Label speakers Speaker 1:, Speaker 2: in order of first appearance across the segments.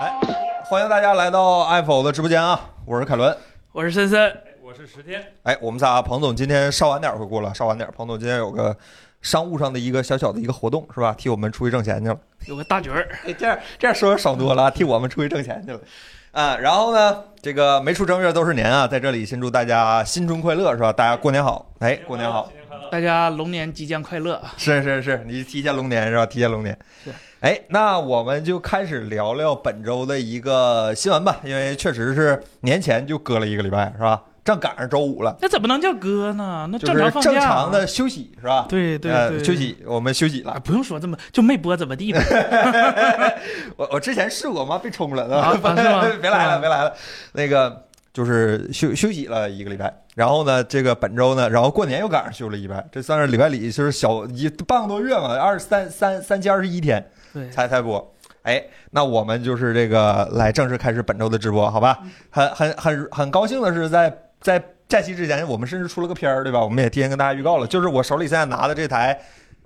Speaker 1: 哎欢迎大家来到爱否的直播间啊！我是凯伦，
Speaker 2: 我是森森，
Speaker 3: 我是十天。
Speaker 1: 哎，我们仨，彭总今天稍晚点会过来，稍晚点。彭总今天有个商务上的一个小小的一个活动，是吧？替我们出去挣钱去了。
Speaker 2: 有个大角儿，
Speaker 1: 哎这样这样说爽 多了，替我们出去挣钱去了。啊，然后呢，这个没出正月都是年啊，在这里先祝大家新春快乐，是吧？大家过年好，哎，过年好，
Speaker 2: 大家龙年即将快乐。啊
Speaker 1: 是是是，你提前龙年是吧？提前龙年
Speaker 2: 是。
Speaker 1: 哎，那我们就开始聊聊本周的一个新闻吧，因为确实是年前就隔了一个礼拜，是吧？正赶上周五了，
Speaker 2: 那怎么能叫哥呢？那
Speaker 1: 就
Speaker 2: 正
Speaker 1: 是
Speaker 2: 常放假，啊
Speaker 1: 正常，的休息，是吧？
Speaker 2: 对对
Speaker 1: 呃
Speaker 2: 对，
Speaker 1: 休息，我们休息
Speaker 2: 啊，
Speaker 1: 了。
Speaker 2: 不用说这么就没播怎么 地呗。
Speaker 1: 我我之前试过嘛，被冲了，
Speaker 2: 啊
Speaker 1: 对吧
Speaker 2: 是吗
Speaker 1: 别来了，
Speaker 2: 嗯
Speaker 1: 别来了。那个就是休休息了一个礼拜，然后呢，这个本周呢，然后过年又赶上休了一礼拜，这算是礼拜里就是小一半个多月嘛，二十三三三七二十一天
Speaker 2: 对，
Speaker 1: 才才播。哎，那我们就是这个来正式开始本周的直播，好吧？很很很很高兴的是在在假期之前，我们甚至出了个片儿，对吧？我们也提前跟大家预告了，就是我手里现在拿的这台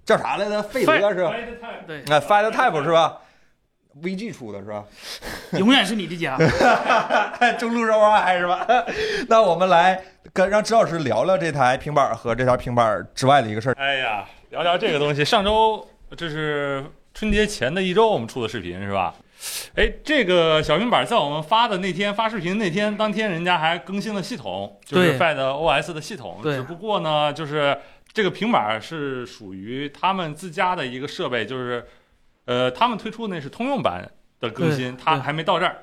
Speaker 1: 叫啥来着？费德是吧？哎
Speaker 2: 对，
Speaker 1: 那 f i n d Type 是吧？VG 出的是吧？
Speaker 2: 永远是你的家。
Speaker 1: 中路肉啊，还是吧？ 那我们来跟让支老师聊聊这台平板儿和这条平板儿之外的一个事儿。
Speaker 3: 哎呀，聊聊这个东西。上周这是春节前的一周，我们出的视频是吧？哎，这个小平板在我们发的那天发视频那天当天，人家还更新了系统，就是
Speaker 2: 对
Speaker 3: Find OS 的系统。
Speaker 2: 对
Speaker 3: 只不过呢，就是这个平板是属于他们自家的一个设备，就是呃，他们推出的那是通用版的更新，
Speaker 2: 对
Speaker 3: 它
Speaker 2: 对
Speaker 3: 还没到这儿。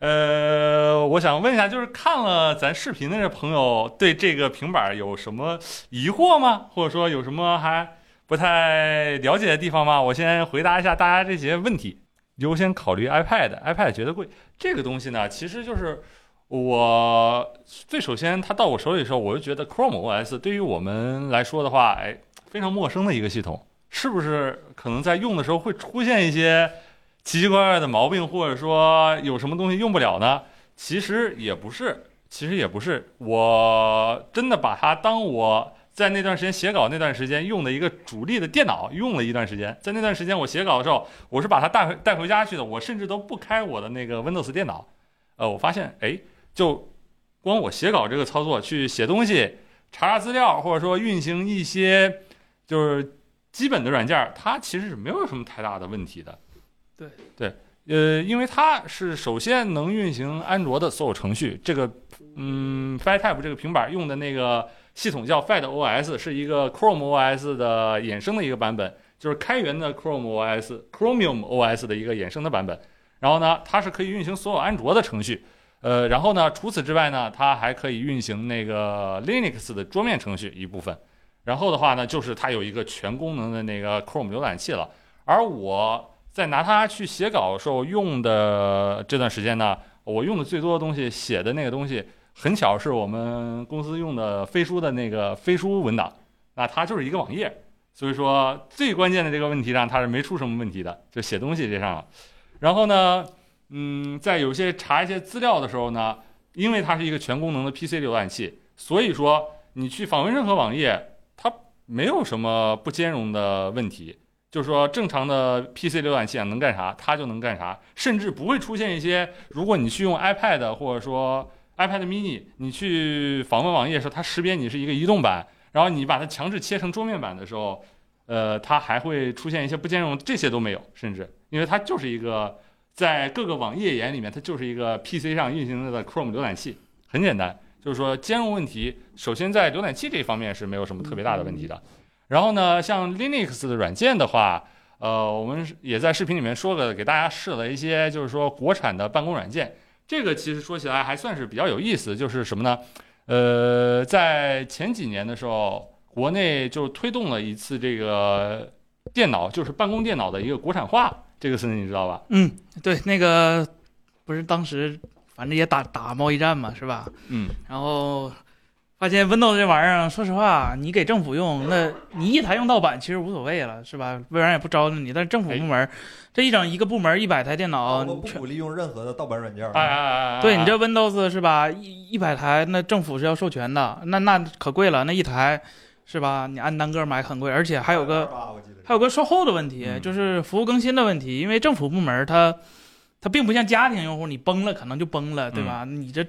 Speaker 3: 呃，我想问一下，就是看了咱视频的这朋友，对这个平板有什么疑惑吗？或者说有什么还不太了解的地方吗？我先回答一下大家这些问题。优先考虑 iPad，iPad 觉得贵，这个东西呢，其实就是我最首先它到我手里的时候，我就觉得 Chrome OS 对于我们来说的话，哎，非常陌生的一个系统，是不是可能在用的时候会出现一些奇奇怪怪的毛病，或者说有什么东西用不了呢？其实也不是，其实也不是，我真的把它当我在那段时间写稿那段时间用的一个主力的电脑用了一段时间，在那段时间我写稿的时候，我是把它带回带回家去的，我甚至都不开我的那个 Windows 电脑，呃，我发现哎，就光我写稿这个操作去写东西、查查资料，或者说运行一些就是基本的软件儿，它其实是没有什么太大的问题的。
Speaker 2: 对
Speaker 3: 对，呃，因为它是首先能运行安卓的所有程序，这个嗯 f i t y p e 这个平板用的那个系统叫 Fed OS，是一个 Chrome OS 的衍生的一个版本，就是开源的 Chrome OS、Chromium OS 的一个衍生的版本。然后呢，它是可以运行所有安卓的程序，呃，然后呢，除此之外呢，它还可以运行那个 Linux 的桌面程序一部分。然后的话呢，就是它有一个全功能的那个 Chrome 浏览器了。而我在拿它去写稿的时候用的这段时间呢，我用的最多的东西，写的那个东西，很巧是我们公司用的飞书的那个飞书文档，那它就是一个网页，所以说最关键的这个问题上它是没出什么问题的，就写东西这上了。然后呢，嗯，在有些查一些资料的时候呢，因为它是一个全功能的 PC 浏览器，所以说你去访问任何网页，它没有什么不兼容的问题。就是说，正常的 PC 浏览器啊能干啥，它就能干啥，甚至不会出现一些，如果你去用 iPad 或者说 iPad mini，你去访问网页的时候，它识别你是一个移动版，然后你把它强制切成桌面版的时候，呃，它还会出现一些不兼容，这些都没有，甚至因为它就是一个在各个网页眼里面，它就是一个 PC 上运行的 Chrome 浏览器，很简单，就是说兼容问题，首先在浏览器这一方面是没有什么特别大的问
Speaker 2: 嗯
Speaker 3: 题的。然后呢，像 Linux 的软件的话，呃，我们是也在视频里面说了，给大家试了一些，就是说国产的办公软件。这个其实说起来还算是比较有意思，就是什么呢？呃，在前几年的时候，国内就推动了一次这个电脑，就是办公电脑的一个国产化。这个事情你知道吧？
Speaker 2: 嗯，对，那个不是当时反正也打打贸易战嘛，是吧？
Speaker 3: 嗯，
Speaker 2: 然后发现 Windows 这玩意儿，啊说实话，你给政府用，那你一台用盗版其实无所谓了，是吧？微软也不招惹你，但是政府部门儿这一整一个部门一百台电脑，
Speaker 1: 我们不
Speaker 2: 全
Speaker 1: 鼓励用任何的盗版软件儿。
Speaker 3: 哎哎哎哎，
Speaker 2: 对你这 Windows 是吧？一一百台，那政府是要授权的，那那可贵了，那一台是吧？你按单个买很贵，而且还有个
Speaker 1: 啊228我记得是
Speaker 2: 还有个售后的问题，
Speaker 3: 嗯
Speaker 2: 就是服务更新的问题，因为政府部门它它并不像家庭用户，你崩了可能就崩了，对吧？你这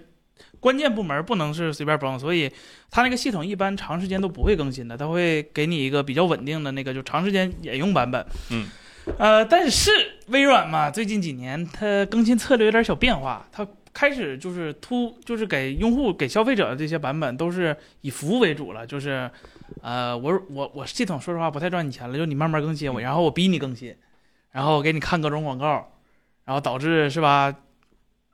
Speaker 2: 关键部门不能是随便崩，所以它哎那个系统一般长时间都不会更新的，它会给你一个比较稳定的那个就长时间沿用版本。
Speaker 3: 嗯。
Speaker 2: 呃，但是微软嘛，最近几年它更新策略有点小变化，它开始就是突就是给用户给消费者的这些版本都是以服务为主了，就是，呃，我我我系统说实话不太赚你钱了，就你慢慢更新我，然后我逼你更新，然后我给你看各种广告，然后导致是吧？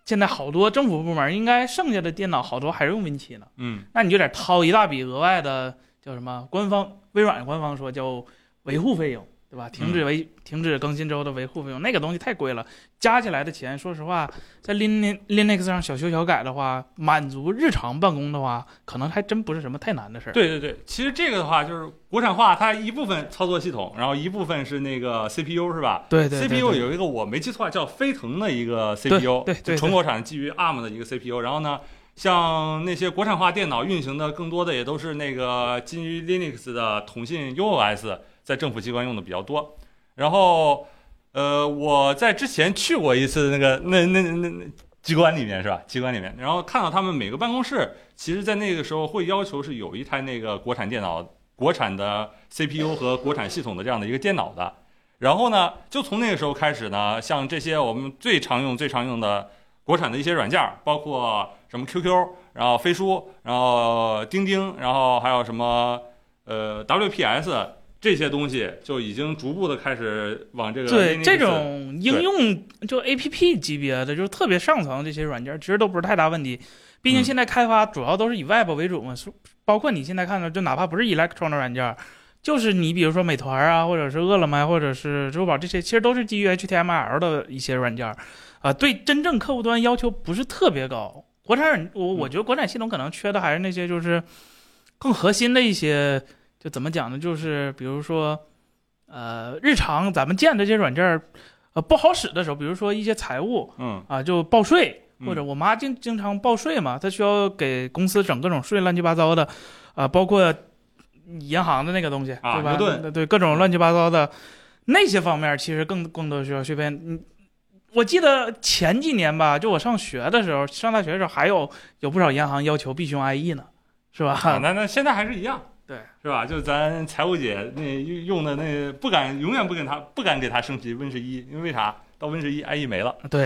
Speaker 2: 现在好多政府部门应该剩下的电脑好多还是用 Win 七呢，
Speaker 3: 嗯
Speaker 2: 那你就得掏一大笔额外的叫什么？官方微软官方说叫维护费用，对吧？停止维、停止更新之后的维护费用，那个东西太贵了，加起来的钱，说实话，在 Lin Linux 上小修小改的话，满足日常办公的话，可能还真不是什么太难的事儿。
Speaker 3: 对对对，其实这个的话就是国产化，它一部分操作系统，然后一部分是那个 CPU 是吧？
Speaker 2: 对对
Speaker 3: CPU 有一个我没记错叫飞腾的一个 CPU，
Speaker 2: 对对对
Speaker 3: 就纯国产基于 ARM 的一个 CPU。然后呢，像那些国产化电脑运行的更多的也都是那个基于 Linux 的统信 UOS，在政府机关用的比较多。然后，呃，我在之前去过一次那个那那那那机关里面是吧？机关里面，然后看到他们每个办公室，其实在那个时候会要求是有一台那个国产电脑、国产的 CPU 和国产系统的这样的一个电脑的。然后呢，就从那个时候开始呢，像这些我们最常用、最常用的国产的一些软件儿，包括什么 QQ，然后飞书，然后钉钉，然后还有什么呃 WPS 这些东西，就已经逐步的开始往这个
Speaker 2: 对
Speaker 3: Linux
Speaker 2: 这种应用就 A P P 级别的，就是特别上层这些软件，其实都不是太大问题。毕竟
Speaker 3: 嗯
Speaker 2: 现在开发主要都是以 Web 为主嘛，是包括你现在看到，就哪怕不是 Electron 的软件，就是你比如说美团啊，或者是饿了么，或者是支付宝这些，其实都是基于 HTML 的一些软件，啊、对真正客户端要求不是特别高。国产软我
Speaker 3: 嗯
Speaker 2: 我觉得国产系统可能缺的还是那些就是更核心的一些，就怎么讲呢？就是比如说，呃，日常咱们见的这些软件儿，呃，不好使的时候，比如说一些财务，
Speaker 3: 嗯
Speaker 2: 啊，就报税，
Speaker 3: 嗯
Speaker 2: 或者我妈经经常报税嘛，她需要给公司整各种税，乱七八糟的，啊，包括银行的那个东西，
Speaker 3: 啊
Speaker 2: 对吧？
Speaker 3: 牛顿
Speaker 2: 对各种乱七八糟的那些方面，其实更更多需要税费。嗯，我记得前几年吧，就我上学的时候，上大学的时候，还有有不少银行要求必须用 IE 呢，是吧？
Speaker 3: 啊，那那现在还是一样，
Speaker 2: 对，
Speaker 3: 是吧？就咱财务姐那用的那不敢，永远不跟她不敢给她升级 Win 十一，因为为啥？到 Win 十一，IE 没了。
Speaker 2: 对，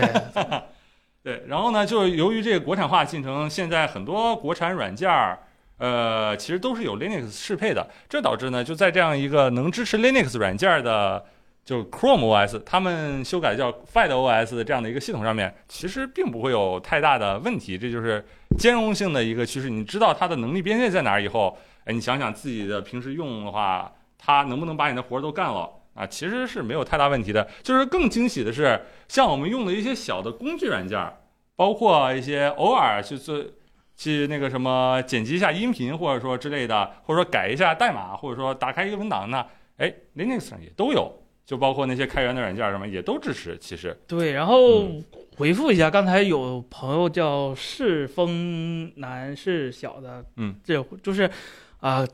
Speaker 3: 对，然后呢，就是由于这个国产化进程，现在很多国产软件儿，呃，其实都是有 Linux 适配的，这导致呢，就在这样一个能支持 Linux 软件儿的，就 Chrome OS，他们修改叫 Fed OS 的这样的一个系统上面，其实并不会有太大的问题，这就是兼容性的一个趋势。你知道它的能力边界在哪儿以后，哎，你想想自己的平时用的话，它能不能把你的活儿都干了？啊，其实是没有太大问题的。就是更惊喜的是，像我们用的一些小的工具软件儿，包括一些偶尔去做去那个什么剪辑一下音频，或者说之类的，或者说改一下代码，或者说打开一个文档呢，哎，Linux 上也都有，就包括那些开源的软件儿什么也都支持。其实，
Speaker 2: 对，然后
Speaker 3: 嗯
Speaker 2: 回复一下，刚才有朋友叫是风男是小的，
Speaker 3: 嗯，
Speaker 2: 这就是啊、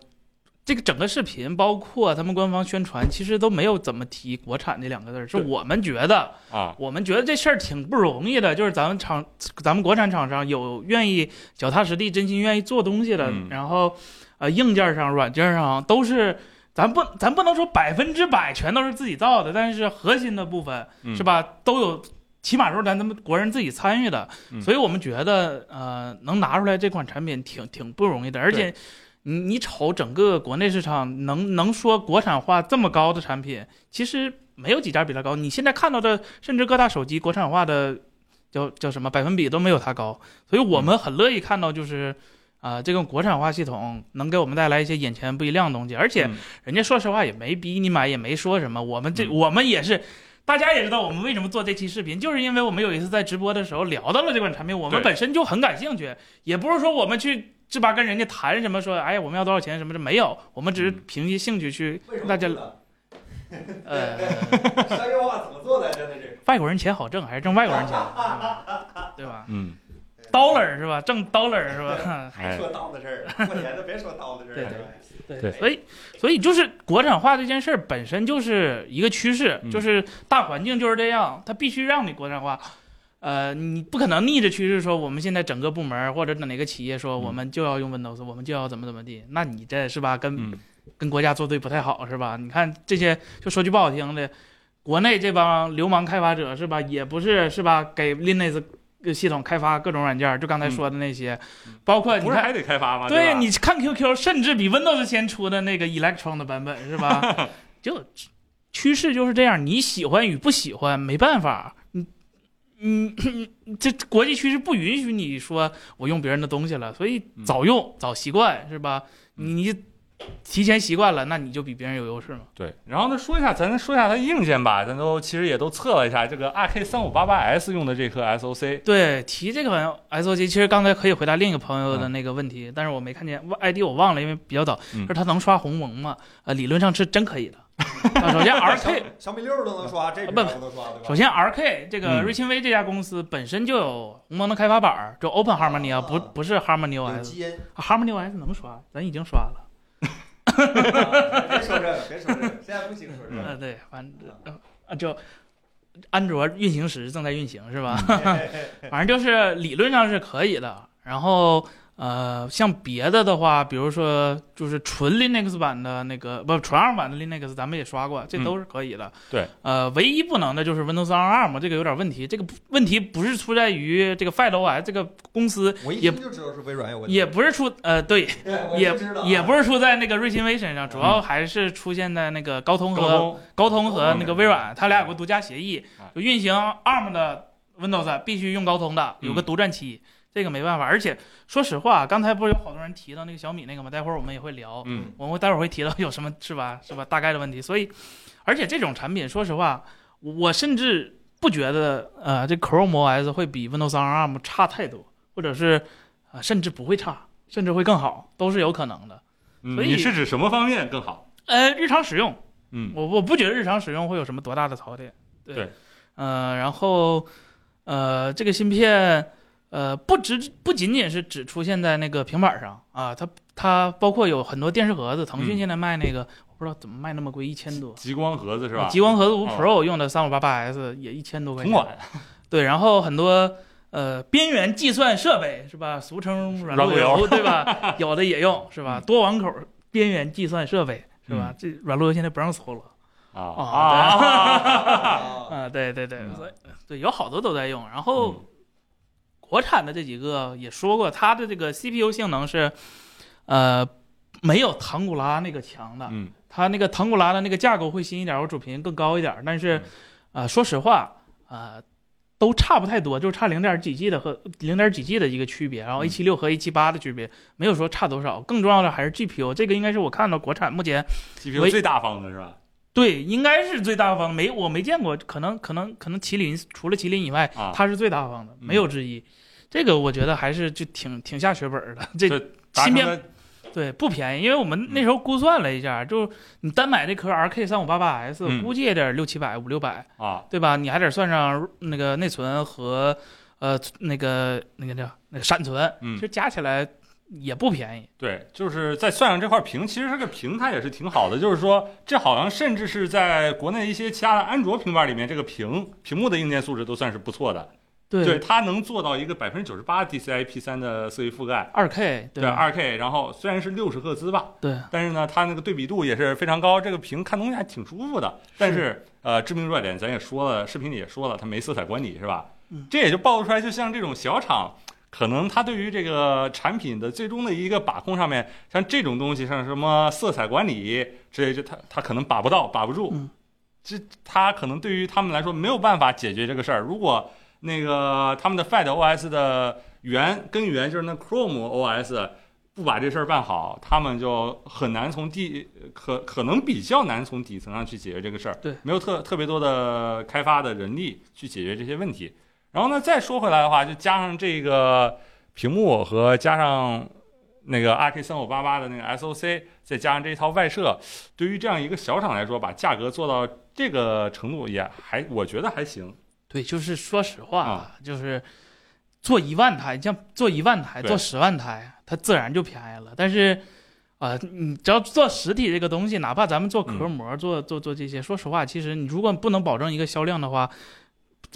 Speaker 2: 这个整个视频包括他们官方宣传，其实都没有怎么提国产这两个字儿，是
Speaker 3: 对
Speaker 2: 我们觉得，
Speaker 3: 啊，
Speaker 2: 我们觉得这事儿挺不容易的，就是咱们厂，咱们国产厂商有愿意脚踏实地、真心愿意做东西的，
Speaker 3: 嗯
Speaker 2: 然后，呃，硬件上、软件上都是，咱不，咱不能说百分之百全都是自己造的，但是核心的部分、
Speaker 3: 嗯
Speaker 2: 是吧，都有，起码说咱咱们国人自己参与的，
Speaker 3: 嗯
Speaker 2: 所以我们觉得，呃，能拿出来这款产品挺挺不容易的，而且。你你瞅整个国内市场能能说国产化这么高的产品，其实没有几家比它高。你现在看到的，甚至各大手机国产化的叫叫什么百分比都没有它高，所以我
Speaker 3: 嗯
Speaker 2: 们很乐意看到就是。啊、这个国产化系统能给我们带来一些眼前不一样的东西，而且
Speaker 3: 嗯
Speaker 2: 人家说实话也没逼你买，也没说什么。我们这、
Speaker 3: 嗯
Speaker 2: 我们也是，大家也知道我们为什么做这期视频，就是因为我们有一次在直播的时候聊到了这款产品，我们
Speaker 3: 对
Speaker 2: 本身就很感兴趣，也不是说我们去这吧跟人家谈什么说，哎，我们要多少钱什么的没有，我们只是
Speaker 3: 嗯
Speaker 2: 凭借兴趣去
Speaker 1: 为什么
Speaker 2: 大家
Speaker 1: 不 呢
Speaker 2: 呃。
Speaker 1: 商业化哎怎么做的？真的是
Speaker 2: 外国人钱好挣，还是挣外国人 钱，对吧
Speaker 3: 嗯，
Speaker 2: ？dollar 是吧？挣 dollar 是吧？
Speaker 3: 哎，
Speaker 1: 说刀的事儿，啊过年的别说刀的事儿。啊
Speaker 2: 对
Speaker 1: 是吧
Speaker 3: 对
Speaker 2: 所以，所以就是国产化这件事儿本身就是一个趋势，
Speaker 3: 嗯
Speaker 2: 就是大环境就是这样，它必须让你国产化。呃，你不可能逆着趋势说我们现在整个部门或者哪个企业说
Speaker 3: 嗯
Speaker 2: 我们就要用 Windows，、我们就要怎么怎么地，那你这是吧跟、
Speaker 3: 嗯，
Speaker 2: 跟国家作对不太好是吧？你看这些，就说句不好听的，国内这帮流氓开发者是吧，也不是是吧，给 Linux 系统开发各种软件儿，就刚才说的那些，
Speaker 3: 嗯
Speaker 2: 包括你
Speaker 3: 不是
Speaker 2: 看。
Speaker 3: 还得开发吗？
Speaker 2: 对
Speaker 3: 啊吧
Speaker 2: 你看 QQ，甚至比 Windows 先出的那个 Electron 的版本是 吧？就趋势就是这样，你喜欢与不喜欢没办法，你你这国际趋势不允许你说我用别人的东西了，所以
Speaker 3: 嗯
Speaker 2: 早用早习惯是吧？你
Speaker 3: 嗯
Speaker 2: 你提前习惯了，那你就比别人有优势嘛。
Speaker 3: 对，然后呢，说一下，咱说一下它硬件吧，咱都其实也都测了一下，这个 RK 三五八八 S 用的这颗 SOC，
Speaker 2: 对，提这款 SOC，其实刚才可以回答另一个朋友的那个问题，但是我没看见 ID 我忘了，因为比较早。
Speaker 3: 嗯
Speaker 2: 说它能刷鸿蒙吗？呃，理论上是真可以的。啊首先 RK
Speaker 1: 小米六都能刷，这
Speaker 2: 啊不
Speaker 1: 边都能刷，对
Speaker 2: 首
Speaker 1: 吧？
Speaker 2: 先，RK 这个
Speaker 3: 嗯
Speaker 2: 瑞钦微这家公司本身就有鸿蒙的开发板儿，就 Open Harmony 啊，不
Speaker 1: 啊
Speaker 2: 不是 Harmony
Speaker 1: 有
Speaker 2: OS。
Speaker 1: 基因，
Speaker 2: 啊 Harmony OS 能刷，咱已经刷了。
Speaker 1: 别说这个，别说这个，现在不兴说这
Speaker 4: 嗯
Speaker 2: 呃，对，反正啊就安卓运行时正在运行是吧？
Speaker 1: 个。
Speaker 2: 反正就是理论上是可以的。然后呃，像别的的话，比如说就是纯 Linux 版的那个，不纯 ARM 版的 Linux，咱们也刷过，这都是可以的。
Speaker 3: 对，
Speaker 2: 呃，唯一不能的就是 Windows on ARM 这个有点问题。这个不问题不是出在于这个 File OS 这个公司，
Speaker 1: 我一
Speaker 2: 也
Speaker 1: 听就知道是微软有问题，
Speaker 2: 也不是出呃对，
Speaker 1: 我
Speaker 2: 也
Speaker 1: 就知道啊
Speaker 2: 也不是出在那个瑞芯微身上，主要还是出现在那个高通
Speaker 3: 高
Speaker 2: 和
Speaker 3: 通
Speaker 2: 高通和那个微软，它俩有个独家协议
Speaker 3: 啊，
Speaker 2: 就运行 ARM 的 Windows 必须用高通的，
Speaker 3: 嗯
Speaker 2: 有个独占期。这个没办法，而且说实话，刚才不是有好多人提到那个小米那个吗？待会儿我们也会聊，
Speaker 3: 嗯
Speaker 2: 我们待会儿会提到有什么是吧？ 是吧？大概的问题。所以，而且这种产品，说实话，我甚至不觉得呃，这 Chrome OS 会比 Windows on ARM 差太多，或者是呃，甚至不会差，甚至会更好，都是有可能的。
Speaker 3: 嗯
Speaker 2: 所以
Speaker 3: 你是指什么方面更好？
Speaker 2: 呃，日常使用，
Speaker 3: 嗯
Speaker 2: 我我不觉得日常使用会有什么多大的槽点。对，
Speaker 3: 对
Speaker 2: 呃，然后呃，这个芯片呃不只不仅仅是只出现在那个平板上啊，它它包括有很多电视盒子，腾讯
Speaker 3: 嗯
Speaker 2: 现在卖那个、我不知道怎么卖那么贵，一千多。啊
Speaker 3: 极光盒子是吧？
Speaker 2: 极光盒子五
Speaker 3: 哦
Speaker 2: Pro 用的三五八八 S 也一千多块
Speaker 3: 同
Speaker 2: 钱，
Speaker 3: 款
Speaker 2: 对，然后很多呃边缘计算设备是吧，俗称软路
Speaker 3: 软路嗯
Speaker 2: 由对 吧？有的也用是吧？多网口边缘计算设备是吧？这软路由现在不让搜了。
Speaker 3: 啊
Speaker 2: 哦
Speaker 3: 啊！
Speaker 1: 啊
Speaker 2: 啊， 对对对，
Speaker 3: 嗯
Speaker 2: 所以对有好多都在用。然后国产的这几个也说过，它的这个 CPU 性能是，呃，没有唐古拉那个强的。
Speaker 3: 嗯，
Speaker 2: 它那个唐古拉的那个架构会新一点，我主频更高一点，但是
Speaker 3: 嗯，
Speaker 2: 呃，说实话，呃，都差不太多，就是差零点几 G 的和零点几 G 的一个区别，然后
Speaker 3: 嗯
Speaker 2: A 七六和 A 七八的区别，没有说差多少。更重要的还是 GPU，这个应该是我看到国产目前
Speaker 3: GPU
Speaker 2: 喂
Speaker 3: 最大方的是吧？
Speaker 2: 对，应该是最大方，没我没见过，可能可能可能麒麟除了麒麟以外，
Speaker 3: 啊嗯
Speaker 2: 它是最大方的，没有之一。这个我觉得还是就挺挺下血本儿的，这
Speaker 3: 这达
Speaker 2: 芯
Speaker 3: 成
Speaker 2: 片
Speaker 3: 了嗯
Speaker 2: 对不便宜，因为我们那时候估算了一下，就你单买这颗 RK 三五八八 S，
Speaker 3: 嗯
Speaker 2: 估计也得六七百五六百，
Speaker 3: 啊，
Speaker 2: 对吧？你还得算上那个内存和呃那个那个叫那个闪存，
Speaker 3: 嗯
Speaker 2: 其实加起来也不便宜。
Speaker 3: 对，就是在算上这块屏，其实这个屏它也是挺好的，就是说这好像甚至是在国内一些其他的安卓平板里面，这个屏屏幕的硬件素质都算是不错的。
Speaker 2: 对
Speaker 3: 对，它能做到一个百分之九十八 DCI P 三的四维覆盖，
Speaker 2: 二 K
Speaker 3: 对二 K，然后虽然是六十赫兹吧，
Speaker 2: 对
Speaker 3: 但是呢，它那个对比度也是非常高，这个屏看东西还挺舒服的。但是呃，致命弱点咱也说了，视频里也说了，它没色彩管理是吧？
Speaker 2: 嗯
Speaker 3: 这也就暴露出来，就像这种小厂。可能它对于这个产品的最终的一个把控上面，像这种东西，像什么色彩管理之类，这它它可能把不到，把不住。
Speaker 2: 嗯
Speaker 3: 这它可能对于他们来说没有办法解决这个事儿。如果那个他们的 Find OS 的源根源就是那 Chrome OS 不把这事儿办好，他们就很难从地可可能比较难从底层上去解决这个事儿。
Speaker 2: 对，
Speaker 3: 没有特特别多的开发的人力去解决这些问题。然后呢，再说回来的话，就加上这个屏幕和加上那个 RK 三五八八的那个 SOC，再加上这一套外设，对于这样一个小厂来说，把价格做到这个程度也还，我觉得还行。
Speaker 2: 对，就是说实话，
Speaker 3: 啊
Speaker 2: 就是做一万台，你像做一万台、
Speaker 3: 对
Speaker 2: 做十万台，它自然就便宜了。但是，啊，你只要做实体这个东西，
Speaker 3: 嗯
Speaker 2: 哪怕咱们做壳膜、做做做这些，说实话，其实你如果不能保证一个销量的话，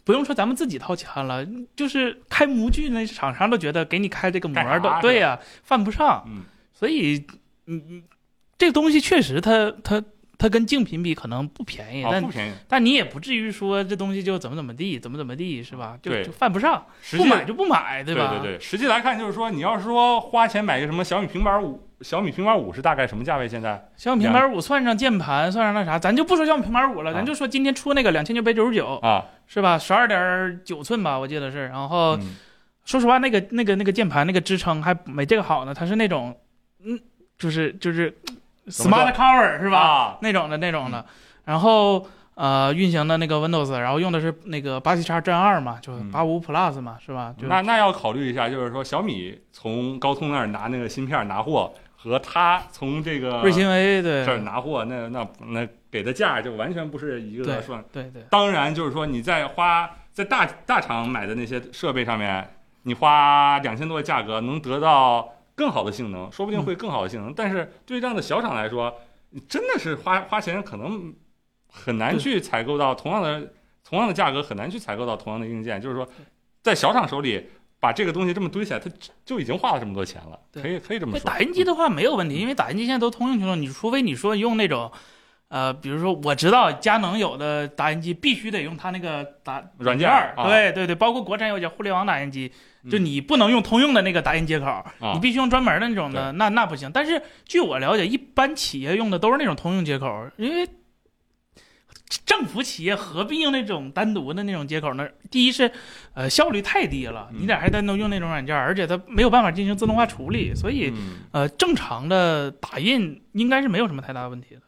Speaker 2: 不用说咱们自己掏钱了，就是开模具那厂商都觉得给你开这个模儿
Speaker 3: 干啥
Speaker 2: 的，
Speaker 3: 是
Speaker 2: 对呀、犯不上。
Speaker 3: 嗯，
Speaker 2: 所以，嗯，嗯这个东西确实它它它跟竞品比可能不便宜，
Speaker 3: 啊，
Speaker 2: 但
Speaker 3: 不便宜，
Speaker 2: 但你也不至于说这东西就怎么怎么地，怎么怎么地，是吧？就
Speaker 3: 嗯对
Speaker 2: 就犯不上，
Speaker 3: 实
Speaker 2: 不
Speaker 3: 际
Speaker 2: 买就不买，
Speaker 3: 对
Speaker 2: 吧？
Speaker 3: 对对，实际来看就是说，你要是说花钱买一个什么小米平板五，小米平板五是大概什么价位？现在
Speaker 2: 小米平板五算上键盘，算上那
Speaker 3: 嗯
Speaker 2: 啥，咱就不说小米平板五了，
Speaker 3: 啊
Speaker 2: 咱就说今天出那个两千九百九十九，
Speaker 3: 啊，
Speaker 2: 是吧？十二点九寸吧，我记得是。然后
Speaker 3: 嗯
Speaker 2: 说实话，那个那个那个键盘那个支撑还没这个好呢，它是那种，嗯，就是就是
Speaker 3: 怎么说
Speaker 2: smart cover 是吧？
Speaker 3: 啊
Speaker 2: 那种的那种的。然后呃，运行的那个 Windows，然后用的是那个八七叉 Gen 二嘛，就
Speaker 3: 嗯
Speaker 2: 八五 Plus 嘛，是吧？就
Speaker 3: 那那要考虑一下，就是说小米从高通那儿拿那个芯片拿货，和他从这个
Speaker 2: 瑞芯微对
Speaker 3: 这儿拿货，那那那给的价就完全不是一个
Speaker 2: 对
Speaker 3: 算。
Speaker 2: 对对。
Speaker 3: 当然，就是说你在花在大大厂买的那些设备上面，你花两千多的价格能得到更好的性能，说不定会更好的性能。但是对于这样的小厂来说，你真的是花花钱可能很难
Speaker 2: 对
Speaker 3: 去采购到同样的同样的价格，很难去采购到同样的硬件。就是说，在小厂手里把这个东西这么堆起来，它就就已经花了这么多钱了，
Speaker 2: 对
Speaker 3: 可以可以这么
Speaker 2: 对
Speaker 3: 说。嗯
Speaker 2: 打印机的话没有问题，因为打印机现在都通用群众，你除非你说用那种，呃，比如说我知道佳能有的打印机必须得用它那个打
Speaker 3: 软件
Speaker 2: 儿
Speaker 3: 儿，啊
Speaker 2: 对对对，包括国产有叫互联网打印机，
Speaker 3: 嗯啊
Speaker 2: 就你不能用通用的那个打印接口，你必须用专门的那种的，那那不行。但是据我了解，一般企业用的都是那种通用接口，因为。政府企业何必用那种单独的那种接口呢？第一是，呃，效率太低了，
Speaker 3: 嗯
Speaker 2: 你得还单独用那种软件儿，而且它没有办法进行自动化处理，所以
Speaker 3: 嗯
Speaker 2: 呃，正常的打印应该是没有什么太大问题的。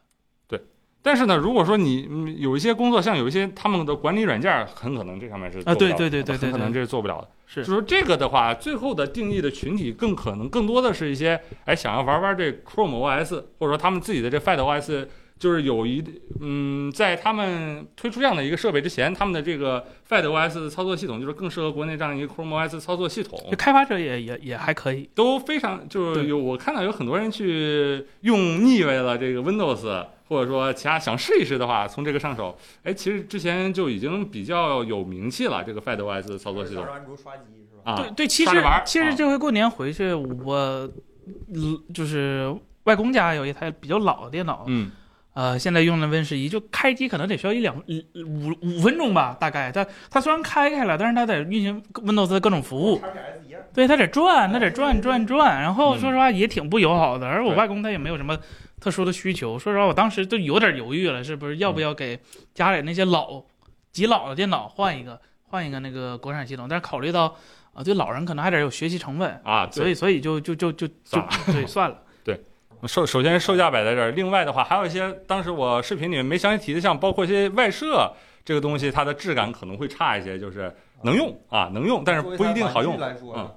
Speaker 3: 但是呢，如果说你嗯有一些工作，像有一些他们的管理软件儿，很可能这上面是做不了的
Speaker 2: 啊对对对对对
Speaker 3: 很可能这是做不了的。
Speaker 2: 是
Speaker 3: 就说这个的话，最后的定义的群体更可能更多的是一些哎想要玩玩这 Chrome OS，或者说他们自己的这 Find OS，就是有一嗯，在他们推出这样的一个设备之前，他们的这个 Find OS 的操作系统就是更适合国内这样一个 Chrome OS 操作系统。
Speaker 2: 就开发者也也也还可以，
Speaker 3: 都非常就是
Speaker 2: 对
Speaker 3: 有我看到有很多人去用腻歪了这个 Windows，或者说其他想试一试的话，从这个上手，哎，其实之前就已经比较有名气了，这个 FedOS 的操作系统
Speaker 1: 安卓刷机是吧？
Speaker 3: 啊
Speaker 2: 对，对，其
Speaker 3: 刷着
Speaker 2: 实
Speaker 3: 玩儿
Speaker 2: 其
Speaker 3: 啊
Speaker 2: 实这回过年回去，我嗯就是外公家有一台比较老的电脑，
Speaker 3: 嗯，
Speaker 2: 呃，现在用的 Win 十一，就开机可能得需要一两一五五分钟吧，大概。它它虽然开开了，但是它得运行 Windows 的各种服务，
Speaker 1: ，XPS 一样。
Speaker 2: 对，它得转，它得转转转。然后
Speaker 3: 嗯
Speaker 2: 说实话也挺不友好的，而我
Speaker 3: 对
Speaker 2: 外公他也没有什么特殊的需求。说实话，我当时就有点犹豫了，是不是
Speaker 3: 嗯
Speaker 2: 要不要给家里那些老极老的电脑换一个换一个那个国产系统？但是考虑到啊、呃对老人可能还得有学习成本，
Speaker 3: 啊，对
Speaker 2: 所以所以就就就就就
Speaker 3: 算了
Speaker 2: 对算了。
Speaker 3: 售首先是售价摆在这儿，另外的话还有一些当时我视频里面没详细提的，像包括一些外设这个东西，它的质感可能会差一些，就是能用啊能用，但是不一定好用。
Speaker 1: 来说
Speaker 2: 嗯
Speaker 1: 呢，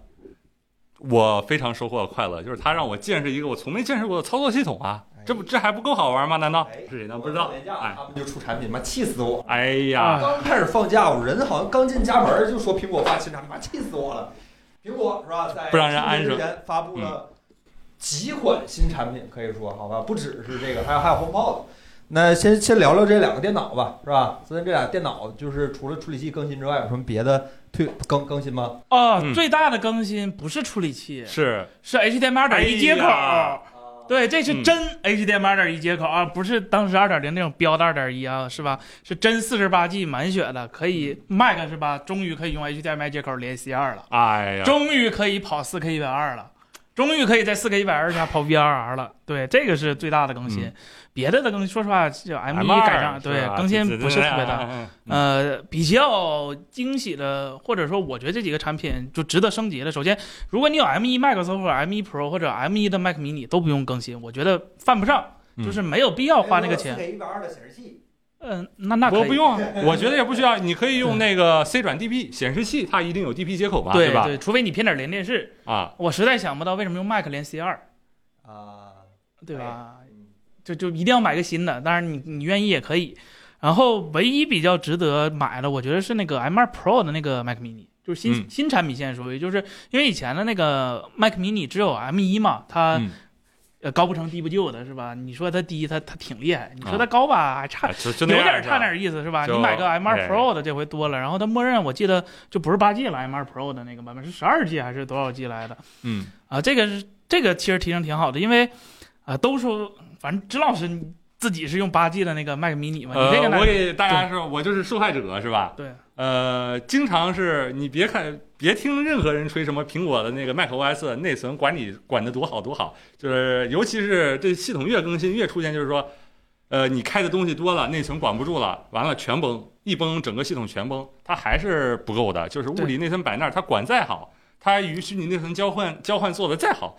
Speaker 3: 我非常收获快乐，就是它让我见识一个我从没见识过的操作系统啊
Speaker 1: 哎，
Speaker 3: 这不这还不够好玩吗？难道
Speaker 1: 哎
Speaker 3: 是谁呢？
Speaker 1: 我
Speaker 3: 不知道
Speaker 1: 放年假
Speaker 3: 哎
Speaker 1: 他们就出产品嘛，气死我！
Speaker 3: 哎
Speaker 2: 啊
Speaker 3: 呀，
Speaker 1: 刚开始放假，我人好像刚进家门就说苹果发新产品，妈气死我了！苹果是吧，在
Speaker 3: 不让人安嗯生
Speaker 1: 之前发布了几款新产品，可以说好吧，不只是这个，还有还有红炮子。那先先聊聊这两个电脑吧，是吧？昨天这俩电脑就是除了处理器更新之外，有什么别的推更更新吗？
Speaker 2: 哦，
Speaker 3: 嗯
Speaker 2: 最大的更新不是处理器，
Speaker 3: 是
Speaker 2: 是 HDMI 点一接口。
Speaker 3: 哎呀
Speaker 1: 啊
Speaker 2: 对，这
Speaker 3: 嗯
Speaker 2: 是真 HDMI 二点一接口啊，不是当时二点零那种标的二点一啊，是吧？是真四十八 G 满血的，可以
Speaker 3: 嗯
Speaker 2: Mac 是吧？终于可以用 HDMI 接口连 C 二了，
Speaker 3: 哎呀，
Speaker 2: 终于可以跑四 K 一百二了，终于可以在四 K 一百二下跑 VRR 了。对，这个是最大的更新，别的的更新，说实话，就 M 一
Speaker 3: 嗯二
Speaker 2: 赶上，
Speaker 3: 哎是吧
Speaker 2: 对，更新不是特别大。。
Speaker 3: 嗯
Speaker 2: 呃，比较惊喜的，或者说我觉得这几个产品就值得升级的。首先，如果你有 M1 Max 或者 M1 Pro 或者 M1 的 Mac mini 都不用更新，我觉得犯不上，
Speaker 3: 嗯
Speaker 2: 就是没有必要花那个钱。
Speaker 1: 给一百二的显示器，
Speaker 2: 嗯、那那可
Speaker 3: 我
Speaker 2: 以
Speaker 3: 不用啊， 我觉得也不需要。你可以用那个 C 转 DP 显示器，它一定有 DP 接口嘛，
Speaker 2: 对
Speaker 3: 吧？
Speaker 2: 对，除非你偏点连电视。
Speaker 3: 啊，
Speaker 2: 我实在想不到为什么用 Mac 连 C 二，
Speaker 1: 啊，
Speaker 2: 对吧？
Speaker 3: 哎
Speaker 1: 嗯
Speaker 2: 就就一定要买个新的，当然你你愿意也可以。然后唯一比较值得买的，我觉得是那个 M2 Pro 的那个 Mac Mini，就是新、
Speaker 3: 嗯
Speaker 2: 新产品线属于，就是因为以前的那个 Mac Mini 只有 M1 嘛，它
Speaker 3: 嗯
Speaker 2: 呃高不成低不就的是吧？你说它低，它它挺厉害；你说
Speaker 3: 啊
Speaker 2: 它高吧，还差
Speaker 3: 啊就就
Speaker 2: 有
Speaker 3: 那样
Speaker 2: 点
Speaker 3: 是
Speaker 2: 差
Speaker 3: 吧
Speaker 2: 点意思是吧？
Speaker 3: 就
Speaker 2: 你买个 M
Speaker 3: 哎
Speaker 2: 2 Pro 的这回多了，然后它默认我记得就不是八 G 了，M 2 Pro 的那个版本是十二 G 还是多少 G 来的
Speaker 3: 嗯，
Speaker 2: 啊？这个是这个其实提升挺好的，因为啊、都说反正甄老师你自己是用八 G 的那个 Mac mini 嘛，你这个
Speaker 3: 呃，
Speaker 2: 呢
Speaker 3: 我给大家说，我就是受害者是吧？
Speaker 2: 对，
Speaker 3: 呃，经常是你别看别听任何人吹什么苹果的那个 macOS 内存管理管得多好多好，就是尤其是这系统越更新越出现，就是说，呃，你开的东西多了，内存管不住了，完了全崩，一崩整个系统全崩，它还是不够的。就是物理内存摆那儿，它管再好，它与虚拟内存交换交换做的再好，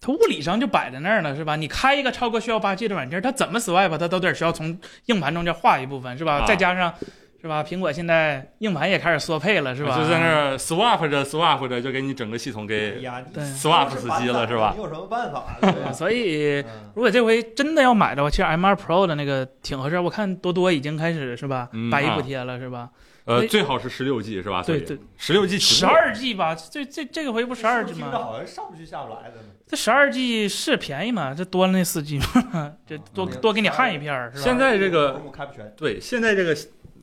Speaker 2: 它物理上就摆在那儿了，是吧？你开一个超过需要八 G 的软件，它怎么 swipe 它都得需要从硬盘中间划一部分，是吧？
Speaker 3: 啊
Speaker 2: 再加上，是吧？苹果现在硬盘也开始缩配了，是吧？
Speaker 3: 啊就在那儿 swap 着 swap 着，就给你整个系统
Speaker 4: 哎
Speaker 3: 给
Speaker 4: 呀你
Speaker 2: 对
Speaker 3: swap 死机了是吧
Speaker 4: 你？有什么办法啊？
Speaker 2: 对
Speaker 4: 对
Speaker 2: 吧
Speaker 4: 吧
Speaker 2: 所以
Speaker 4: 嗯
Speaker 2: 如果这回真的要买的话，其实 M 2 Pro 的那个挺合适。我看多多已经开始是吧
Speaker 3: 嗯，
Speaker 2: 百亿
Speaker 3: 啊
Speaker 2: 补贴了是吧？
Speaker 3: 呃，
Speaker 2: 那
Speaker 3: 最好是十六 G 是吧？
Speaker 2: 对对，
Speaker 3: 十六 G
Speaker 2: 十二 G 吧，这这这个回 不十二 G
Speaker 4: 听着
Speaker 2: 吗？
Speaker 4: 好像上不去下不来的呢。
Speaker 2: 这十二 G 是便宜吗？这多了那四 G 吗？ 这多
Speaker 4: 嗯
Speaker 2: 多给你焊一片儿是吧？
Speaker 3: 现在这个
Speaker 4: 我们开不全，
Speaker 3: 对，现在这个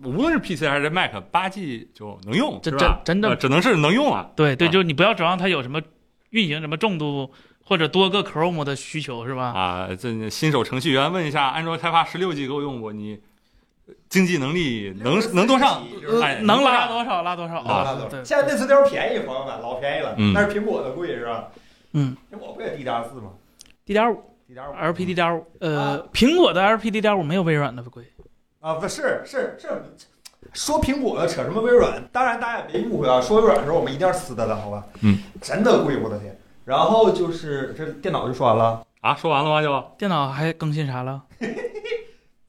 Speaker 3: 无论是 PC 还是 Mac，八 G 就能用，
Speaker 2: 这
Speaker 3: 是吧？
Speaker 2: 真真的
Speaker 3: 呃只能是能用啊。
Speaker 2: 对对，
Speaker 3: 啊
Speaker 2: 就是你不要指望它有什么运行什么重度或者多个 Chrome 的需求是吧？
Speaker 3: 啊，这新手程序员问一下，安卓开发十六 G 够用不？你经济能力能能多上？哎，
Speaker 2: 能
Speaker 3: 多
Speaker 2: 拉
Speaker 3: 上？
Speaker 2: 多少拉多少
Speaker 3: 啊
Speaker 4: 拉倒
Speaker 2: 对，
Speaker 4: 现在内存条便宜，朋友们，老便宜了
Speaker 3: 嗯，
Speaker 4: 但是苹果的贵是吧？
Speaker 2: 嗯，
Speaker 4: 苹果不也 DDR 四吗
Speaker 2: DDR 五、
Speaker 4: ？DDR 五
Speaker 2: LPDDR 五，呃，苹果的 LPDDR 五没有微软的贵。
Speaker 4: 啊，不是是是，说苹果的扯什么微软，当然大家也别误会啊，说微软的时候我们一定要撕它的好吧？
Speaker 3: 嗯，
Speaker 4: 真的贵，我的天！然后就是这电脑就说完了，
Speaker 3: 啊，说完了吗？就
Speaker 2: 电脑还更新啥 了？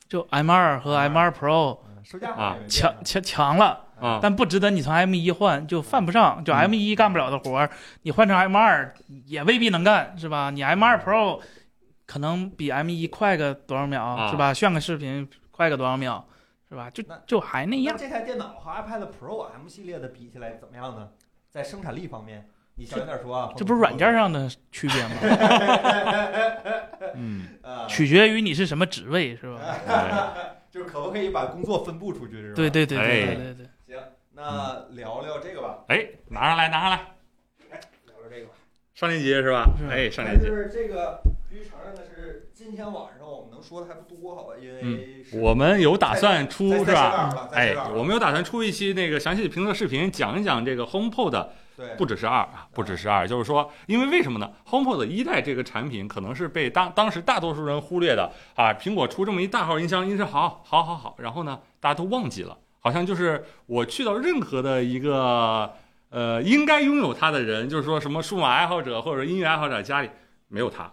Speaker 2: 就 M 2和 M 2 Pro
Speaker 4: 嗯售价
Speaker 3: 啊
Speaker 4: 也没变
Speaker 2: 强强强了，
Speaker 3: 啊，
Speaker 2: 但不值得你从 M 1换，就犯不上，就
Speaker 3: 嗯
Speaker 2: M 1干不了的活儿，你换成 M 2也未必能干，是吧？你 M
Speaker 3: 嗯
Speaker 2: 2 Pro 可能比 M 1快个多少秒，
Speaker 3: 啊
Speaker 2: 是吧？炫个视频快个多少秒，是吧？就
Speaker 4: 那
Speaker 2: 就还那样
Speaker 4: 那。这台电脑和 iPad Pro M 系列的比起来怎么样呢？在生产力方面，你小心点说啊。哎
Speaker 2: 这不是软件上的区别吗？
Speaker 3: 嗯，
Speaker 4: 啊，
Speaker 2: 取决于你是什么职位， 是吧？
Speaker 3: 哎
Speaker 4: 就是可不可以把工作分布出去是吧？
Speaker 2: 对。对对对对
Speaker 3: 哎
Speaker 2: 对对。
Speaker 4: 那聊聊这个吧，
Speaker 3: 哎，拿上来，拿上来，
Speaker 4: 聊聊这个吧。
Speaker 3: 上链接是吧
Speaker 2: 是？
Speaker 3: 哎，上
Speaker 4: 但
Speaker 3: 链接。
Speaker 4: 是这个必须承认的是，今天晚上我们能说的还不多，好吧？因为是
Speaker 3: 我们有打算出
Speaker 4: 在
Speaker 3: 是
Speaker 4: 在
Speaker 3: 吧？
Speaker 4: 这儿了在
Speaker 3: 哎
Speaker 4: 这儿，了
Speaker 3: 我们有打算出一期那个详细的评测视频，讲一讲这个 HomePod
Speaker 4: 对
Speaker 3: 不只是二啊，不只是二，就是说，因为为什么呢？HomePod 一代这个产品可能是被当当时大多数人忽略的啊，苹果出这么一大号音箱，音质好，好，好，好，然后呢，大家都忘记了，好像就是我去到任何的一个呃应该拥有它的人，就是说什么数码爱好者或者音乐爱好者家里没有它，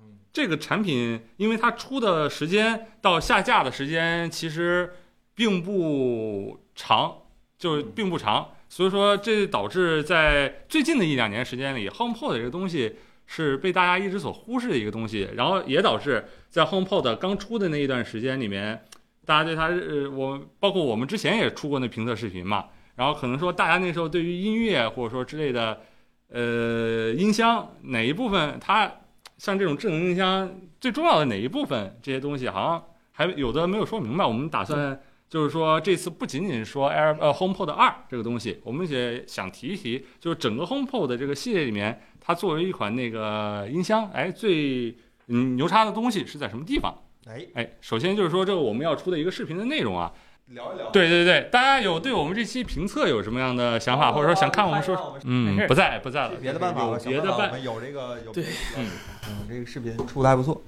Speaker 4: 嗯
Speaker 3: 这个产品，因为它出的时间到下架的时间其实并不长，就并不长，所以说这导致在最近的一两年时间里，HomePod 这个东西是被大家一直所忽视的一个东西，然后也导致在 HomePod 刚出的那一段时间里面，大家对它呃，我包括我们之前也出过那评测视频嘛，然后可能说大家那时候对于音乐或者说之类的，呃，音箱哪一部分它像这种智能音箱最重要的哪一部分，这些东西好像还有的没有说明白。我们打算就是说，这次不仅仅说 Air 呃 HomePod 二这个东西，我们也想提一提，就是整个 HomePod 的这个系列里面，它作为一款那个音箱，哎，最嗯牛叉的东西是在什么地方？
Speaker 4: 哎，
Speaker 3: 哎，首先就是说这个我们要出的一个视频的内容啊，
Speaker 4: 聊一聊。
Speaker 3: 对对对，大家有对我们这期评测有什么样的想法，或者说想看我们说，
Speaker 4: 说
Speaker 3: 嗯
Speaker 2: 哦没事，
Speaker 3: 不在不在了，
Speaker 4: 别的办法
Speaker 3: 有
Speaker 4: 了，
Speaker 3: 别
Speaker 4: 想
Speaker 3: 的
Speaker 4: 办法我
Speaker 3: 办，
Speaker 4: 们有这个有
Speaker 2: 对
Speaker 4: 别的
Speaker 3: 嗯
Speaker 4: 嗯，这个视频出的还不错，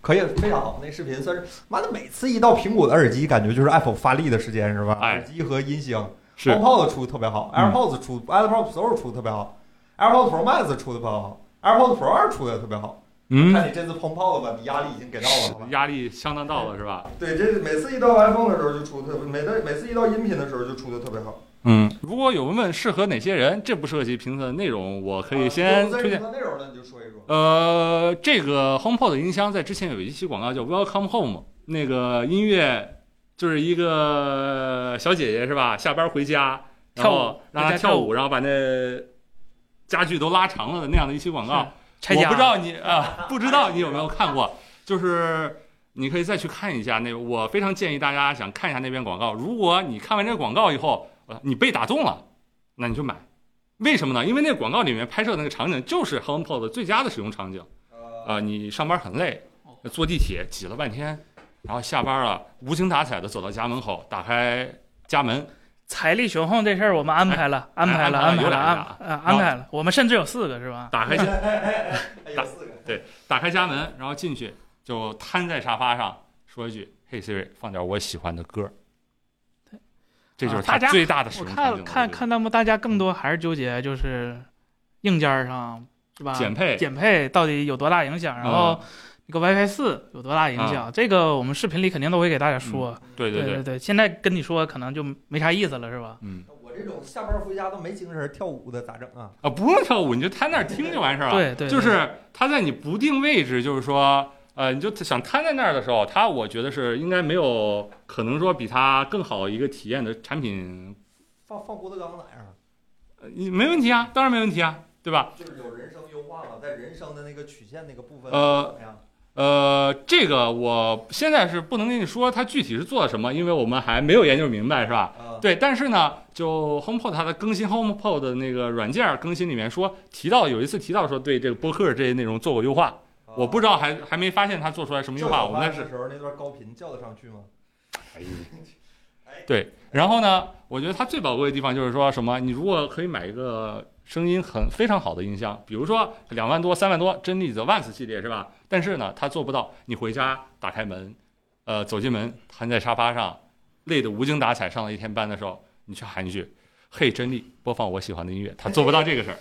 Speaker 4: 可以非常好。那视频算是妈的，每次一到苹果的耳机，感觉就是 Apple 发力的时间是吧？
Speaker 3: 哎
Speaker 4: 耳机和音箱
Speaker 3: 是
Speaker 4: ，HomePod 出的特别好
Speaker 3: 嗯
Speaker 4: ，AirPods 出，AirPods Pro 出的特别好，AirPods Pro Max 出的特别好，AirPods Pro 二出的特别好。
Speaker 3: 嗯，
Speaker 4: 看你这次 HomePod 吧，你压力已经给到了
Speaker 3: 是
Speaker 4: 好吧？
Speaker 3: 压力相当到了是吧？
Speaker 4: 对，这每次一到 iPhone 的时候就出特别，每到每次一到音频的时候就出的特别好。
Speaker 3: 嗯，如果有人问适合哪些人，这不涉及评测的内容，我可以
Speaker 4: 啊
Speaker 3: 先推
Speaker 2: 啊
Speaker 3: 荐。
Speaker 4: 内容呢，你就说一说。
Speaker 3: 呃，这个 HomePod 的音箱在之前有一期广告叫 Welcome Home，那个音乐就是一个小姐姐是吧？下班回家，然
Speaker 2: 跳舞
Speaker 3: 后让
Speaker 2: 在
Speaker 3: 她
Speaker 2: 家
Speaker 3: 跳
Speaker 2: 跳
Speaker 3: 舞，然后把那家具都拉长了的那样的一期广告。
Speaker 2: 拆
Speaker 3: 我
Speaker 2: 家。
Speaker 3: 不知道你 啊，不知道你有没有看过，就是你可以再去看一下那，我非常建议大家想看一下那边广告。如果你看完这个广告以后，呃你被打动了，那你就买。为什么呢？因为那个广告里面拍摄的那个场景就是 HomePod 最佳的使用场景。
Speaker 4: 呃
Speaker 3: 啊、你上班很累，坐地铁挤了半天，然后下班了，无精打采的走到家门口，打开家门，
Speaker 2: 财力雄厚这事儿我们安排了，安排了，
Speaker 3: 哎安
Speaker 2: 安排了，安
Speaker 3: 排了有俩
Speaker 2: 啊安排了。我们甚至有四个是吧？
Speaker 3: 打开家有
Speaker 1: 四个。
Speaker 3: 打开家门，然后进去就瘫在沙发上，说一句：“Hey Siri，放点我喜欢的歌。”这就是他
Speaker 2: 啊大家
Speaker 3: 最大的使
Speaker 2: 我
Speaker 3: 用场景
Speaker 2: 看
Speaker 3: 了。
Speaker 2: 看看弹幕，大家
Speaker 3: 嗯
Speaker 2: 更多还是纠结就是硬件儿上是吧？
Speaker 3: 减配，嗯
Speaker 2: 减配到底有多大影响？然后那个 WiFi 四有多大影响？这个我们视频里肯定都会给大家说。
Speaker 3: 嗯对
Speaker 2: 对
Speaker 3: 对，
Speaker 2: 对，现在跟你说可能就没啥意思了，是吧？
Speaker 3: 嗯
Speaker 1: 我这种下班回家都没精神跳舞的咋整啊？
Speaker 3: 啊，不用跳舞，你就瘫那儿听就完事儿了。
Speaker 2: 对对，
Speaker 3: 就
Speaker 2: 对
Speaker 3: 是他在你不定位置，就是说，呃，你就想瘫在那儿的时候，他我觉得是应该没有可能说比它更好一个体验的产品，
Speaker 1: 放放郭德纲咋样？啊
Speaker 3: 呃你没问题啊，当然没问题啊，对吧？
Speaker 1: 就是有人声优化嘛，在人声的那个曲线那个部分
Speaker 3: 呃
Speaker 1: 怎么样？
Speaker 3: 呃，这个我现在是不能跟你说它具体是做了什么，因为我们还没有研究明白，是吧？
Speaker 1: 啊，
Speaker 3: 对，但是呢，就 HomePod 它的更新 HomePod 的那个软件儿更新里面说提到有一次提到说对这个播客这些内容做过优化，
Speaker 1: 啊
Speaker 3: 我不知道还还没发现它做出来什么优化，我们那是
Speaker 1: 时候那段高频叫得上去吗？
Speaker 3: 对，然后呢，我觉得它最宝贵的地方就是说什么，你如果可以买一个声音很非常好的音箱，比如说两万多、三万多真理的 Vans 系列是吧？但是呢，它做不到，你回家打开门，呃，走进门，瘫在沙发上，累得无精打采，上了一天班的时候，你去喊一句：“嘿，真理，播放我喜欢的音乐。”它做不到这个事儿。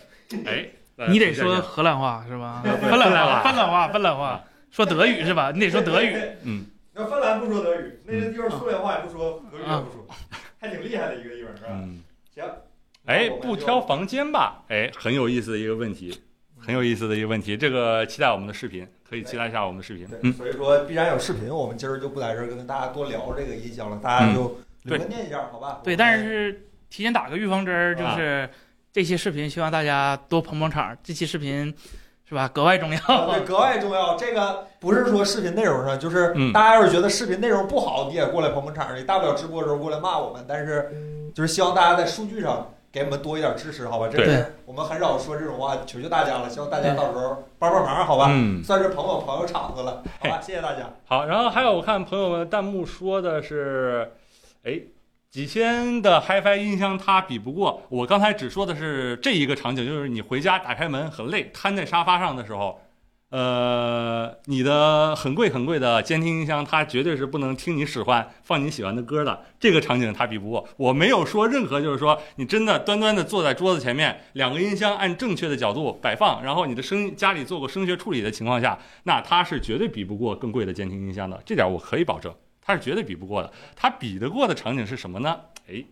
Speaker 3: 哎，呃
Speaker 2: 你得
Speaker 3: 是这
Speaker 2: 说
Speaker 3: 样
Speaker 2: 荷兰话是 吧？
Speaker 3: 对
Speaker 2: 芬兰话，
Speaker 3: 芬
Speaker 2: 芬兰话，芬兰话，说德语是吧？你得说 德语。
Speaker 3: 嗯，
Speaker 1: 那芬兰不说德语，那个地方苏联话也不说，德语也
Speaker 2: 啊
Speaker 1: 不说，还挺厉害的一个地方，是吧？
Speaker 3: 嗯，
Speaker 1: 行，
Speaker 3: 哎
Speaker 1: 那我，们
Speaker 3: 不
Speaker 1: 就
Speaker 3: 挑房间吧，哎，很有意思的一个问题，很有意思的一个问题。这个期待我们的视频，可以期待一下我们的视频。
Speaker 1: 对，。
Speaker 3: 嗯
Speaker 1: 所以说必然有视频，我们今儿就不在这儿跟大家多聊这个音箱了，大家就留个念一下，好吧？
Speaker 2: 嗯对，
Speaker 1: 我们
Speaker 2: 但是提前打个预防针儿，
Speaker 3: 啊
Speaker 2: 就是这期视频希望大家多捧捧场，这期视频是吧格外重要。
Speaker 1: 啊对格外重要。这个不是说视频内容上，就是
Speaker 3: 嗯
Speaker 1: 大家要是觉得视频内容不好，你也过来捧捧场，你大不了直播的时候过来骂我们，但是就是希望大家在数据上。给我们多一点支持，好吧？这
Speaker 2: 对
Speaker 1: 个我们很少说这种话，求求大家了，希望大家到时候帮帮忙，好吧？
Speaker 3: 嗯，
Speaker 1: 算是捧捧朋友场子了，好吧？谢谢大家。
Speaker 3: 好，然后还有我看朋友们弹幕说的是，哎，几千的 HiFi 音箱它比不过。我刚才只说的是这一个场景，就是你回家打开门很累，瘫在沙发上的时候，呃，你的很贵很贵的监听音箱，它绝对是不能听你使唤、放你喜欢的歌的。这个场景它比不过。我没有说任何，就是说你真的端端的坐在桌子前面，两个音箱按正确的角度摆放，然后你的声家里做过声学处理的情况下，那它是绝对比不过更贵的监听音箱的，这点我可以保证，它是绝对比不过的。它比得过的场景是什么呢？哎，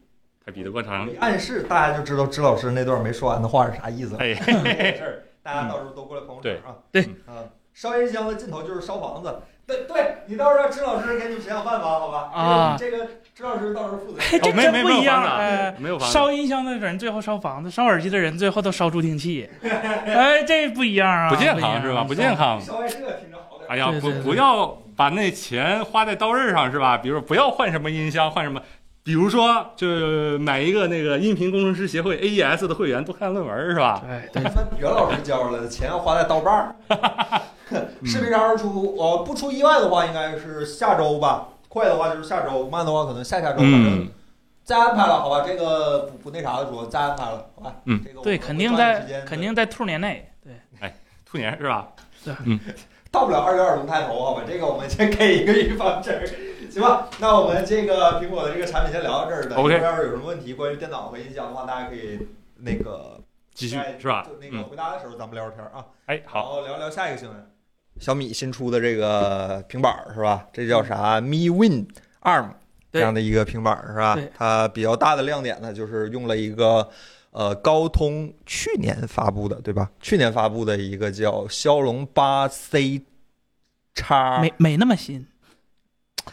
Speaker 3: 它比得过场景，
Speaker 1: 暗示大家就知道支老师那段没说完的话是啥意思了。
Speaker 3: 哎，
Speaker 1: 没事儿，大家到时候都过来捧捧场啊。
Speaker 2: 对
Speaker 3: 对
Speaker 1: 啊，烧烟箱的尽头就是烧房子。对，对你到时候让支老师给你们想想办法，好吧？
Speaker 2: 啊
Speaker 1: 这个这个支老师到时候负责。
Speaker 2: 嘿 这
Speaker 3: 哦没没
Speaker 2: 真不
Speaker 3: 没有
Speaker 2: 一样
Speaker 3: 房子啊
Speaker 2: 哎。
Speaker 3: 没有房子，
Speaker 2: 烧音箱的人最后烧房子，烧耳机的人最后都烧助听 器，哎，这不一样啊，
Speaker 3: 不健
Speaker 2: 一样
Speaker 3: 康是吧？不
Speaker 2: 你
Speaker 3: 健
Speaker 2: 说
Speaker 3: 康。
Speaker 1: 烧完这个听着好点儿。
Speaker 3: 哎呀，
Speaker 2: 对
Speaker 3: 不
Speaker 2: 对
Speaker 3: 不
Speaker 2: 对
Speaker 3: 要把那钱花在刀刃上是吧？比如说不要换什么音箱，换什么。比如说，就买一个那个音频工程师协会 AES 的会员，多看论文是吧？
Speaker 2: 哎，
Speaker 1: 我
Speaker 2: 对，
Speaker 1: 们袁老师教了，钱要花在刀把 儿。
Speaker 2: 嗯
Speaker 1: 视频啥时候出？呃，不出意外的话，应该是下周吧。快的话就是下周，慢的话可能下下周。反正
Speaker 3: 嗯，
Speaker 1: 再安排了，好吧？这个不不那啥的说，再安排了，好吧？
Speaker 3: 嗯
Speaker 1: 这个我
Speaker 2: 对，
Speaker 1: 们
Speaker 2: 肯
Speaker 1: 会
Speaker 2: 定
Speaker 1: 抓紧时
Speaker 2: 在
Speaker 1: 间
Speaker 2: 肯
Speaker 1: 的
Speaker 2: 定在兔年内，对，
Speaker 3: 兔年是吧？
Speaker 1: 到不了二月二龙抬头，好吧，这个我们先给一个预防针儿， 行吧？那我们这个苹果的这个产品先聊到这儿的。
Speaker 3: OK
Speaker 1: 要是有什么问题关于电脑和音响的话，大家可以那个
Speaker 3: 继续
Speaker 1: 在
Speaker 3: 是
Speaker 2: 啊
Speaker 3: 吧
Speaker 1: 就？那个
Speaker 3: 嗯，
Speaker 1: 回答的时候咱们聊聊天儿啊，
Speaker 3: 哎，
Speaker 1: 然
Speaker 3: 好，
Speaker 1: 后聊聊下一个新闻。小米新出的这个平板儿是吧？这叫啥？Mi Win Arm 这
Speaker 2: 对
Speaker 1: 样的一个平板儿是吧
Speaker 2: 对？
Speaker 1: 它比较大的亮点呢，就是用了一个呃高通去年发布的对吧？去年发布的一个叫骁龙八 C
Speaker 3: 啊
Speaker 1: 叉
Speaker 2: 没没那么新，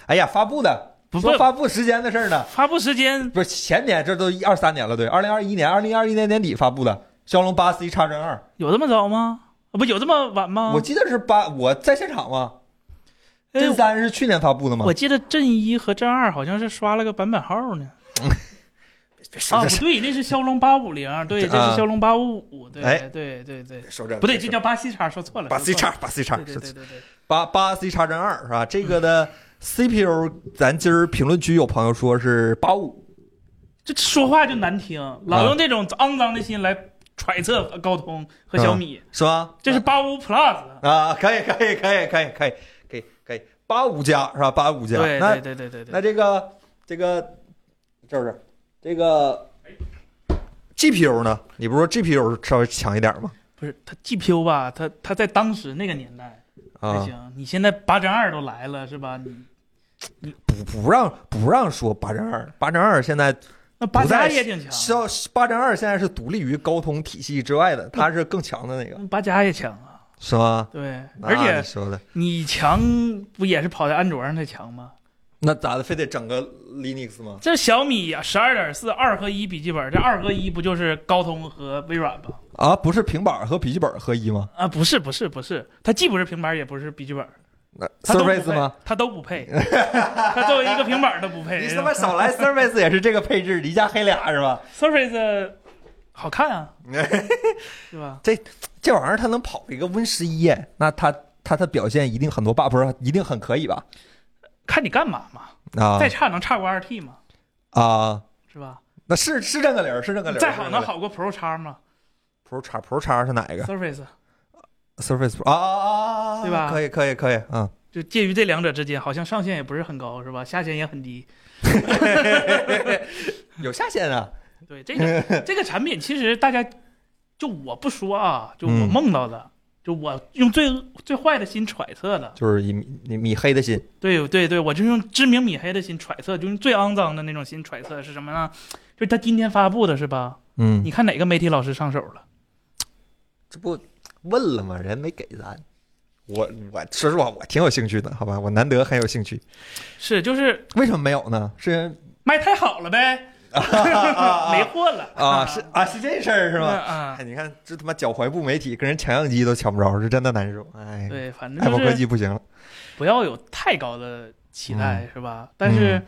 Speaker 1: 哎呀，发布的
Speaker 2: 不
Speaker 1: 说
Speaker 2: 不，
Speaker 1: 发布时间的事儿呢，
Speaker 2: 发布时间
Speaker 1: 不是前年，这都一二三年了，对，二零二一年，二零二一年年底发布的骁龙八 C 叉 Gen 二，
Speaker 2: 有这么早吗？哦不有这么晚吗？
Speaker 1: 我记得是八，我在现场嘛。
Speaker 2: 哎
Speaker 1: 真三是去年发布的吗
Speaker 2: 我？记得正一和正二好像是刷了个版本号呢。
Speaker 1: 别 说
Speaker 2: 啊，
Speaker 1: 这
Speaker 2: 不
Speaker 1: 事
Speaker 2: 对，那是骁龙八五零，对，
Speaker 1: 这
Speaker 2: 这
Speaker 1: 啊
Speaker 2: 是骁龙八五五，对
Speaker 1: 哎
Speaker 2: 对对对，
Speaker 1: 别说这
Speaker 2: 不对，
Speaker 1: 事
Speaker 2: 这叫八 C 叉，说错了，
Speaker 1: 八 C
Speaker 2: 说错
Speaker 1: 叉
Speaker 2: 了，
Speaker 1: 八 C 叉
Speaker 2: 对对
Speaker 1: 是
Speaker 2: 对对对，
Speaker 1: 八八 C 叉针二是吧？这个的 CPU，咱今儿评论区有朋友说是八五，
Speaker 2: 这说话就难听，老用这种肮脏的心来揣测高通和小米，
Speaker 1: 是吗？
Speaker 2: 这是八五 Plus，
Speaker 1: 啊，可以可以可以可以可以可以可以八五加是吧？八五加，
Speaker 2: 对
Speaker 1: 那
Speaker 2: 对对对对
Speaker 1: 那
Speaker 2: 对，
Speaker 1: 这个这个这不是这个 GPU 呢？你不是说 GPU 稍微强一点吗？
Speaker 2: 不是它 GPU 吧，它它在当时那个年代还
Speaker 1: 啊，
Speaker 2: 行，你现在八针二都来了是吧？你
Speaker 1: 不不让不让说八针二，八针二现在
Speaker 2: 那八加
Speaker 1: 在
Speaker 2: 也挺强，
Speaker 1: 消八针二现在是独立于高通体系之外的，它
Speaker 2: 嗯
Speaker 1: 是更强的那个，
Speaker 2: 八加也强啊，
Speaker 1: 是吗？
Speaker 2: 对，
Speaker 1: 那
Speaker 2: 而且
Speaker 1: 你说的
Speaker 2: 你强不也是跑在安卓上才强吗？
Speaker 1: 那咋的，非得整个 Linux 吗？
Speaker 2: 这小米呀，十二点四二合一笔记本，这二合一不就是高通和微软吗？
Speaker 1: 啊，不是平板和笔记本合一吗？
Speaker 2: 啊，不是，不是，不是，它既不是平板，也不是笔记本，
Speaker 1: 那
Speaker 2: 它都不配
Speaker 1: Surface 吗？？
Speaker 2: 它都不配，它作为一个平板都不配。
Speaker 1: 你他妈少来 Surface 也是这个配置，离家黑俩是吧？
Speaker 2: Surface 好看 啊，是吧？
Speaker 1: 这玩意儿它能跑一个 Win 十一，那它它的表现一定很多 buff，不是一定很可以吧？
Speaker 2: 看你干嘛嘛，
Speaker 1: 啊
Speaker 2: 再差能差过 RT 吗？
Speaker 1: 啊，
Speaker 2: 是吧？
Speaker 1: 那是是这个理儿，是这个理儿。
Speaker 2: 再好能
Speaker 1: 是
Speaker 2: 好过 Pro 叉吗
Speaker 1: 这个理儿 Pro 叉 Pro 叉是哪一个
Speaker 2: ？Surface
Speaker 1: ？Surface Pro 啊啊啊啊啊！
Speaker 2: 对吧
Speaker 1: 可以可以可以，嗯。
Speaker 2: 就介于这两者之间，好像上限也不是很高，是吧？下限也很低。
Speaker 1: 有下限啊！
Speaker 2: 对 这个这个产品，其实大家就我不说啊，就我
Speaker 1: 嗯
Speaker 2: 梦到的，就我用最最坏的心揣测的，
Speaker 1: 就是以米米米黑的心，
Speaker 2: 对对对，我就用知名米黑的心揣测，就用最肮脏的那种心揣测是什么呢？就是他今天发布的是吧？
Speaker 1: 嗯，
Speaker 2: 你看哪个媒体老师上手了？
Speaker 1: 这不问了吗？人没给咱。我我说实话，我挺有兴趣的，好吧？我难得很有兴趣，
Speaker 2: 是就是
Speaker 1: 为什么没有呢？是
Speaker 2: 卖太好了呗， 没货了
Speaker 1: 啊，是啊，是这事儿是
Speaker 2: 是
Speaker 1: 吗？
Speaker 2: 啊
Speaker 1: 哎，，你看这他妈脚踝部媒体跟人抢样机都抢不着，是真的难受。哎，
Speaker 2: 对，反
Speaker 1: 爱
Speaker 2: 正
Speaker 1: 博
Speaker 2: 就
Speaker 1: 科
Speaker 2: 是
Speaker 1: 技不行了。
Speaker 2: 不要有太高的期
Speaker 1: 嗯
Speaker 2: 待，是吧？但是。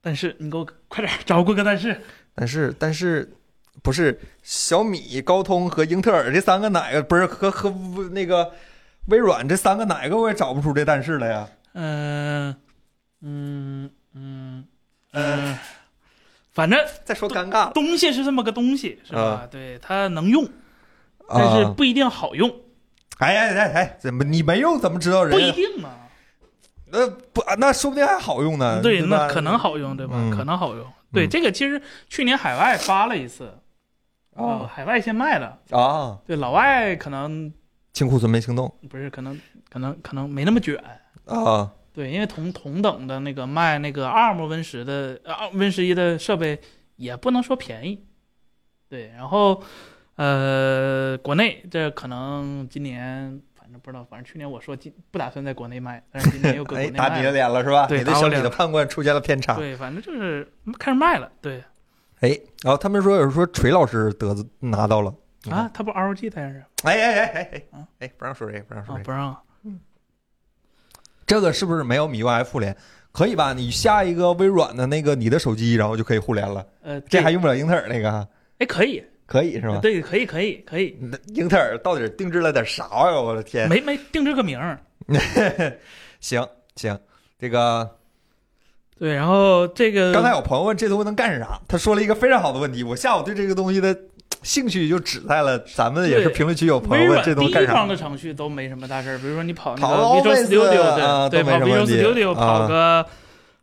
Speaker 2: 但是你给我 快点找过个但是，
Speaker 1: 但是但是不是小米、高通和英特尔这三个哪个不是和和那个微软这三个哪个我也找不出这但是来呀？
Speaker 2: 嗯嗯嗯嗯，反正
Speaker 1: 再说尴尬了，
Speaker 2: 东西是这么个东西，是
Speaker 1: 嗯
Speaker 2: 吧？对，它能用，但是
Speaker 1: 啊
Speaker 2: 不一定好用，
Speaker 1: 哎哎哎哎，怎么你没用怎么知道
Speaker 2: 不一
Speaker 1: 人？
Speaker 2: 定嘛。
Speaker 1: 那不啊那说不定还好用呢。
Speaker 2: 对，
Speaker 1: 嗯吧
Speaker 2: 那可能好用，对吧？
Speaker 1: 嗯
Speaker 2: 可能好用。对，
Speaker 1: 嗯
Speaker 2: 这个其实去年海外发了一次，呃
Speaker 1: 啊
Speaker 2: 海外先卖了。
Speaker 1: 啊，
Speaker 2: 对，老外可能
Speaker 1: 清库存没清动
Speaker 2: 不是，可能可能可能没那么卷。
Speaker 1: 啊
Speaker 2: 对，因为同同等的那个卖那个 ARM Win 十的呃 Win 十一的设备也不能说便宜，对，然后呃，国内这可能今年反正不知道，反正去年我说今不打算在国内卖，但是今年又搁国
Speaker 1: 哎
Speaker 2: 内
Speaker 1: 打
Speaker 2: 卖
Speaker 1: 你的
Speaker 2: 了，
Speaker 1: 脸了是吧？
Speaker 2: 对
Speaker 1: 你对
Speaker 2: 打我
Speaker 1: 小米
Speaker 2: 脸
Speaker 1: 的
Speaker 2: 了
Speaker 1: 判断出现了偏差。
Speaker 2: 对，反正就是开始卖了，对
Speaker 1: 哎，然后他们说有人说锤老师得拿到了你看
Speaker 2: 啊，他不 ROG 在这
Speaker 1: 哎哎哎哎哎
Speaker 2: 嗯
Speaker 1: 哎，不让说这个，不让说
Speaker 2: 啊
Speaker 1: 这个。
Speaker 2: 不让啊
Speaker 1: 这个是不是没有米 UI 互联？可以吧？你下一个微软的那个你的手机，然后就可以互联了。
Speaker 2: 呃，
Speaker 1: 这
Speaker 2: 对
Speaker 1: 还用不了英特尔那个啊，
Speaker 2: 哎可以，
Speaker 1: 可以是吧？
Speaker 2: 对，可以可以可以，
Speaker 1: 那英特尔到底定制了点啥呀？我的天！
Speaker 2: 没没定制个名儿，
Speaker 1: 行行，这个
Speaker 2: 对，然后这个
Speaker 1: 刚才有朋友问这东西能干啥，他说了一个非常好的问题。我下午对这个东西的兴趣就只在了咱们也是
Speaker 2: 对
Speaker 1: 评论区有朋
Speaker 2: 微
Speaker 1: 友问
Speaker 2: 软
Speaker 1: 这东西干
Speaker 2: 地
Speaker 1: 啥
Speaker 2: 方。的程序都没什么大事儿，比如说你跑那
Speaker 1: 跑
Speaker 2: 个
Speaker 1: Office
Speaker 2: Visual Studio
Speaker 1: 啊
Speaker 2: 的，对，
Speaker 1: 都
Speaker 2: 跑
Speaker 1: 没什么
Speaker 2: Visual
Speaker 1: 问题
Speaker 2: Studio
Speaker 1: 啊
Speaker 2: 跑个，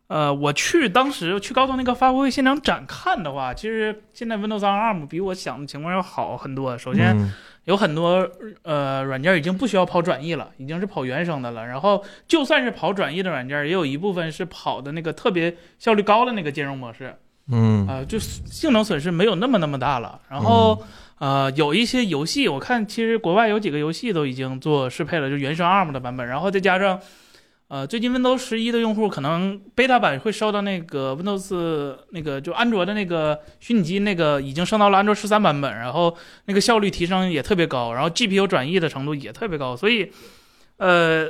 Speaker 2: 呃，我去当时去高通那个发布会现场展看的话，其实现在 Windows on ARM 比我想的情况要好很多。首先
Speaker 1: 嗯
Speaker 2: 有很多呃软件已经不需要跑转译了，已经是跑原生的了。然后就算是跑转译的软件，也有一部分是跑的那个特别效率高的那个兼容模式。
Speaker 1: 嗯
Speaker 2: 啊，就是性能损失没有那么那么大了。然后，呃，有一些游戏，我看其实国外有几个游戏都已经做适配了，就原生 ARM 的版本，然后再加上，呃，最近 Windows 十一的用户可能 beta 版会收到那个 Windows 那个就安卓的那个虚拟机那个已经升到了安卓十三版本，然后那个效率提升也特别高，然后 GPU 转译的程度也特别高，所以，呃，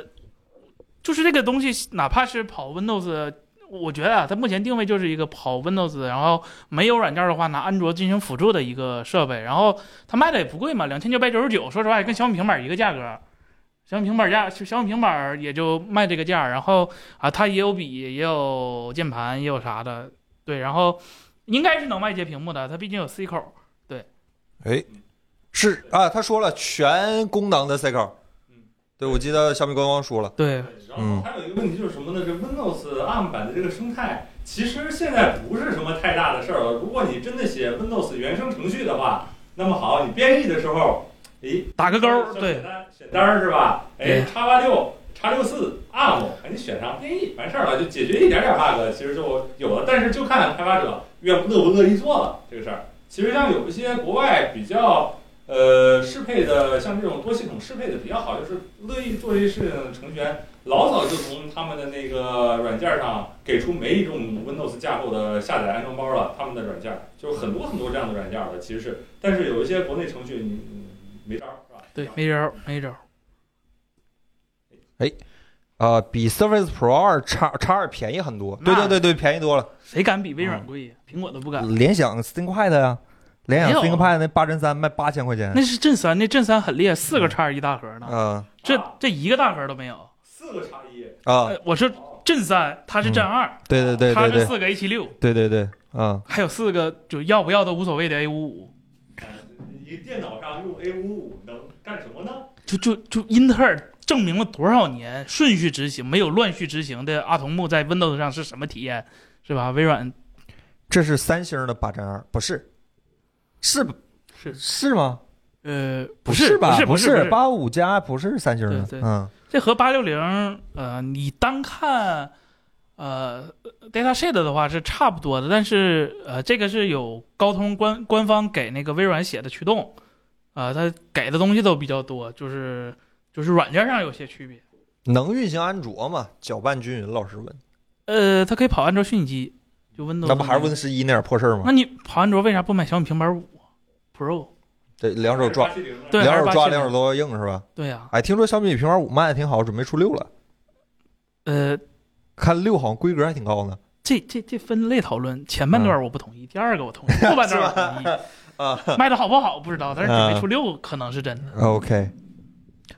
Speaker 2: 就是这个东西，哪怕是跑 Windows，我觉得啊，它目前定位就是一个跑 Windows，然后没有软件的话拿安卓进行辅助的一个设备，然后它卖的也不贵嘛，两千九百九十九，说实话也跟小米平板一个价格，小米平板价，小米平板也就卖这个价儿，然后啊，它也有笔，也有键盘，也有啥的，对，然后应该是能外接屏幕的，它毕竟有 C 口，
Speaker 1: 哎，是啊，他说了全功能的 C 口
Speaker 3: 嗯，
Speaker 1: 对我记得小米官方说了，
Speaker 2: 对，
Speaker 3: 然后还有一个问题就是什么呢？这 Windows ARM 版的这个生态，其实现在不是什么太大的事儿了。如果你真的写 Windows 原生程序的话，那么好，你编译的时候，诶，
Speaker 2: 打个勾儿，
Speaker 3: 选
Speaker 2: 对
Speaker 3: 选，单选单儿是吧？
Speaker 2: 对
Speaker 3: 哎，叉八六、叉六四、ARM，哎你选上编译完事儿了，就解决一点点 bug，其实就有了。但是就看开发者愿乐不乐意做了这个事儿。其实像有一些国外比较呃适配的，像这种多系统适配的比较好，就是乐意做这些事情的程序员，老早就从他们的那个软件上给出每一种 Windows 架构的下载安装包了，他们的软件就是很多很多这样的软件的，其实是，但是有一些国内程序你你没招儿是吧？
Speaker 2: 对，没招儿，没招儿，
Speaker 1: 呃，比 Surface Pro 二叉叉二便宜很多，对对
Speaker 2: 那
Speaker 1: 对对，便宜多了。
Speaker 2: 谁敢比微软贵呀？
Speaker 1: 嗯
Speaker 2: 苹果都不敢。
Speaker 1: 联想 ThinkPad 呀、联想
Speaker 2: 没有
Speaker 1: ThinkPad 那八针三卖八千块钱，
Speaker 2: 那是震三，那震三很厉害，四个叉一大盒呢，
Speaker 1: 嗯
Speaker 2: 这
Speaker 3: 啊
Speaker 2: 这一个大盒都没有。
Speaker 3: 四个叉一，
Speaker 1: 啊，
Speaker 2: 呃我是
Speaker 3: 哦
Speaker 2: 震三，它是震二，
Speaker 1: 对嗯对对
Speaker 2: 它
Speaker 1: 对
Speaker 2: 是
Speaker 1: 对
Speaker 2: 四个 A 七六，
Speaker 1: 对对对，嗯，
Speaker 2: 还有四个就要不要都无所谓的 A 五五，
Speaker 3: 呃你电脑上用 A 五五能干什么呢？
Speaker 2: 就就就英特尔证明了多少年顺序执行没有乱序执行的阿童木在 Windows 上是什么体验，是吧？微软
Speaker 1: 这是三星的八针二，不是，是
Speaker 2: 是
Speaker 1: 是吗？
Speaker 2: 呃
Speaker 1: 不
Speaker 2: 是
Speaker 1: 吧？
Speaker 2: 不
Speaker 1: 不
Speaker 2: 是不是
Speaker 1: 八五加不是三星的，
Speaker 2: 对对
Speaker 1: 嗯
Speaker 2: 这和八六零，呃，你单看呃 DataSheet 的话是差不多的，但是呃，这个是有高通官官方给那个微软写的驱动，啊、它给的东西都比较多，就是就是软件上有些区别。
Speaker 1: 能运行安卓吗？搅拌均匀，老实问，
Speaker 2: 呃，它可以跑安卓虚拟机，就 Windows，
Speaker 1: 那不还是
Speaker 2: 那
Speaker 1: Win 十一那点破事儿吗
Speaker 2: 那？你跑安卓为啥不买小米平板五 Pro？
Speaker 1: 对，两手抓，
Speaker 2: 对
Speaker 1: 两手抓，
Speaker 2: 2870
Speaker 1: 两手都要硬是吧？
Speaker 2: 对啊呀、
Speaker 1: 哎，听说小米平板五卖的挺好，准备出六了，
Speaker 2: 呃，
Speaker 1: 看六好像规格还挺高呢。
Speaker 2: 这这这分类讨论，前半段我不同意，第二个我同意，后半段我 同意。
Speaker 1: 啊
Speaker 2: 卖的好不好不知道，但是准备出六可能是真的。
Speaker 1: ，OK，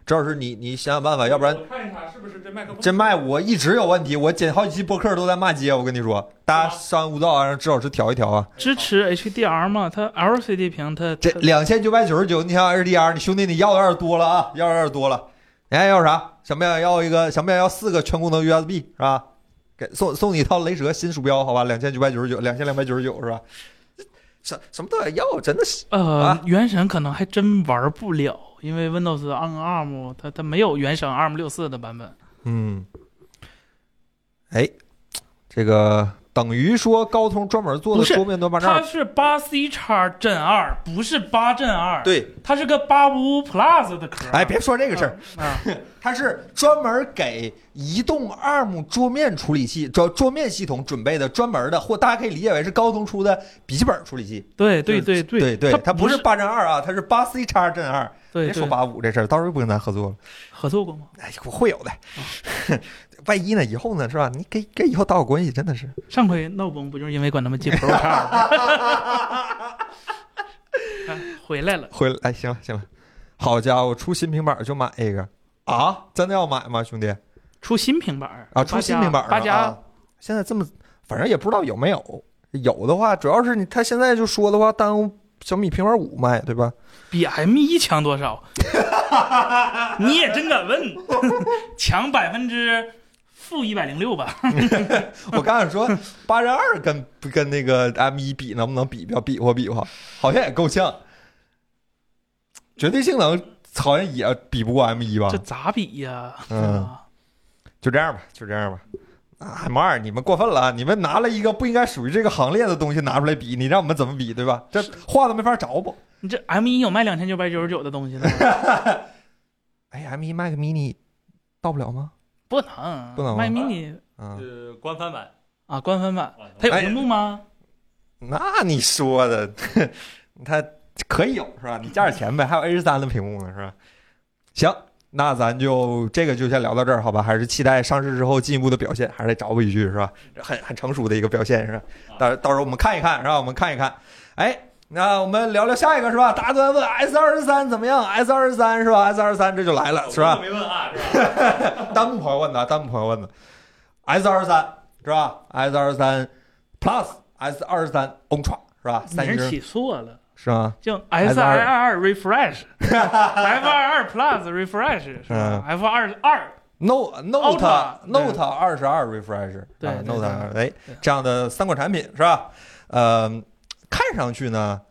Speaker 1: 赵老师，你你想想办法，要不然
Speaker 3: 我看一下是不是这麦克风
Speaker 1: 这麦我一直有问题，我剪好几期播客都在骂街，我跟你说，大家商务道啊，让支老师调一调啊。
Speaker 2: 支持 HDR 嘛？它 LCD 屏，它
Speaker 1: 这
Speaker 2: 它
Speaker 1: 两千九百九十九，你想要 HDR，你兄弟你要的有点多了啊，要的有点多了。你还要啥？想不想要一个？想不想要四个全功能 USB 是吧？给送送你一套雷蛇新鼠标，好吧，两千九百九十九，两千两百九十九是吧？什什么都想要，真的是
Speaker 2: 呃
Speaker 1: 啊，
Speaker 2: 原神可能还真玩不了，因为 Windows on ARM 它它没有原神 ARM 六四的版本。
Speaker 1: 嗯，哎，这个等于说高通专门做
Speaker 2: 不
Speaker 1: 的
Speaker 2: 是
Speaker 1: 桌面端八
Speaker 2: 它
Speaker 1: 站，
Speaker 2: 是八 C 叉阵二，不是八阵二，，
Speaker 1: 对，
Speaker 2: 它是个八五五 Plus 的壳。
Speaker 1: 哎，别说这
Speaker 2: 这
Speaker 1: 个事儿，
Speaker 2: 啊，
Speaker 1: 它是专门给移动 ARM 桌面处理器、桌桌面系统准备的专门的，或大家可以理解为是高通出的笔记本处理器。
Speaker 2: 对对对对
Speaker 1: 对对，它
Speaker 2: 它
Speaker 1: 不
Speaker 2: 不
Speaker 1: 是八针二啊，它是八 C 叉针二。
Speaker 2: 对
Speaker 1: 别说
Speaker 2: 对，
Speaker 1: 八五这事儿，到时候不跟咱合作了。
Speaker 2: 合作过吗？
Speaker 1: 哎，我会有的。
Speaker 2: 嗯
Speaker 1: 万一呢？以后呢？是吧？你给给以后打好关系，真的是。
Speaker 2: 上回闹崩不就是因为管他们借 Pro 叉吗？ 啊回来了，
Speaker 1: 回来，哎，行了行了，好家伙，出新平板就买一个啊！真的要买吗，兄弟？
Speaker 2: 出新平板儿
Speaker 1: 啊，出新平板儿
Speaker 2: 八
Speaker 1: 了
Speaker 2: 加
Speaker 1: 啊。现在这么，反正也不知道有没有，有的话，主要是你他现在就说的话，耽误小米平板五卖，对吧？
Speaker 2: 比 M 一强多少？ 你也真敢问， 强百分之负一百零六吧？
Speaker 1: 我刚想说八针二跟跟那个 M 一比，能不能比比比划比划？好像也够呛，绝对性能好像也比不过 M 一吧
Speaker 2: 这？咋比呀？
Speaker 1: 啊嗯
Speaker 2: 是吧
Speaker 1: 就这样吧，就这样吧。啊，M 二，你们过分了啊！你们拿了一个不应该属于这个行列的东西拿出来比，你让我们怎么比，对吧？这话都没法找补。
Speaker 2: 你这 M 一有卖两千 九百九十九的东西的吗？
Speaker 1: 哎，M 一 Mac Mini 到不了吗？
Speaker 2: 不能
Speaker 1: 不能吗
Speaker 2: 卖 mini
Speaker 1: 嗯，
Speaker 5: 呃，官方版，
Speaker 2: 啊，官方版
Speaker 5: 官方版
Speaker 1: 哎
Speaker 2: 它有屏幕吗？
Speaker 1: 那你说的， 它可以有是吧？你加点钱呗，还有 A 十三的屏幕呢是吧？行，那咱就这个就先聊到这儿好吧？还是期待上市之后进一步的表现，还是得找补一句是吧？这很很成熟的一个表现是吧？到到时候我们看一看是吧？我们看一看，哎。那我们聊聊下一个是吧？大家都在问 S 二十三怎么样？S 二十三是吧？S 二十三这就来了是吧
Speaker 5: 我？没问啊，是吧？
Speaker 1: 弹幕朋友问的，弹幕朋友问的，S 二三是吧？S 二三 Plus、S 二三 Ultra 是吧？
Speaker 2: 你
Speaker 1: 三
Speaker 2: 是
Speaker 1: 星
Speaker 2: 起错了，
Speaker 1: 是吗？
Speaker 2: 叫 S 二 二 refresh，F 二二 plus refresh 是吧
Speaker 1: 嗯
Speaker 2: ？F 二二
Speaker 1: Note
Speaker 2: Ultra，
Speaker 1: Note Note 二十二 refresh，
Speaker 2: 对
Speaker 1: 啊
Speaker 2: 对
Speaker 1: ，Note 二哎
Speaker 2: 对，
Speaker 1: 这样的三款产品是吧？呃，看上去呢，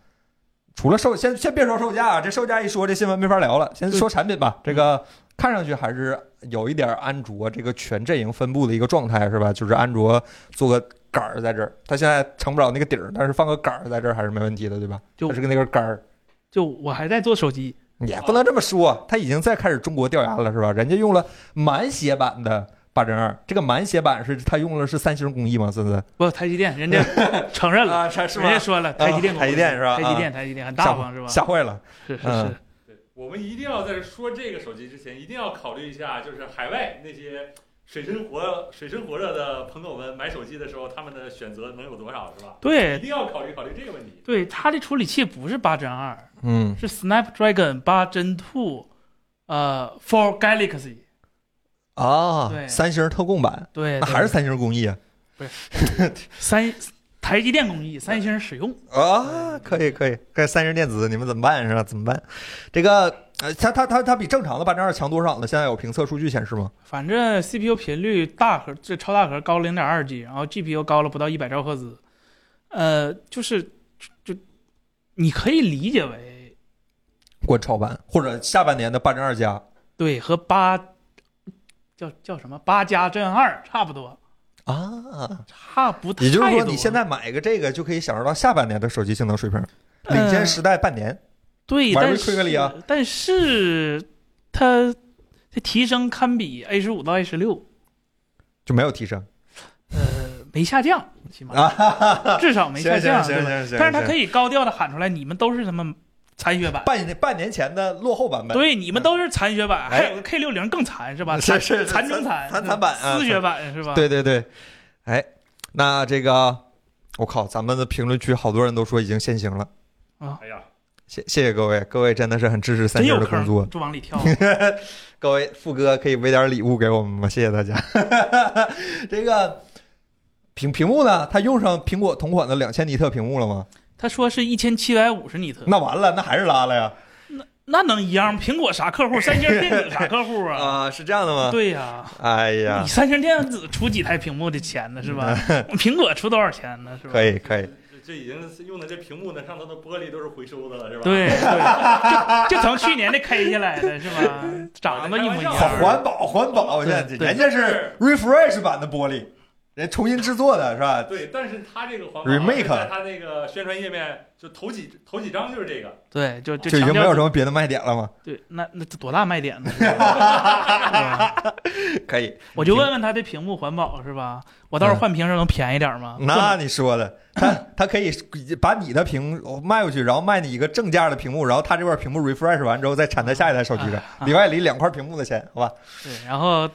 Speaker 1: 除了售先先别说售价啊，这售价一说这新闻没法聊了，先说产品
Speaker 2: 嗯
Speaker 1: 吧。这个看上去还是有一点安卓这个全阵营分布的一个状态是吧？就是安卓做个杆儿在这儿，它现在成不了那个底儿，但是放个杆儿在这儿还是没问题的，对吧？
Speaker 2: 就
Speaker 1: 它是个那根杆儿。
Speaker 2: 就我还在做手机，
Speaker 1: 也不能这么说，他已经在开始中国调研了，是吧？人家用了满血版的八针二，这个满血版是他用了是三星工艺吗？森森
Speaker 2: 不，台积电 人家承认了，，
Speaker 1: 啊是
Speaker 2: 呃
Speaker 1: 嗯
Speaker 2: 人家说了，台积电公司，
Speaker 1: 台积电是吧
Speaker 2: 台积电，台积电很
Speaker 1: 吓
Speaker 2: 大方是吧？
Speaker 1: 吓坏了，
Speaker 2: 是是
Speaker 1: 嗯
Speaker 2: 是，
Speaker 3: 对，我们一定要在说这个手机之前，一定要考虑一下，就是海外那些水深火水深火热的朋友们买手机的时候，他们的选择能有多少，是吧？一
Speaker 2: 对
Speaker 3: 定要考虑考虑这个问题。
Speaker 2: 对，它的处理器不是八针二，
Speaker 1: 嗯，
Speaker 2: 是 Snapdragon 八针 two，呃，For Galaxy，
Speaker 1: 啊，
Speaker 2: 对
Speaker 1: 三星特供版，
Speaker 2: 对，
Speaker 1: 那还是
Speaker 2: 对
Speaker 1: 三星工艺啊，
Speaker 2: 三台积电工艺，三星使用，
Speaker 1: 啊，可以可以，这三星电子你们怎么办是吧？怎么办？这个呃，它它它它比正常的八针二强多少呢？现在有评测数据显示吗？
Speaker 2: 反正 CPU 频率大核这超大核高零点二 G，然后 GPU 高了不到一百兆赫兹，呃，就是就就你可以理解为
Speaker 1: 观潮版或者下半年的八针二加
Speaker 2: 对和八叫叫什么八加针二差不多，
Speaker 1: 啊，
Speaker 2: 差不太多。
Speaker 1: 也就是说，你现在买一个这个就可以享受到下半年的手机性能水平，
Speaker 2: 呃
Speaker 1: 领先时代半年。
Speaker 2: 对，
Speaker 1: 玩儿
Speaker 2: 但
Speaker 1: 个推个理啊
Speaker 2: 是但是它它提升堪比 A 十五到 A 十六，
Speaker 1: 就没有提升
Speaker 2: 呃，没下降，起码
Speaker 1: 啊！哈哈哈
Speaker 2: 至少没下降，对吧？
Speaker 1: 行
Speaker 2: 但是它可
Speaker 1: 以
Speaker 2: 以高调的喊出来，你们都是他妈残血版。
Speaker 1: 半年半年前的落后版本，
Speaker 2: 对，你们都是残血版，
Speaker 1: 哎
Speaker 2: 还有个 K 六零更残是 吧？
Speaker 1: 是
Speaker 2: 残
Speaker 1: 是是
Speaker 2: 残中残，
Speaker 1: 残残版啊
Speaker 2: 丝血版是吧？，
Speaker 1: 对对对，哎，那这个我靠，咱们的评论区好多人都说已经限行了，
Speaker 3: 哎呀，
Speaker 1: 谢谢谢各位，各位真的是很支持三
Speaker 2: 真
Speaker 1: 星
Speaker 2: 有
Speaker 1: 的
Speaker 2: 坑
Speaker 1: 工作，，
Speaker 2: 就往里跳。
Speaker 1: 各位副哥可以喂点礼物给我们吗？谢谢大家。 这个屏屏幕呢，它用上苹果同款的两千尼特屏幕了吗？
Speaker 2: 他说是一千七百五十尼特，
Speaker 1: 那完了，那还是拉了呀。
Speaker 2: 那能一样吗？苹果啥客户，三星电子啥客户啊？
Speaker 1: 啊，是这样的吗？
Speaker 2: 对呀，
Speaker 1: 哎呀
Speaker 2: 你，三星电子出几台屏幕的钱呢？是吧？苹果出多少钱呢？是吧？
Speaker 1: 可以可以，
Speaker 3: 这这已经是用的这屏幕呢，上头的玻璃都是回收的了，是吧？
Speaker 2: 对对，就就从去年的 K 下来的是吧？长得一模一
Speaker 1: 好
Speaker 2: 样。
Speaker 1: 环保环保，现
Speaker 2: 哦
Speaker 1: 在
Speaker 2: 对对
Speaker 1: 人家是 refresh 版的玻璃，人重新制作的是吧？
Speaker 3: 对，但是它这个环保
Speaker 1: Remake
Speaker 3: 在它那个宣传页面就头几头几张就是这个，
Speaker 2: 对，就就
Speaker 1: 就已经
Speaker 2: 强
Speaker 1: 没
Speaker 2: 调
Speaker 1: 有什么别的卖点了 吗？
Speaker 2: 对，那那这多大 卖点呢？是吧对
Speaker 1: 可以，
Speaker 2: 我就问问他的屏幕环保是吧？我到时候换屏时候能便宜点吗？
Speaker 1: 嗯那你说的，他他可以把你的屏卖过去，然后卖你一个正价的屏幕，然后他这块屏幕 refresh 完之后再缠在下一台手机上，
Speaker 2: 啊
Speaker 1: 里外里两块屏幕的钱，好吧？
Speaker 2: 对，然后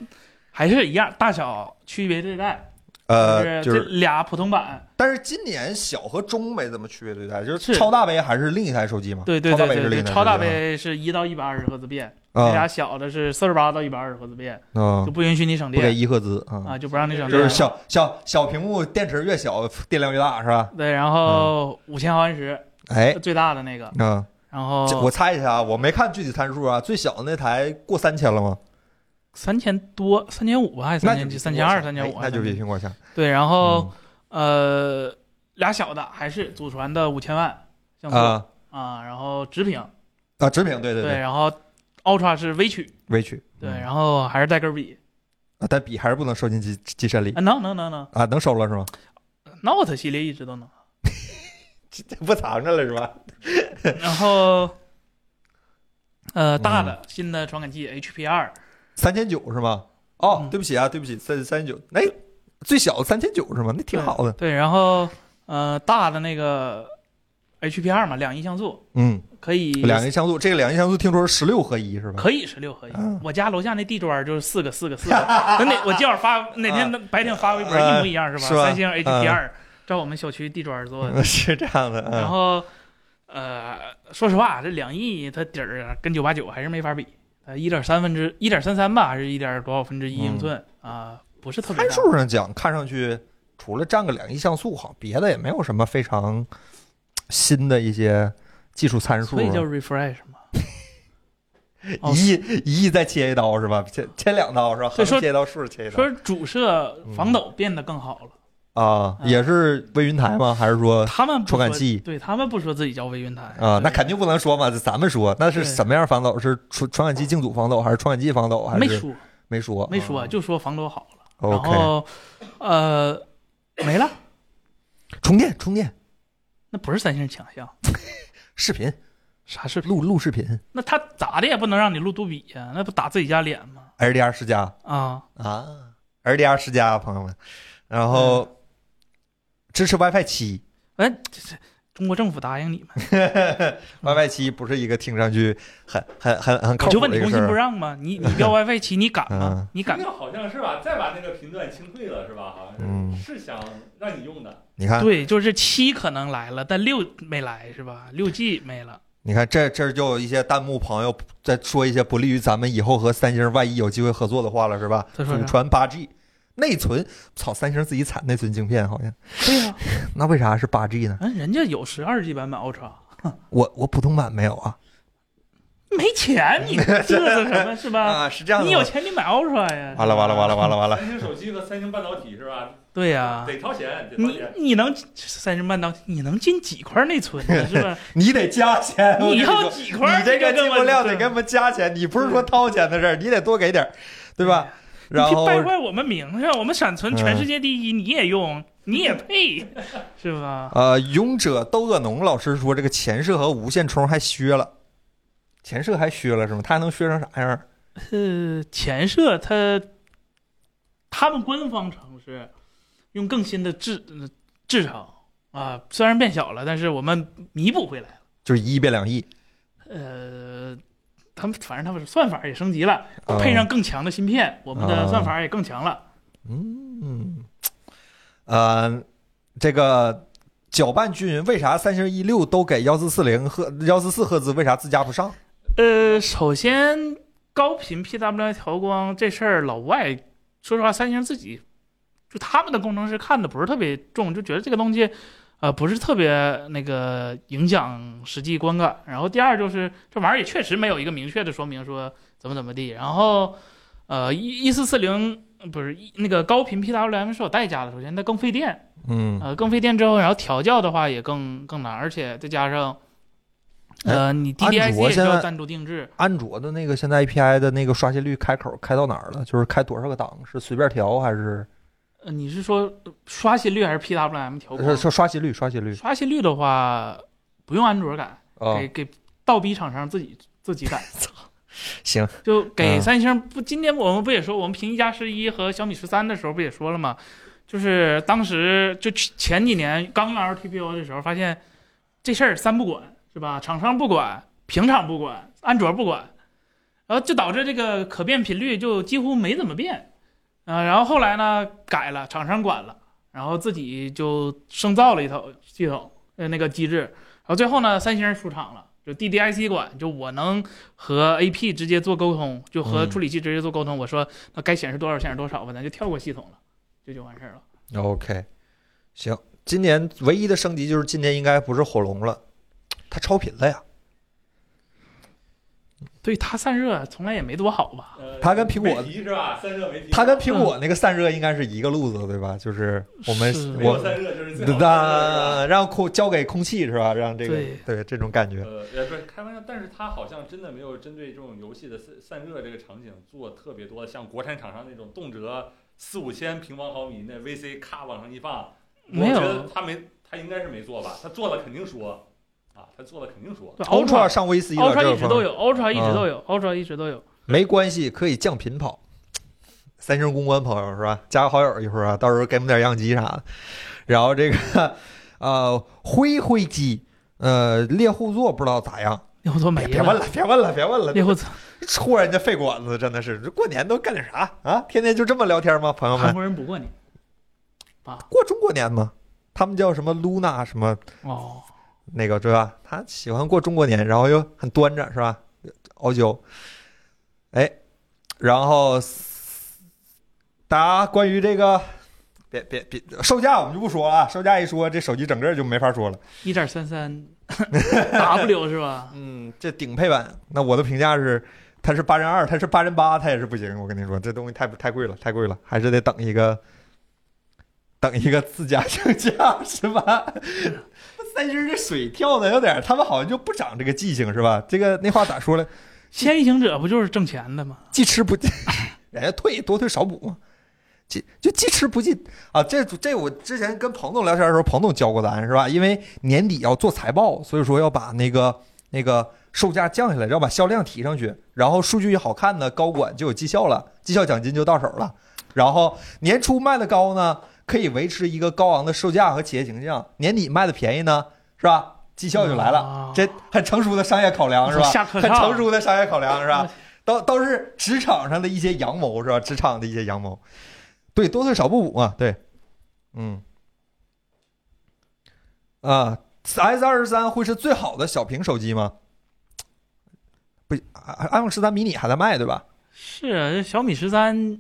Speaker 2: 还是一样，大小区别对待，
Speaker 1: 呃，就
Speaker 2: 这
Speaker 1: 是，啊
Speaker 2: 俩普通版，
Speaker 1: 但是今年小和中没怎么区别对待，就是是超大杯还是另一台手机嘛？
Speaker 2: 对对
Speaker 1: 超大
Speaker 2: 对
Speaker 1: 杯是
Speaker 2: 对
Speaker 1: 另一
Speaker 2: 对，
Speaker 1: 台手机
Speaker 2: 超大杯是一到一百二十赫兹变，那
Speaker 1: 啊
Speaker 2: 俩小的是四十八到一百二十赫兹变，
Speaker 1: 啊
Speaker 2: 就，不允许你省
Speaker 1: 不给
Speaker 2: 电
Speaker 1: 一赫兹啊
Speaker 2: 啊，就不让你省
Speaker 1: 就
Speaker 2: 电
Speaker 1: 是。小小小屏幕电池越小，电量越大，是吧？
Speaker 2: 对，然后五千毫安时
Speaker 1: 嗯哎，
Speaker 2: 最大的那个，
Speaker 1: 啊、
Speaker 2: 然
Speaker 1: 这我
Speaker 2: 后
Speaker 1: 猜一下啊，我没看具体参数啊，最小的那台过三千了吗？
Speaker 2: 三千多，三千五吧，还是
Speaker 1: 那
Speaker 2: 三千
Speaker 1: 就
Speaker 2: 几，
Speaker 1: 比
Speaker 2: 三
Speaker 1: 苹
Speaker 2: 千
Speaker 1: 果
Speaker 2: 二、
Speaker 1: 强
Speaker 2: 三千五
Speaker 1: 哎，
Speaker 2: 哦
Speaker 1: 那就比苹果强。嗯
Speaker 2: 对，然后呃，俩小的还是祖传的五千万像素
Speaker 1: 啊
Speaker 2: 啊，然后直屏，
Speaker 1: 啊，直屏，对对
Speaker 2: 对，
Speaker 1: 对，
Speaker 2: 然后 Ultra 是微曲，
Speaker 1: 微曲，
Speaker 2: 对，
Speaker 1: 嗯
Speaker 2: 然后还是带根笔，
Speaker 1: 啊但笔还是不能收进机机身里
Speaker 2: 啊，能能能能
Speaker 1: 啊，能收了是吗？
Speaker 2: ，Note 系列一直都能。
Speaker 1: 这这 不藏着了是吧？
Speaker 2: 然后
Speaker 1: 嗯
Speaker 2: 呃，大的新的传感器 HP 二，
Speaker 1: 三千九是吗？哦
Speaker 2: 嗯，
Speaker 1: 对不起啊，对不起，三三千九，哎，最小三千九是吗？那挺好的，
Speaker 2: 对，然后呃，大的那个 HP 二嘛，两亿像素
Speaker 1: 嗯，
Speaker 2: 可以
Speaker 1: 两亿像素，这个两亿像素听说是十六合一是吧？
Speaker 2: 可以十六合一
Speaker 1: 嗯。
Speaker 2: 我家楼下那地砖就是四个四个四个，那那我今晚发哪天白天发微博一模一样
Speaker 1: 嗯
Speaker 2: 是
Speaker 1: 是
Speaker 2: 吧？
Speaker 1: 吧
Speaker 2: 三星 HP
Speaker 1: 嗯
Speaker 2: 二，照我们小区地砖做的。
Speaker 1: 是这样的，
Speaker 2: 然
Speaker 1: 嗯，
Speaker 2: 后，呃，说实话，这两亿它底儿啊跟九八九还是没法比，呃，一点三分之一点三三吧，还是一点多少分之
Speaker 1: 嗯
Speaker 2: 一英寸啊、不是特别
Speaker 1: 参
Speaker 2: 大。
Speaker 1: 数上讲，看上去除了占个两亿像素，好，别的也没有什么非常新的一些技术参数
Speaker 2: 所，以叫 refresh 嘛。哦
Speaker 1: 一亿一亿再切一刀是吧？切切两刀是吧？
Speaker 2: 所以说
Speaker 1: 横切一刀，竖着切一刀
Speaker 2: 说主摄防抖变得更好了，
Speaker 1: 啊，
Speaker 2: 嗯
Speaker 1: 也是微云台吗？还是说
Speaker 2: 他们不说
Speaker 1: 传感器
Speaker 2: 对他们不说自己叫微云台
Speaker 1: 啊，那
Speaker 2: 对
Speaker 1: 肯定不能说嘛，咱们说那是
Speaker 2: 对
Speaker 1: 什么样防抖？是传传感器镜组防抖，还是传感器防抖？还是
Speaker 2: 没说
Speaker 1: 没说
Speaker 2: 没说，
Speaker 1: 啊
Speaker 2: 就说防抖好了。然
Speaker 1: OK，
Speaker 2: 后，呃，没了，
Speaker 1: 充电充电，
Speaker 2: 那不是三星强项，
Speaker 1: 视频
Speaker 2: 啥视频？
Speaker 1: 录录视频
Speaker 2: 那他咋的也不能让你录杜比呀、那不打自己家脸吗？
Speaker 1: ，LDR 十加
Speaker 2: 啊，
Speaker 1: 啊，LDR 十加，朋友们，然后支持 WiFi 七
Speaker 2: 中国政府答应你们，
Speaker 1: ，WiFi 七不是一个听上去很很很很
Speaker 2: 我
Speaker 1: 靠
Speaker 2: 就
Speaker 1: 谱
Speaker 2: 问
Speaker 1: 的
Speaker 2: 你
Speaker 1: 一个
Speaker 2: 工
Speaker 1: 事
Speaker 2: 信不
Speaker 1: 儿。
Speaker 2: 让吗？你你 标 WiFi 七，你敢
Speaker 1: 嗯
Speaker 2: 吗？你敢？
Speaker 3: 好像是吧？再把那个频段清退了是吧？好像是、
Speaker 1: 嗯
Speaker 3: 是想让你用的。
Speaker 1: 你看，
Speaker 2: 对，就是七可能来了，但六没来是吧？六 G 没了，
Speaker 1: 你看，这这就有一些弹幕朋友在说一些不利于咱们以后和三星万一有机会合作的话了，是吧？
Speaker 2: 他说啥
Speaker 1: 祖传八 G 内存，操，三星自己产内存晶片好像，
Speaker 2: 对呀、
Speaker 1: 那为啥是八 G 呢？
Speaker 2: 嗯，人家有十二 G 版本 Ultra，
Speaker 1: 我我普通版没有啊？
Speaker 2: 没钱你嘚瑟什么是 吧？，
Speaker 1: 是啊这样的吗。
Speaker 2: 啊你有钱你买 Ultra 呀？
Speaker 1: 完了完了完了完了完了！
Speaker 3: 三星手机和三星半导体是吧？
Speaker 2: 对呀、
Speaker 3: 得掏钱，得掏
Speaker 2: 你
Speaker 3: 钱。
Speaker 2: 你能三十万到你能进几块内存呢？是吧？
Speaker 1: 你得加钱， 我跟
Speaker 2: 你
Speaker 1: 你
Speaker 2: 要
Speaker 1: 说，
Speaker 2: 几块？
Speaker 1: 你这个
Speaker 2: 根
Speaker 1: 进
Speaker 2: 本
Speaker 1: 步量得
Speaker 2: 对
Speaker 1: 给我们加钱，你不是说掏钱的事儿，你得多给点儿，对吧？然
Speaker 2: 你去
Speaker 1: 后嗯
Speaker 2: 败坏我们名声，我们闪存全世界第一，你也用，你也配， 是吧？
Speaker 1: 呃，勇者斗恶龙老师说这个前摄和无线充还削了，前摄还削了是吗？它还能削成啥样儿？
Speaker 2: 呃，前摄它，他们官方称是用更新的制呃制成啊，虽然变小了，但是我们弥补回来了。
Speaker 1: 就是一变两亿，
Speaker 2: 呃，他们反正他们算法也升级了，
Speaker 1: 啊
Speaker 2: 配上更强的芯片，我们
Speaker 1: 啊
Speaker 2: 的算法也更强了。
Speaker 1: 嗯，呃，这个搅拌均匀，为啥三星 E 六都给幺四四零赫幺四四赫兹，为啥自家不上？
Speaker 2: 呃，首先高频 PWM 调光这事儿，老外说实话，三星自己就他们的工程师看的不是特别重，就觉得这个东西。呃，不是特别那个影响实际观感。然后第二就是这玩意儿也确实没有一个明确的说明说怎么怎么地。然后，呃，一一四四零不是一那个高频 PWM 是有代价的，首先它更费电，
Speaker 1: 嗯，
Speaker 2: 呃，更费电之后，然后调教的话也更更难，而且再加上，
Speaker 1: 哎
Speaker 2: 呃，你
Speaker 1: 安
Speaker 2: DDIC
Speaker 1: 卓
Speaker 2: 也需
Speaker 1: 啊现
Speaker 2: 要
Speaker 1: 在
Speaker 2: 单独定制，
Speaker 1: 安卓的那个现在 API 的那个刷新率开口开到哪儿了？就是开多少个档？是随便调还是？
Speaker 2: 呃，你是说刷新率还是 PWM 调光
Speaker 1: 是？说呃刷新率，刷新率
Speaker 2: 刷新率的话，不用安卓改，
Speaker 1: 啊、
Speaker 2: 给给倒逼厂商自己 自己改，
Speaker 1: 行，
Speaker 2: 就给
Speaker 1: 嗯
Speaker 2: 三星不？今天我们不也说，我们评一加十一和小米十三的时候不也说了吗？就是当时就去前几年刚用 LTPO 的时候，发现这事儿三不管是吧？厂商不管，平厂不管，安卓不管，然后就导致这个可变频率就几乎没怎么变啊、然后后来呢改了，厂商管了，然后自己就生造了一套系统呃那个机制，然后最后呢三星出场了，就 DDIC 管，就我能和 AP 直接做沟通，就和
Speaker 1: 嗯
Speaker 2: 处理器直接做沟通。我说那该显示多少显示多少吧，咱就跳过系统了，这就完事儿了。
Speaker 1: OK，行，今年唯一的升级就是今年应该不是火龙了，它超频了呀，
Speaker 2: 对它散热从来也没多好吧？
Speaker 3: 呃
Speaker 1: 它跟苹果
Speaker 3: 没提是吧？散热没提。
Speaker 1: 它跟苹果那个散热应该是一个路子，对吧？就是我们
Speaker 2: 嗯是
Speaker 3: 没
Speaker 1: 我
Speaker 3: 有散热就是最好的散热。
Speaker 1: 那让空交给空气是吧？让这个
Speaker 2: 对
Speaker 1: 这种感觉，
Speaker 3: 呃，呃，不是开玩笑，但是它好像真的没有针对这种游戏的散散热这个场景做特别多，像国产厂商那种动辄四五千平方毫米那 VC 咔往上一放，我
Speaker 2: 没有
Speaker 3: 觉得他没，他应该是没做吧？他做了肯定说，啊，他做了肯定说。
Speaker 2: 对
Speaker 1: Ultra 上 VC 了，这
Speaker 2: Ultra
Speaker 1: 个
Speaker 2: 一直
Speaker 1: 方
Speaker 2: 都
Speaker 1: 面嗯
Speaker 2: 有，Ultra 一直都有，Ultra 一直都有。
Speaker 1: 没关系，可以降频跑。三星公关朋友是吧？加个好友一会儿啊，到时候给我们点样机啥的。然后这个呃灰灰机，呃猎户座不知道咋样，
Speaker 2: 猎户座没
Speaker 1: 别别问
Speaker 2: 了，
Speaker 1: 了，别问了，别问了，
Speaker 2: 猎户座
Speaker 1: 戳人家肺管子真的是，这过年都干点啥啊？天天就这么聊天吗？朋友
Speaker 2: 韩
Speaker 1: 们，
Speaker 2: 国人不过你
Speaker 1: 过中国年吗？他们叫什么 Luna 什么
Speaker 2: 哦，
Speaker 1: 那个对吧？他喜欢过中国年，然后又很端着是吧？熬酒，哎，然后答关于这个，别别别，售价我们就不说了啊，售价一说这手机整个就没法说了。
Speaker 2: 一点三三 W 是吧？
Speaker 1: 嗯，这顶配版，那我的评价是，它是八人二，它是八人八，它也是不行。我跟你说，这东西太太贵了，太贵了，还是得等一个，等一个自家降价是吧？ 三星这水跳的有点儿，他们好像就不长这个记性是吧？这个那话咋说来？
Speaker 2: 先行者不就是挣钱的吗？
Speaker 1: 记吃不记， 人家退多退少补嘛，记就记吃不记啊。这这我之前跟彭总聊天的时候，彭总教过咱是吧？因为年底要做财报，所以说要把那个那个售价降下来，要把销量提上去，然后数据一好看呢，高管就有绩效了，绩效奖金就到手了。然后年初卖的高呢，可以维持一个高昂的售价和企业形象；年底卖的便宜呢，是吧？绩效就来了。
Speaker 2: 啊
Speaker 1: 这很成熟的商业考量是吧？
Speaker 2: 下课
Speaker 1: 很
Speaker 2: 上
Speaker 1: 成熟的商业考量是
Speaker 2: 嗯
Speaker 1: 吧？都都是职场上的一些阳谋是吧？职场的一些阳谋，对，多退少不补嘛，对，嗯，啊，S 二十三会是最好的小屏手机吗？不啊，iPhone 十三迷你还在卖对吧？
Speaker 2: 是啊，这小米十三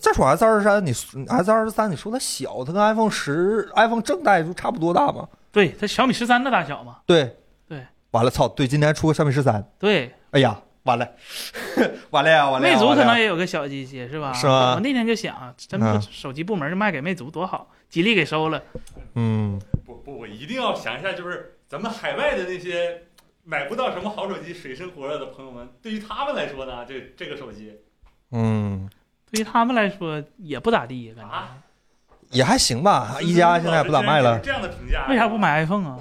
Speaker 1: 再说 S 二十三，你 S 二十三，你说它小，它跟 iPhone 十、iPhone 正代就差不多大嘛？
Speaker 2: 对它小米十三的大小嘛，
Speaker 1: 对，
Speaker 2: 对，
Speaker 1: 完了，操，对，今天出个小米十三，
Speaker 2: 对，
Speaker 1: 哎呀，完了， 完了呀，完了呀！
Speaker 2: 魅族
Speaker 1: 完了呀
Speaker 2: 可能也有个小机器是吧？
Speaker 1: 是吗
Speaker 2: 我那天就想，啊咱们
Speaker 1: 嗯
Speaker 2: 不手机部门就卖给魅族多好，吉利给收了，
Speaker 1: 嗯，
Speaker 3: 不不，我一定要想一下，就是咱们海外的那些买不到什么好手机、水深火热的朋友们，对于他们来说呢，这这个手机
Speaker 1: 嗯，
Speaker 2: 对于他们来说也不咋地，感觉。
Speaker 3: 啊，
Speaker 1: 也还行吧。啊一加现在也不咋卖了，
Speaker 3: 这样的评价，
Speaker 2: 为啥不？买 iPhone 啊？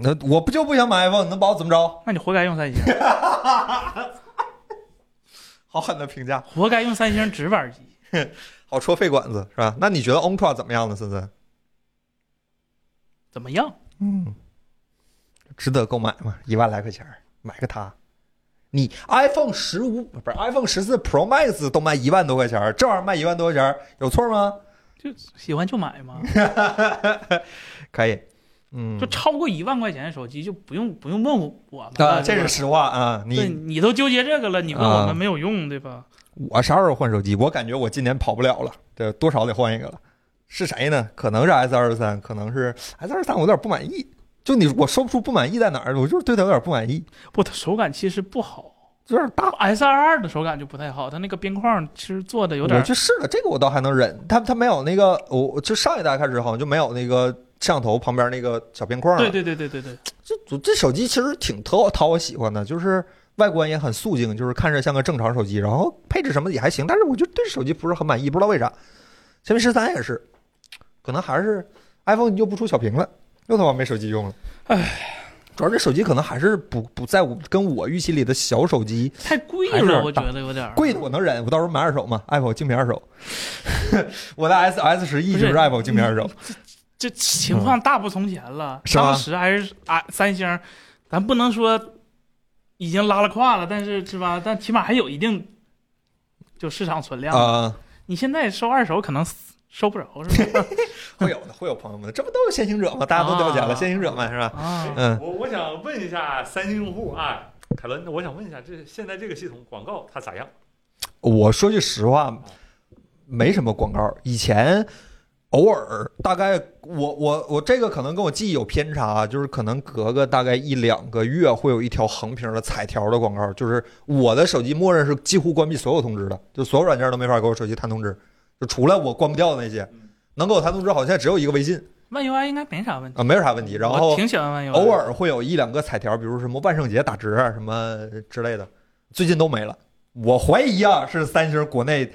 Speaker 1: 那我不就不想买 iPhone，你能把我怎么着？
Speaker 2: 那你活该用三星，
Speaker 1: 好狠的评价，
Speaker 2: 活该用三星直板机。
Speaker 1: 好戳肺管子是吧？那你觉得 Ultra 怎么样呢，森森？
Speaker 2: 怎么样？
Speaker 1: 嗯，值得购买吗？一万来块钱儿买个它，你 iPhone 十五不是 iPhone 十四 Pro Max 都卖一万多块钱儿，这玩意儿卖一万多块钱儿有错吗？
Speaker 2: 就喜欢就买嘛，
Speaker 1: 嗯可以，嗯
Speaker 2: 就，超过一万块钱的手机就不用不用问我们
Speaker 1: 啊，
Speaker 2: 了。
Speaker 1: 这
Speaker 2: 对吧
Speaker 1: 是实话啊，你
Speaker 2: 对你都纠结这个了，你问
Speaker 1: 啊
Speaker 2: 我们没有用，对吧？
Speaker 1: 我啥时候换手机？我感觉我今年跑不了了，这多少得换一个了。是谁呢？可能是 S 二十三，可能是 S 二十三，我有点不满意。就你，我说不出不满意在哪儿，我就是对它有点不满意，
Speaker 2: 不，它手感其实不好
Speaker 1: 有点大。
Speaker 2: ，S 二二的手感就不太好，它那个边框其实做的有点
Speaker 1: 我去试了，这个我倒还能忍。它它没有那个，我我就上一代开始好像就没有那个摄像头旁边那个小边框了。
Speaker 2: 对对对对对对，
Speaker 1: 这这手机其实挺讨讨我喜欢的，就是外观也很素净，就是看着像个正常手机，然后配置什么的也还行，但是我就对手机不是很满意，不知道为啥。小米十三也是，可能还是 iPhone 又不出小屏了，又他妈没手机用了。唉，主要这手机可能还是不不在我跟我预期里的小手机
Speaker 2: 太贵
Speaker 1: 还是有
Speaker 2: 了，
Speaker 1: 点
Speaker 2: 我觉得有点儿
Speaker 1: 贵的我能忍，我到时候买二手嘛，Apple 精品二手。 我的 S S 十 E
Speaker 2: 不
Speaker 1: 就是是 Apple 精品二手，
Speaker 2: 这情况大不从前了。
Speaker 1: 是吗
Speaker 2: 当时还是啊，三星，咱不能说已经拉了胯了，但是是吧？但起码还有一定就市场存量。
Speaker 1: 啊、
Speaker 2: 你现在收二手可能收不着，是 吧？
Speaker 1: 会有的，会有朋友们的，这不都是先行者吗？大家都了解了，
Speaker 2: 啊
Speaker 1: 先行者嘛，是吧？
Speaker 2: 啊，
Speaker 1: 嗯
Speaker 3: 我我想问一下三星用户啊，凯伦，我想问一下，这现在这个系统广告它咋样？
Speaker 1: 我说句实话，没什么广告。以前偶尔，大概我我我这个可能跟我记忆有偏差啊，就是可能隔个大概一两个月会有一条横屏的彩条的广告，就是我的手机默认是几乎关闭所有通知的，就所有软件都没法给我手机弹通知，就除了我关不掉的那些
Speaker 3: 嗯，
Speaker 1: 能给我弹通知好像只有一个微信
Speaker 2: 万 UI 应该没啥问题。
Speaker 1: 啊，没有啥问题。 然
Speaker 2: 我
Speaker 1: 后
Speaker 2: 挺喜欢万 UI，
Speaker 1: 偶尔会有一两个彩条，比如什么万圣节打折啊什么之类的，最近都没了。我怀疑啊，是三星国内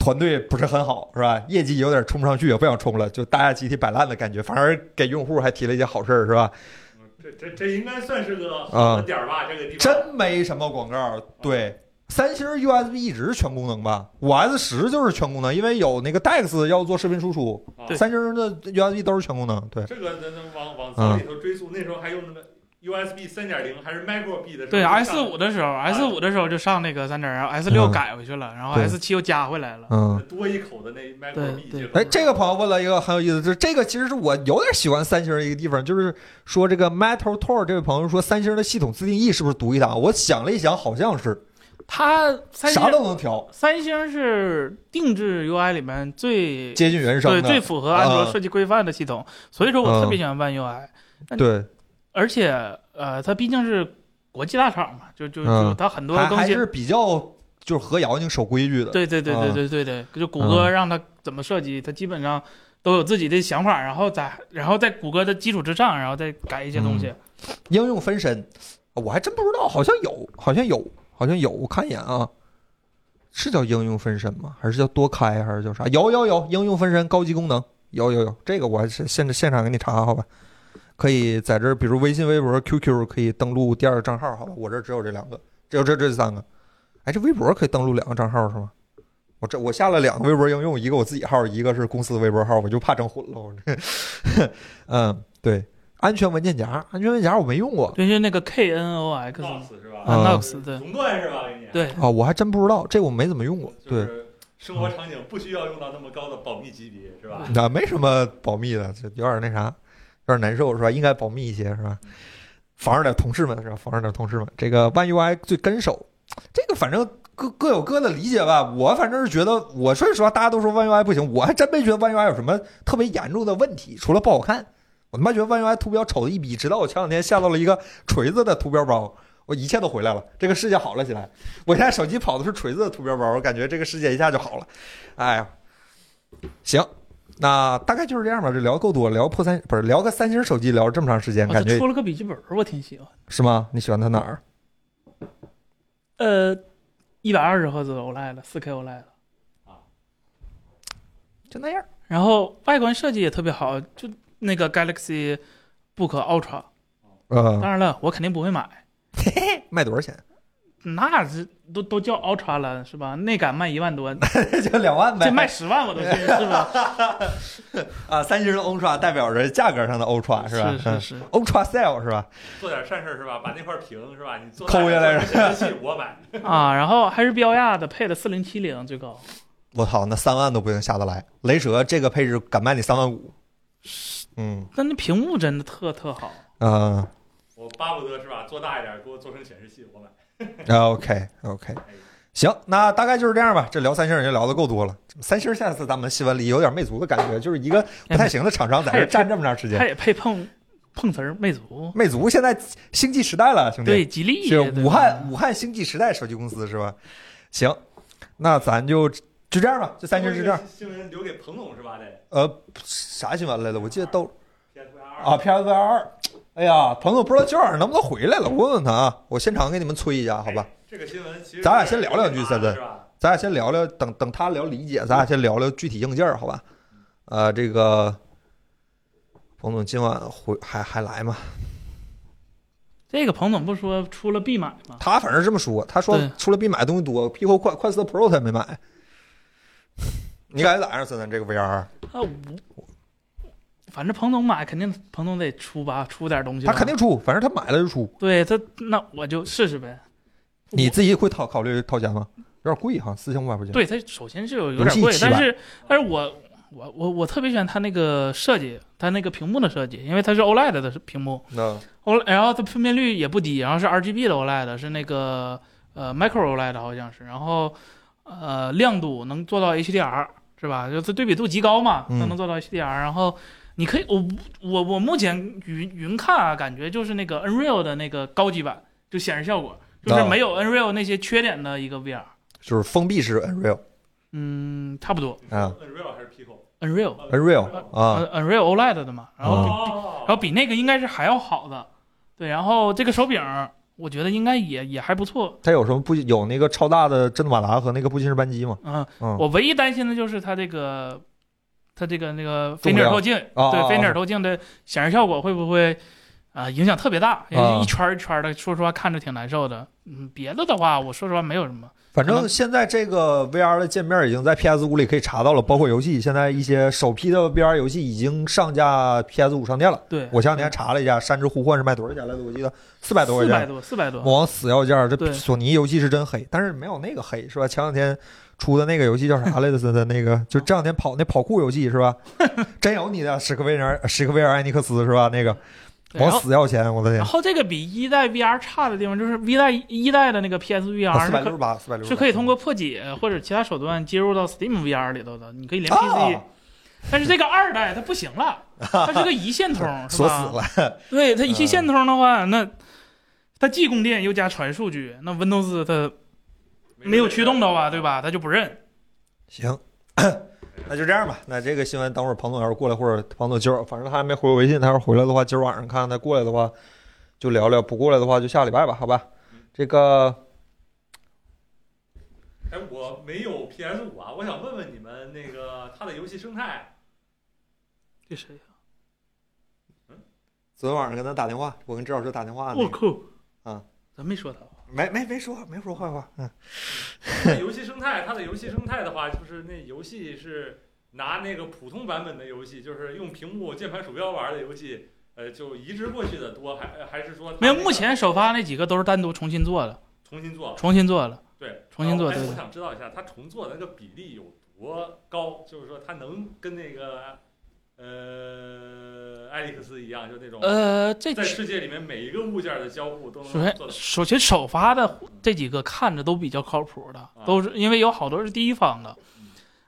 Speaker 1: 团队不是很好，是吧？业绩有点冲不上去，也不想冲了，就大家集体摆烂的感觉，反而给用户还提了一些好事儿，是吧？
Speaker 3: 嗯这这这应该算是个
Speaker 1: 啊
Speaker 3: 好的点儿吧？这个地方
Speaker 1: 真没什么广告，对。三星 USB 一直是全功能吧？五 S 十就是全功能，因为有那个 DeX 要做视频输出，
Speaker 3: 啊
Speaker 2: 对
Speaker 1: 三星的 USB 都是全功能。对，
Speaker 3: 这个咱咱往
Speaker 1: 啊
Speaker 3: 往早里头追溯，那时候还用那个 USB 三点零还是 Micro B 的时候，
Speaker 2: 对
Speaker 3: 就上
Speaker 2: ，S 五的时候，S 五的时候就上那个三点零，S 六
Speaker 1: 嗯
Speaker 2: 改回去了，然后
Speaker 1: 对
Speaker 2: S 七又加回来了。
Speaker 1: 嗯，
Speaker 3: 多一口的那 Micro B
Speaker 2: 对
Speaker 3: 接口。
Speaker 1: 哎，这个朋友问了一个很有意思，这这个其实是我有点喜欢三星的一个地方，就是说这个 Metal Tor 这位朋友说三星的系统自定义是不是独一档？我想了一想，好像是
Speaker 2: 它三星
Speaker 1: 啥都能调，
Speaker 2: 三星是定制 UI 里面最
Speaker 1: 接近原生
Speaker 2: 对最
Speaker 1: 的。
Speaker 2: 符合安卓
Speaker 1: 嗯
Speaker 2: 设计规范的系统，所以说我特别
Speaker 1: 嗯
Speaker 2: 喜欢 One UI，、
Speaker 1: 对，
Speaker 2: 而且呃，它毕竟是国际大厂嘛，就就
Speaker 1: 嗯
Speaker 2: 就它很多
Speaker 1: 还
Speaker 2: 东
Speaker 1: 还
Speaker 2: 西，
Speaker 1: 是比较就是合姚宁守规矩的。
Speaker 2: 对对对对对对对，就谷歌让它怎么设计，它基本上都有自己的想法，然后在然后在谷歌的基础之上，然后再改一些东西。
Speaker 1: 应用分身，我还真不知道，好像有，好像有，好像有，我看一眼啊，是叫应用分身吗？还是叫多开？还是叫啥？有有有，应用分身高级功能，有有有，这个我还是现现场给你查好吧？可以在这儿，比如微信、微博、QQ 可以登录第二个账号，好吧？我这儿只有这两个，只有这这三个。哎，这微博可以登录两个账号是吗？我这我下了两个微博应用，一个我自己号，一个是公司的微博号，我就怕整混了。我这， 嗯，对，安全文件夹，安全文件夹我没用过，
Speaker 2: 就是那个 KNOX
Speaker 3: Knox 是吧？
Speaker 1: 啊
Speaker 2: Knox，对
Speaker 3: 熔断是吧？给你。
Speaker 2: 对，
Speaker 1: 啊，我还真不知道，这我没怎么用过。
Speaker 3: 就
Speaker 1: 对，
Speaker 3: 是生活场景不需要用到那么高的保密级别是吧？
Speaker 1: 那没什么保密的，这有点那啥，有点难受是吧？应该保密一些是吧？防着点同事们是吧？防着点同事们。这个 One UI 最跟手，这个反正各各有各的理解吧。我反正是觉得，我说实话，大家都说 One UI 不行，我还真没觉得 One UI 有什么特别严重的问题，除了不好看。我他妈觉得 One UI 图标丑的一逼，直到我前两天下到了一个锤子的图标包，我一切都回来了，这个世界好了起来。我现在手机跑的是锤子的图标包，我感觉这个世界一下就好了。哎呀，行，那大概就是这样吧。这聊够多，聊破三不是聊个三星手机聊了这么长时间，
Speaker 2: 哦它
Speaker 1: 感觉
Speaker 2: 出了个笔记本儿，我挺喜欢。
Speaker 1: 是吗？你喜欢它哪儿？
Speaker 2: 呃，一百二十赫兹的 OLED，四 K OLED。
Speaker 1: 就那样。
Speaker 2: 然后外观设计也特别好，就那个 Galaxy Book Ultra，当
Speaker 1: 呃，
Speaker 2: 然了，我肯定不会买，哎
Speaker 1: 卖多少钱？
Speaker 2: 那是都都叫 Ultra 了是吧？那敢卖一 万多，
Speaker 1: 就两万呗。
Speaker 2: 这卖十万我都信是吧？
Speaker 1: 啊，三星的 Ultra 代表着价格上的 Ultra 是吧？
Speaker 2: 是是是，
Speaker 1: 嗯 Ultra Sale 是吧？
Speaker 3: 做点善事是吧？把那块屏是吧？你做
Speaker 1: 抠下来
Speaker 3: 是吧？显示器我买，
Speaker 2: 啊，然后还是标亚的，配了四零七零最高，
Speaker 1: 我操，那三万都不一定下得来。雷蛇这个配置敢卖你三万五？嗯
Speaker 2: 但那屏幕真的特特好。
Speaker 1: 啊、
Speaker 3: 我巴不得是吧？做大一点，给我做成显示器我买。
Speaker 1: OK OK，行，那大概就是这样吧。这聊三星已经聊的够多了，三星下次咱们新闻里有点魅族的感觉，就是一个不太行的厂商在这站这么长时
Speaker 2: 它
Speaker 1: 间。
Speaker 2: 也配碰碰瓷儿魅族，
Speaker 1: 魅族现在星际时代了，兄弟。
Speaker 2: 对，吉利
Speaker 1: 是
Speaker 2: 对吧
Speaker 1: 武汉武汉星际时代手机公司是吧？行，那咱就就这样吧，这三星就这样。
Speaker 3: 新闻留给彭总是吧？得
Speaker 1: 呃，啥新闻来了？我记得都
Speaker 3: PSVR
Speaker 1: 啊，PSVR 二。哎呀，彭总不知道今晚上能不能回来了，我问问他啊，我现场给你们催一下，好吧？
Speaker 3: 哎，这个新闻其实
Speaker 1: 咱俩先聊两句
Speaker 3: 是
Speaker 1: 森森
Speaker 3: 吧？
Speaker 1: 咱俩先聊聊，等等他聊理解，咱俩先聊聊具体硬件儿，好吧？呃，这个彭总今晚回还还来吗？
Speaker 2: 这个彭总不说出了必买吗？
Speaker 1: 他反正这么说，他说
Speaker 2: 对
Speaker 1: 除了比买的东西多，P 4快快四 Pro 他也没买。你感觉咋样，森森这个 VR？
Speaker 2: 啊，我反正彭总买肯定彭总得出吧，出点东西吧。
Speaker 1: 他肯定出，反正他买了就出。
Speaker 2: 对他，那我就试试呗。
Speaker 1: 你自己会掏考虑掏钱吗？有点贵哈，四千五百块钱。
Speaker 2: 对他首先是有有
Speaker 1: 游戏
Speaker 2: 点贵
Speaker 1: 700，
Speaker 2: 但是但是我我我我特别喜欢他那个设计，他那个屏幕的设计，因为它是 OLED 的屏幕
Speaker 1: 那
Speaker 2: ，O 然后它分辨率也不低，然后是 RGB 的 OLED，是那个呃 Micro OLED 好像是，然后呃亮度能做到 HDR 是吧？就它对比度极高嘛，
Speaker 1: 嗯
Speaker 2: 它能做到 HDR，、然后。你可以，我我我目前云云看啊，感觉就是那个 Unreal 的那个高级版，就显示效果，就是
Speaker 1: 啊
Speaker 2: 没有 Unreal 那些缺点的一个 VR。
Speaker 1: 就是封闭式 Unreal
Speaker 2: 嗯，差不多
Speaker 3: 你
Speaker 1: 啊
Speaker 3: 说 Unreal 还是 Pico？
Speaker 2: Unreal，
Speaker 3: 哦
Speaker 1: Unreal 啊，
Speaker 2: 呃 Unreal OLED 的嘛，然后、
Speaker 1: 嗯
Speaker 3: 哦
Speaker 2: 然后比那个应该是还要好的，对，然后这个手柄我觉得应该也也还不错，
Speaker 1: 它有什么不有那个超大的真瓦达和那个步进式扳机吗？
Speaker 2: 嗯，
Speaker 1: 嗯
Speaker 2: 我唯一担心的就是它这个它这个那个
Speaker 1: 重
Speaker 2: 菲涅尔
Speaker 1: 量
Speaker 2: 透镜，
Speaker 1: 哦哦
Speaker 2: 对，菲涅
Speaker 1: 哦
Speaker 2: 尔透镜的显示效果会不会啊、影响特别大，因
Speaker 1: 啊
Speaker 2: 为一圈儿一圈儿的，说实话看着挺难受的。嗯，别的的话，我说实话没有什么。
Speaker 1: 反
Speaker 2: 可
Speaker 1: 正
Speaker 2: 能
Speaker 1: 现在这个 VR 的界面已经在 PS 五里可以查到了，包括游戏，现在一些首批的 VR 游戏已经上架 PS 五商店了。
Speaker 2: 对，
Speaker 1: 我前两天查了一下，《山之呼唤》是卖多少钱来着？我记得四百多块
Speaker 2: 四百
Speaker 1: 钱。
Speaker 2: 多，四百多。
Speaker 1: 魔王死要价，这
Speaker 2: 对
Speaker 1: 索尼游戏是真黑，但是没有那个黑是吧？前两天出的那个游戏 叫啥来着？森森那个就这两天跑那跑酷游戏是吧？真有你的史克威尔史克威尔艾尼克斯是吧？那个
Speaker 2: 对然
Speaker 1: 往
Speaker 2: 后
Speaker 1: 死要钱，我的天
Speaker 2: 然！后这个比一代 VR 差的地方就是 V 代一代的那个 PS
Speaker 1: 哦四
Speaker 2: VR
Speaker 1: 百
Speaker 2: 是
Speaker 1: 六
Speaker 2: 可
Speaker 1: 十八，四百六
Speaker 2: 是可以通过破解或者其他手段接入到 Steam VR 里头的，你可以连 PC，、
Speaker 1: 啊，
Speaker 2: 但是这个二代它不行了，它是个一线通，是
Speaker 1: 锁
Speaker 2: 吧？
Speaker 1: 死了。嗯
Speaker 2: 对它一线通的话，那它既供电又加传数据，那 Windows 它没有驱动的话，对吧？它就不认。
Speaker 1: 行， 那就这样吧。那这个新闻，等会儿彭总要是过来，或者彭总今儿反正他还没回我微信，他要是回来的话，今儿晚上看看他过来的话就聊聊，不过来的话就下礼拜吧，好吧？这个
Speaker 3: 哎，我没有 PS 五啊，我想问问你们那个它的游戏生态。
Speaker 2: 这谁呀？
Speaker 1: 昨天晚上跟他打电话，我跟周老师打电话那
Speaker 2: 我
Speaker 1: 个，
Speaker 2: 靠！
Speaker 1: 啊，
Speaker 2: 咱没说他。
Speaker 1: 没没没说没说坏话，嗯，
Speaker 3: 它的游戏生态，它的游戏生态的话，就是那游戏是拿那个普通版本的游戏，就是用屏幕、键盘、鼠标玩的游戏，呃，就移植过去的多，还还是说它
Speaker 2: 没有，
Speaker 3: 那个
Speaker 2: 目前首发那几个都是单独重新做的，
Speaker 3: 重新做
Speaker 2: 重新做的。
Speaker 3: 对，
Speaker 2: 重新做
Speaker 3: 然后哎
Speaker 2: 对
Speaker 3: 我想知道一下，它重做的那个比例有多高？就是说，它能跟那个呃艾利克斯一样，就那种
Speaker 2: 呃，这
Speaker 3: 在世界里面每一个物件的交互都能
Speaker 2: 首先
Speaker 3: 做，的
Speaker 2: 首先首发的这几个看着都比较靠谱
Speaker 3: 啊
Speaker 2: 的，都是因为有好多是第一方的。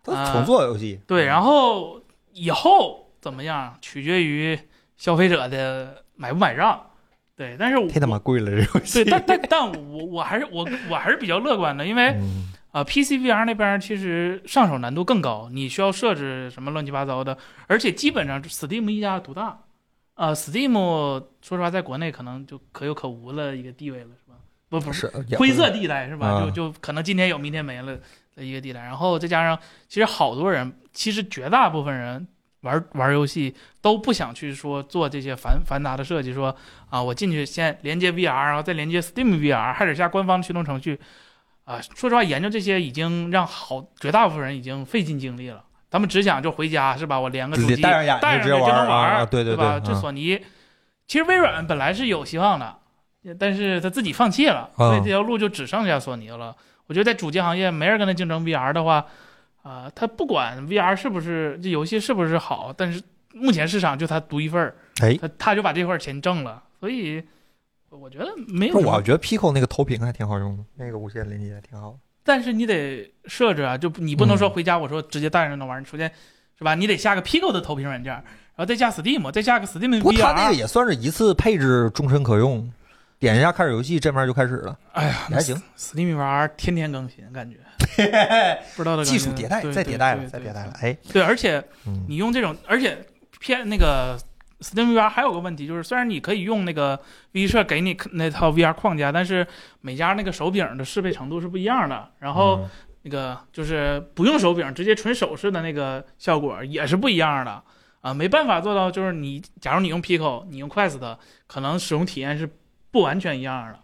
Speaker 1: 他是重做游戏，
Speaker 2: 啊对，然后以后怎么样，取决于消费者的买不买账。对，但是我
Speaker 1: 太他妈贵了这游戏
Speaker 2: 对，， 但但但我我还是我我还是比较乐观的，因为
Speaker 1: 嗯
Speaker 2: 啊、p c VR 那边其实上手难度更高，你需要设置什么乱七八糟的，而且基本上 Steam 一家独大。啊 s t e a m 说实话，在国内可能就可有可无了一个地位了，是吧？不不
Speaker 1: 是啊也
Speaker 2: 灰色地带是吧？
Speaker 1: 啊
Speaker 2: 就就可能今天有，明天没了的一个地带。然后再加上，其实好多人，其实绝大部分人玩玩游戏都不想去说做这些繁繁杂的设计，说啊，我进去先连接 VR，然后再连接 Steam VR，还得下官方驱动程序。啊，说实话，研究这些已经让好绝大部分人已经费尽精力了。咱们只想就回家是吧？我连个主
Speaker 1: 直
Speaker 2: 机，
Speaker 1: 接戴上眼睛
Speaker 2: 戴
Speaker 1: 直
Speaker 2: 上
Speaker 1: 接
Speaker 2: 就能
Speaker 1: 玩儿
Speaker 2: 玩儿
Speaker 1: 啊对对
Speaker 2: 对吧？
Speaker 1: 对
Speaker 2: 这
Speaker 1: 嗯
Speaker 2: 索尼，其实微软本来是有希望的，但是他自己放弃了，
Speaker 1: 嗯
Speaker 2: 所以这条路就只剩下索尼了。我觉得在主机行业没人跟他竞争 VR 的话，啊、他不管 VR 是不是这游戏是不是好，但是目前市场就他独一份儿，
Speaker 1: 哎。
Speaker 2: 他他就把这块钱挣了，所以我觉得没有
Speaker 1: 不
Speaker 2: 什
Speaker 1: 是，我
Speaker 2: 么。
Speaker 1: 觉得 Pico 那个投屏还挺好用的，那个无线连接还挺好的。
Speaker 2: 但是你得设置啊，就你不能说
Speaker 1: 嗯
Speaker 2: 回家我说直接带上那玩意儿，首先是吧？你得下个 Pico 的投屏软件，然后再下 Steam，再下个 Steam
Speaker 1: 不过他那个
Speaker 2: VR。
Speaker 1: 也算是一次配置，终身可用。点一下开始游戏，这面就开始了，
Speaker 2: 哎呀，
Speaker 1: 也还行。
Speaker 2: Steam VR 天天更新， 感觉不知道的
Speaker 1: 技术迭代，再迭代了，再迭代了。。哎，
Speaker 2: 对对对对对，而且
Speaker 1: 嗯，
Speaker 2: 你用这种，而且偏那个 Steam VR 还有个问题，就是虽然你可以用那个 V 社给你那套 VR 框架，但是每家那个手柄的适配程度是不一样的，然
Speaker 1: 嗯
Speaker 2: 后那个就是不用手柄，直接纯手势的那个效果也是不一样的。啊，没办法做到，就是你，假如你用 Pico，你用 Quest，可能使用体验是不完全一样的，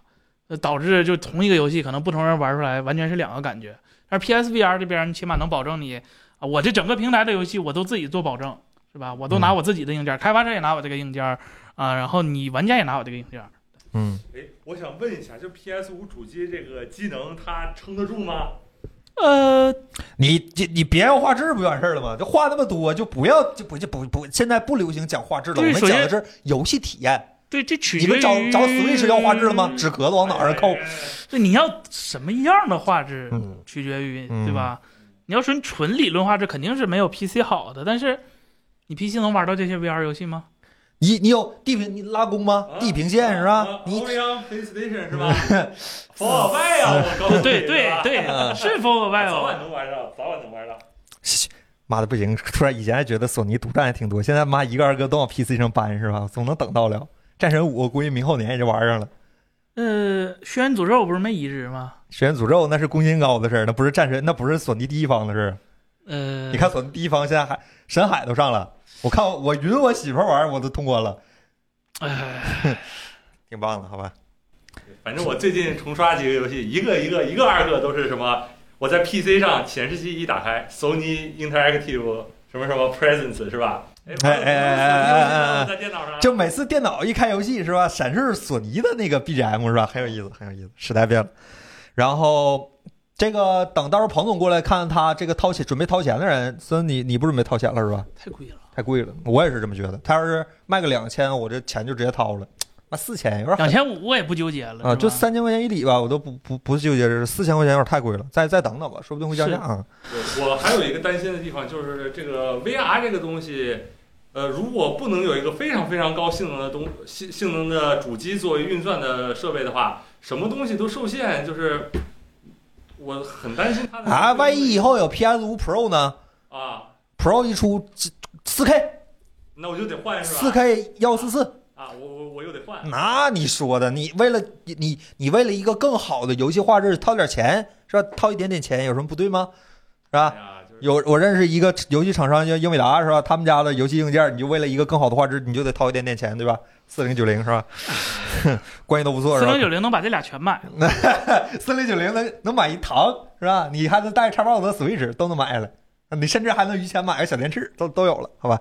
Speaker 2: 呃导致就同一个游戏，可能不同人玩出来完全是两个感觉。但是 PSVR 这边，起码能保证你啊，我这整个平台的游戏我都自己做保证，是吧？我都拿我自己的硬件，开发者也拿我这个硬件儿啊，然后你玩家也拿我这个硬件儿。
Speaker 1: 嗯，
Speaker 3: 哎，我想问一下，就 PS 五主机这个机能，它撑得住吗？
Speaker 2: 呃，
Speaker 1: 你你你别要画质不就完事儿了吗？就画那么多，就不要就不就不不，现在不流行讲画质了，我
Speaker 2: 对
Speaker 1: 们
Speaker 2: 首
Speaker 1: 讲
Speaker 2: 先
Speaker 1: 的是游戏体验。
Speaker 2: 对，这取
Speaker 1: 你
Speaker 2: 决
Speaker 1: 们
Speaker 2: 于
Speaker 1: 找找 Switch 要画质了吗？
Speaker 3: 嗯
Speaker 1: 纸壳子往脑上扣
Speaker 3: 哎。哎哎
Speaker 2: 对，你要什么样的画质，
Speaker 1: 嗯
Speaker 2: 取决于
Speaker 1: 嗯
Speaker 2: 对吧？你要纯纯理论画质，肯定是没有 PC 好的，但是你 PC 能玩到这些 VR 游戏吗？
Speaker 1: 你你有地平你拉弓吗？
Speaker 3: 啊
Speaker 1: 地平线是
Speaker 2: 啊
Speaker 1: 吧？你
Speaker 3: Orion PlayStation 是吧？好外呀，我告诉
Speaker 2: 对对
Speaker 3: 你，是
Speaker 2: 对哦
Speaker 3: 吧
Speaker 1: 嗯
Speaker 2: 对，是 f o r
Speaker 3: 早晚
Speaker 2: Wild，
Speaker 3: 能玩上，早晚能玩上。
Speaker 1: 妈的不行！突然以前还觉得索尼独占还挺多，现在妈一个二个都往 PC 上搬是吧？总能等到了。战神五我估计明后年也就玩上了。
Speaker 2: 呃，轩辕诅咒不是没移植吗？
Speaker 1: 血缘诅咒那是攻心高的事儿，那不是战神，那不是索尼第一方的事儿。
Speaker 2: 呃，
Speaker 1: 你看索尼第一方现在还神海都上了，我看我云我媳妇儿玩儿我都通关了，
Speaker 2: 哎，
Speaker 1: 挺棒的，好吧？
Speaker 3: 反正我最近重刷几个游戏，一个一个一个二个都是什么？我在 PC 上显示器一打开，Sony Interactive 什么什么 Presence 是吧？
Speaker 1: 哎哎哎哎哎哎哎
Speaker 3: 在电脑上
Speaker 1: 就每次电脑一开游戏是吧，显示索尼的那个 BGM 是吧，很有意思，很有意思，时代变了。然后这个等到时候彭总过来看他这个掏钱准备掏钱的人，孙你你不准备掏钱了是吧？
Speaker 2: 太贵了，
Speaker 1: 太贵了，我也是这么觉得。他要是卖个两千，我这钱就直接掏了，那四千有点
Speaker 2: 两千五我也不纠结了
Speaker 1: 啊，就是
Speaker 2: 吧
Speaker 1: 三千块钱一里吧，我都不不不纠结，这四千块钱有点太贵了，再再等等吧，说不定会降价啊。
Speaker 3: 对我还有一个担心的地方就是这个 VR 这个东西，呃，如果不能有一个非常非常高性能的东性性能的主机作为运算的设备的话，什么东西都受限，就是我很担心它的
Speaker 1: 啊，万一以后有 PS 五 Pro 呢
Speaker 3: 啊，
Speaker 1: ？Pro 一出，四 K
Speaker 3: 那我就得换是吧？
Speaker 1: 四啊 K 幺四四。
Speaker 3: 啊，我我我又得换。
Speaker 1: 那你说的，你为了你你你为了一个更好的游戏画质掏点钱是吧？掏一点点钱有什么不对吗？是吧？
Speaker 3: 哎呀，就是
Speaker 1: 有我认识一个游戏厂商叫英伟达是吧？他们家的游戏硬件，你就为了一个更好的画质，你就得掏一点点钱对吧？四零九零是吧？ 关系都不错
Speaker 2: 四
Speaker 1: 是吧
Speaker 2: 零？九零能把这俩全买了，
Speaker 1: 四零九零能能买一糖是吧？你还能带叉 box 和 Switch 都能买了，你甚至还能余钱买个小电池，都都有了，好吧？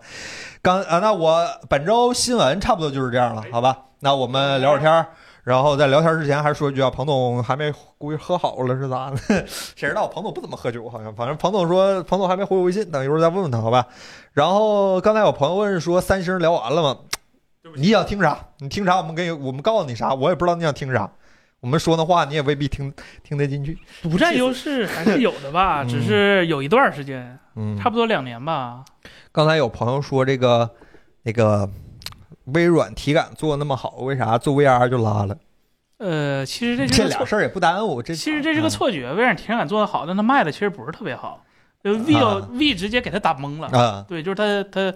Speaker 1: 刚啊，那我本周新闻差不多就是这样了，好吧？那我们聊会儿天儿。然后在聊天之前还说一句啊，彭总还没估计喝好了是咋的？ 谁知道彭总不怎么喝酒，好像反正彭总说彭总还没回我微信，等一会儿再问问他好吧。然后刚才有朋友问说三星聊完了吗？
Speaker 3: 对不起
Speaker 1: 你想听啥？你听啥？我们给我们告诉你啥？我也不知道你想听啥。我们说的话你也未必听听得进去。
Speaker 2: 独占优势还是有的吧，
Speaker 1: 嗯
Speaker 2: 只是有一段时间，
Speaker 1: 嗯，
Speaker 2: 差不多两年吧。
Speaker 1: 刚才有朋友说这个那个微软体感做得那么好，为啥做 VR 就拉了？
Speaker 2: 呃，其实这是
Speaker 1: 这
Speaker 2: 个
Speaker 1: 俩
Speaker 2: 错，
Speaker 1: 事儿也不耽误。这嗯
Speaker 2: 其实这是个错觉。微软体验感做的好，但它卖的其实不是特别好。就 V 有
Speaker 1: 啊
Speaker 2: V 直接给它打懵了。
Speaker 1: 啊，
Speaker 2: 对，就是它它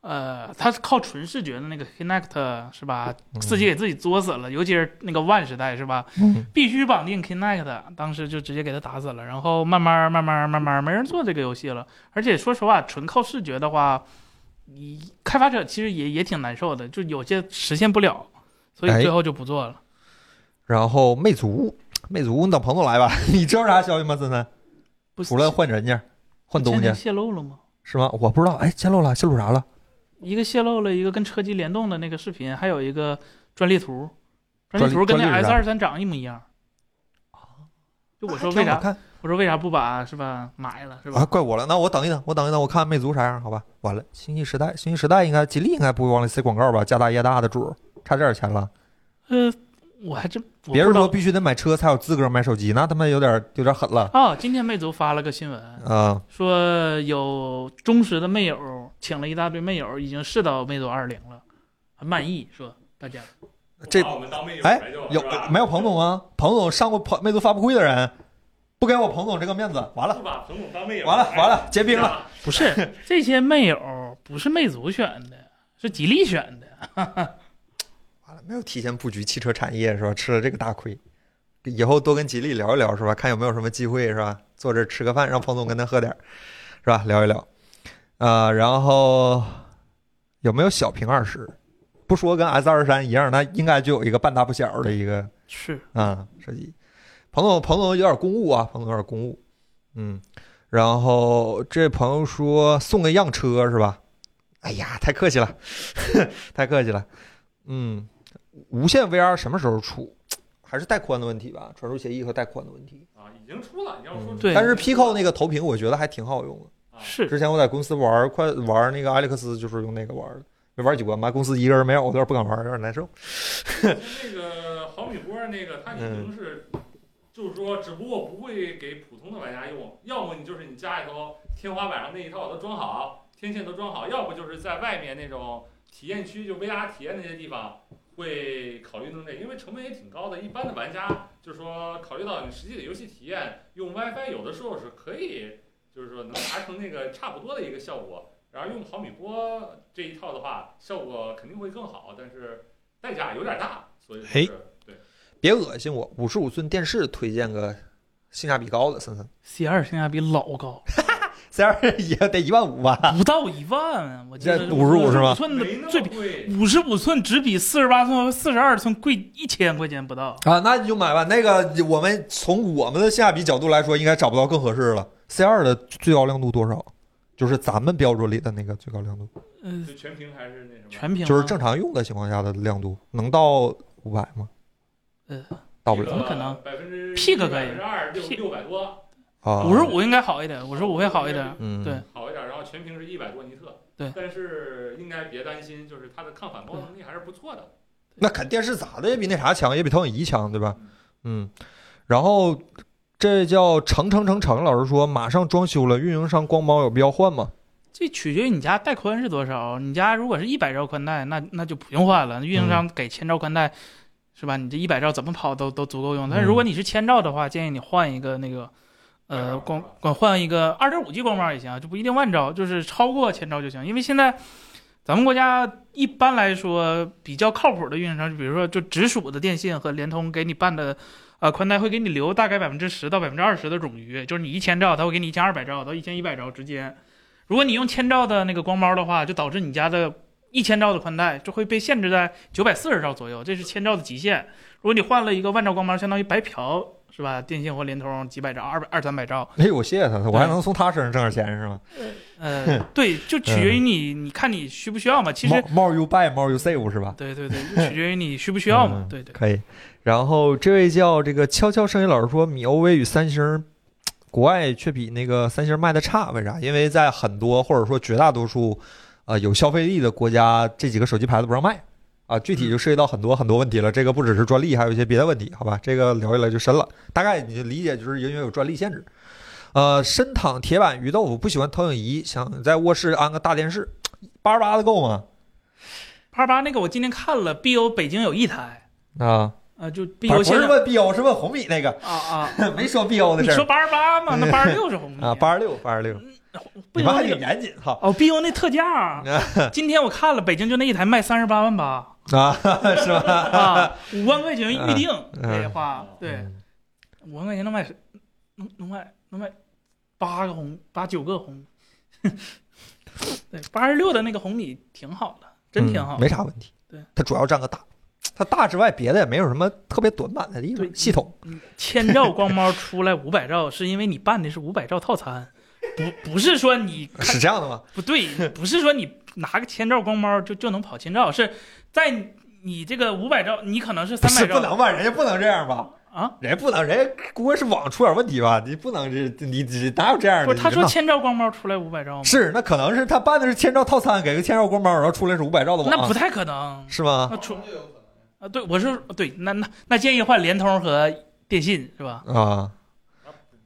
Speaker 2: 呃，它靠纯视觉的那个 Kinect 是吧，
Speaker 1: 嗯
Speaker 2: 自己给自己作死了。尤其是那个 One 时代是吧，
Speaker 1: 嗯
Speaker 2: 必须绑定 Kinect，当时就直接给它打死了。然后慢慢慢慢慢慢没人做这个游戏了。而且说实话，纯靠视觉的话，你开发者其实也也挺难受的，就有些实现不了，所以
Speaker 1: 哎
Speaker 2: 最后就不做了。
Speaker 1: 然后魅族，魅族，你等彭总来吧。 你知道啥消息吗？森森，
Speaker 2: 不是
Speaker 1: 除了换人家，换东
Speaker 2: 现在
Speaker 1: 家
Speaker 2: 泄露了吗？
Speaker 1: 是吗？我不知道。哎，泄露了，泄露啥了？
Speaker 2: 一个泄露了一个跟车机联动的那个视频，还有一个专利图，专利图跟那
Speaker 1: 专利
Speaker 2: S
Speaker 1: 专
Speaker 2: 二三长一模一样。就我说
Speaker 1: 啊
Speaker 2: 为
Speaker 1: 挺好
Speaker 2: 啥？
Speaker 1: 看
Speaker 2: 我说为啥不把是吧买了是
Speaker 1: 啊？
Speaker 2: 吧？
Speaker 1: 怪我了。那我等一等，我等一等，我看看魅族啥样，好吧？完了，星际时代，星际时代应该吉利应该不会往里塞广告吧？家大业大的主，差这点钱了。
Speaker 2: 呃，我还真我不
Speaker 1: 别
Speaker 2: 知
Speaker 1: 人说
Speaker 2: 道。
Speaker 1: 必须得买车才有资格买手机，那他妈有点有点狠了。
Speaker 2: 哦，今天魅族发了个新闻，
Speaker 1: 啊、
Speaker 2: 说有忠实的魅友请了一大堆魅友，已经试到魅族二零了，很满意，说大家
Speaker 1: 这
Speaker 3: 把我们当妹友
Speaker 1: 哎
Speaker 3: 来就
Speaker 1: 有
Speaker 3: 是吧
Speaker 1: 没有彭总啊？彭总上过彭魅族发布会的人，不给我彭总这个面子，完了
Speaker 3: 就把彭总当妹友
Speaker 1: 完了
Speaker 3: 来
Speaker 1: 完了，结冰了。
Speaker 3: 啊
Speaker 2: 不是这些魅友不是魅族选的，是吉利选的。
Speaker 1: 完了，没有提前布局汽车产业是吧？吃了这个大亏，以后多跟吉利聊一聊是吧？看有没有什么机会是吧？坐这儿吃个饭，让彭总跟他喝点儿是吧？聊一聊啊、然后有没有小屏二十？不说跟 S 二三一样，那应该就有一个半大不小的一个
Speaker 2: 是
Speaker 1: 啊，设计。彭总，彭总有点公务啊，彭总有点公务。嗯，然后这朋友说送个样车是吧？哎呀，太客气了， 太客气了。嗯，无线 VR 什么时候出？还是带宽的问题吧，传输协议和带宽的问题。
Speaker 3: 啊，已经出了，你要说
Speaker 1: 嗯
Speaker 2: 对
Speaker 1: 但是 Pico 那个投屏我觉得还挺好用的。
Speaker 2: 啊是，
Speaker 1: 之前我在公司玩儿，快玩儿那个艾利克斯就是用那个玩儿的，没玩儿几关吧，公司一个人没有，我有点不敢玩儿，有点难受。
Speaker 3: 那个毫米波那个，它已经是，就是说，只不过不会给普通的玩家用，要么你就是你家里头天花板上那一套都装好，天线都装好，要不就是在外面那种体验区，就 VR 体验那些地方会考虑弄这，因为成本也挺高的。一般的玩家就是说，考虑到你实际的游戏体验，用 WiFi 有的时候是可以，就是说能达成那个差不多的一个效果。然后用毫米波这一套的话，效果肯定会更好，但是代价有点大，所以
Speaker 1: 哎
Speaker 3: 是对。
Speaker 1: 别恶心我，五十五寸电视推荐个性价比高的，森森。
Speaker 2: C 二性价比老高，
Speaker 1: ，CR 也得一万五吧？
Speaker 2: 不到一万，我记得
Speaker 1: 这55是吗
Speaker 2: 寸的
Speaker 3: 没那么
Speaker 2: 最
Speaker 3: 贵
Speaker 2: 五十五寸只比四十八寸和四十二寸贵一千块钱不到。
Speaker 1: 啊，那你就买吧。那个，我们从我们的性价比角度来说，应该找不到更合适了。C 二的最高亮度多少？就是咱们标准里的那个最高亮度，
Speaker 2: 嗯、
Speaker 3: 就全屏还是那什么？
Speaker 2: 全屏啊
Speaker 1: 就是
Speaker 2: 吗
Speaker 1: 正常用的情况下的亮度，能到五百吗？
Speaker 2: 呃，
Speaker 1: 到不了
Speaker 2: 怎么可能
Speaker 3: 百分之
Speaker 2: Peak 可以
Speaker 3: 二六
Speaker 2: Peak
Speaker 3: 六百多，
Speaker 1: 啊。
Speaker 2: 五十，五应该好一点，五十五会好一点。
Speaker 1: 嗯，
Speaker 2: 对
Speaker 3: 好一点，然后全屏是一百多尼特。
Speaker 2: 对
Speaker 3: 但是应该别担心，就是它的抗反光能力还是不错的。
Speaker 1: 那肯电视咋的也比那啥强，也比投影仪强，对吧？嗯，然后这叫成成成成，老师说马上装修了，运营商光猫有必要换吗？
Speaker 2: 这取决于你家带宽是多少。你家如果是一百兆宽带，那那就不用换了，运
Speaker 1: 嗯
Speaker 2: 营商给千兆宽带，是吧？你这一百兆怎么跑都都足够用。
Speaker 1: 嗯
Speaker 2: 但是如果你是千兆的话，建议你换一个那个，呃，光光换一个二点五 G 光猫也行啊，就不一定万兆，就是超过千兆就行。因为现在咱们国家一般来说比较靠谱的运营商，就比如说就直属的电信和联通给你办的。呃，宽带会给你留大概百分之十到百分之二十的冗余，就是你一千兆，它会给你一千二百兆到一千一百兆之间。如果你用千兆的那个光猫的话，就导致你家的一千兆的宽带就会被限制在九百四十兆左右，这是千兆的极限。如果你换了一个万兆光猫，相当于白嫖是吧？电信或联通几百兆、二百二三百兆，
Speaker 1: 哎，我谢谢他，我还能从他身上挣点钱是吗？
Speaker 2: 呃，对，就取决于你，你看你需不需要嘛。其
Speaker 1: 嗯猫
Speaker 2: 实，
Speaker 1: 猫 you buy，猫 you save 是吧？
Speaker 2: 对对对，就取决于你需不需要嘛
Speaker 1: 嗯。
Speaker 2: 对对，
Speaker 1: 可以。然后这位叫这个悄悄声音老师说，米欧威与三星儿国外却比那个三星儿卖的差，为啥？因为在很多或者说绝大多数呃有消费力的国家，这几个手机牌子不让卖啊。具
Speaker 2: 嗯
Speaker 1: 体就涉及到很多很多问题了，这个不只是专利，还有一些别的问题，好吧？这个聊一聊就深了，大概你就理解就是因为有专利限制。呃，深躺铁板鱼豆腐不喜欢投影仪，想在卧室安个大电视，八十八的够吗？
Speaker 2: 八八那个我今天看了，BO 北京有一台，
Speaker 1: 啊，
Speaker 2: 呃，就 BO
Speaker 1: 不
Speaker 2: 现
Speaker 1: 是
Speaker 2: 在
Speaker 1: 问 B O，是问红米那个，
Speaker 2: 啊啊，
Speaker 1: 没说 B O 的
Speaker 2: 你
Speaker 1: 事儿
Speaker 2: 说。八十八嘛？那八十六是红的
Speaker 1: 啊，八十六，八十六，
Speaker 2: 不
Speaker 1: 你
Speaker 2: 行
Speaker 1: 们还
Speaker 2: 那
Speaker 1: 挺
Speaker 2: 个
Speaker 1: 严谨哈
Speaker 2: 哦，BO 那特 价啊，今天我看了，北京就那一台卖三十八万八
Speaker 1: 啊，是吧？
Speaker 2: 啊，五万块钱预定
Speaker 1: 嗯
Speaker 2: 这话，对，
Speaker 1: 嗯，
Speaker 2: 五万块钱能买，能能买能买八个红，八九个红， 对，八十六的那个红米挺好的，真挺好
Speaker 1: 嗯，没啥问题。
Speaker 2: 对，
Speaker 1: 它主要占个大，它大之外别的也没有什么特别短板的地
Speaker 2: 对
Speaker 1: 方。系统
Speaker 2: 千兆光猫出来五百兆，是因为你办的是五百兆套餐， 不不是说你
Speaker 1: 是这样的吗？
Speaker 2: 不对，不是说你拿个千兆光猫就就能跑千兆，是在你这个五百兆，你可能是
Speaker 1: 不
Speaker 2: 三
Speaker 1: 是不
Speaker 2: 百兆
Speaker 1: 能吧？人家不能这样吧？
Speaker 2: 啊。
Speaker 1: 人家不能，人家估计是网出点问题吧？你不能这，你你哪有这样的？
Speaker 2: 不是，他
Speaker 1: 你
Speaker 2: 说
Speaker 1: 这
Speaker 2: 千兆光猫出来五百兆吗？
Speaker 1: 是那可能是他办的是千兆套餐，给个千兆光包，然后出来是五百兆的网，
Speaker 2: 那不太可能。
Speaker 1: 是吗？
Speaker 2: 那出啊，对，我是对，那那那建议换联通和电信是吧？
Speaker 1: 啊，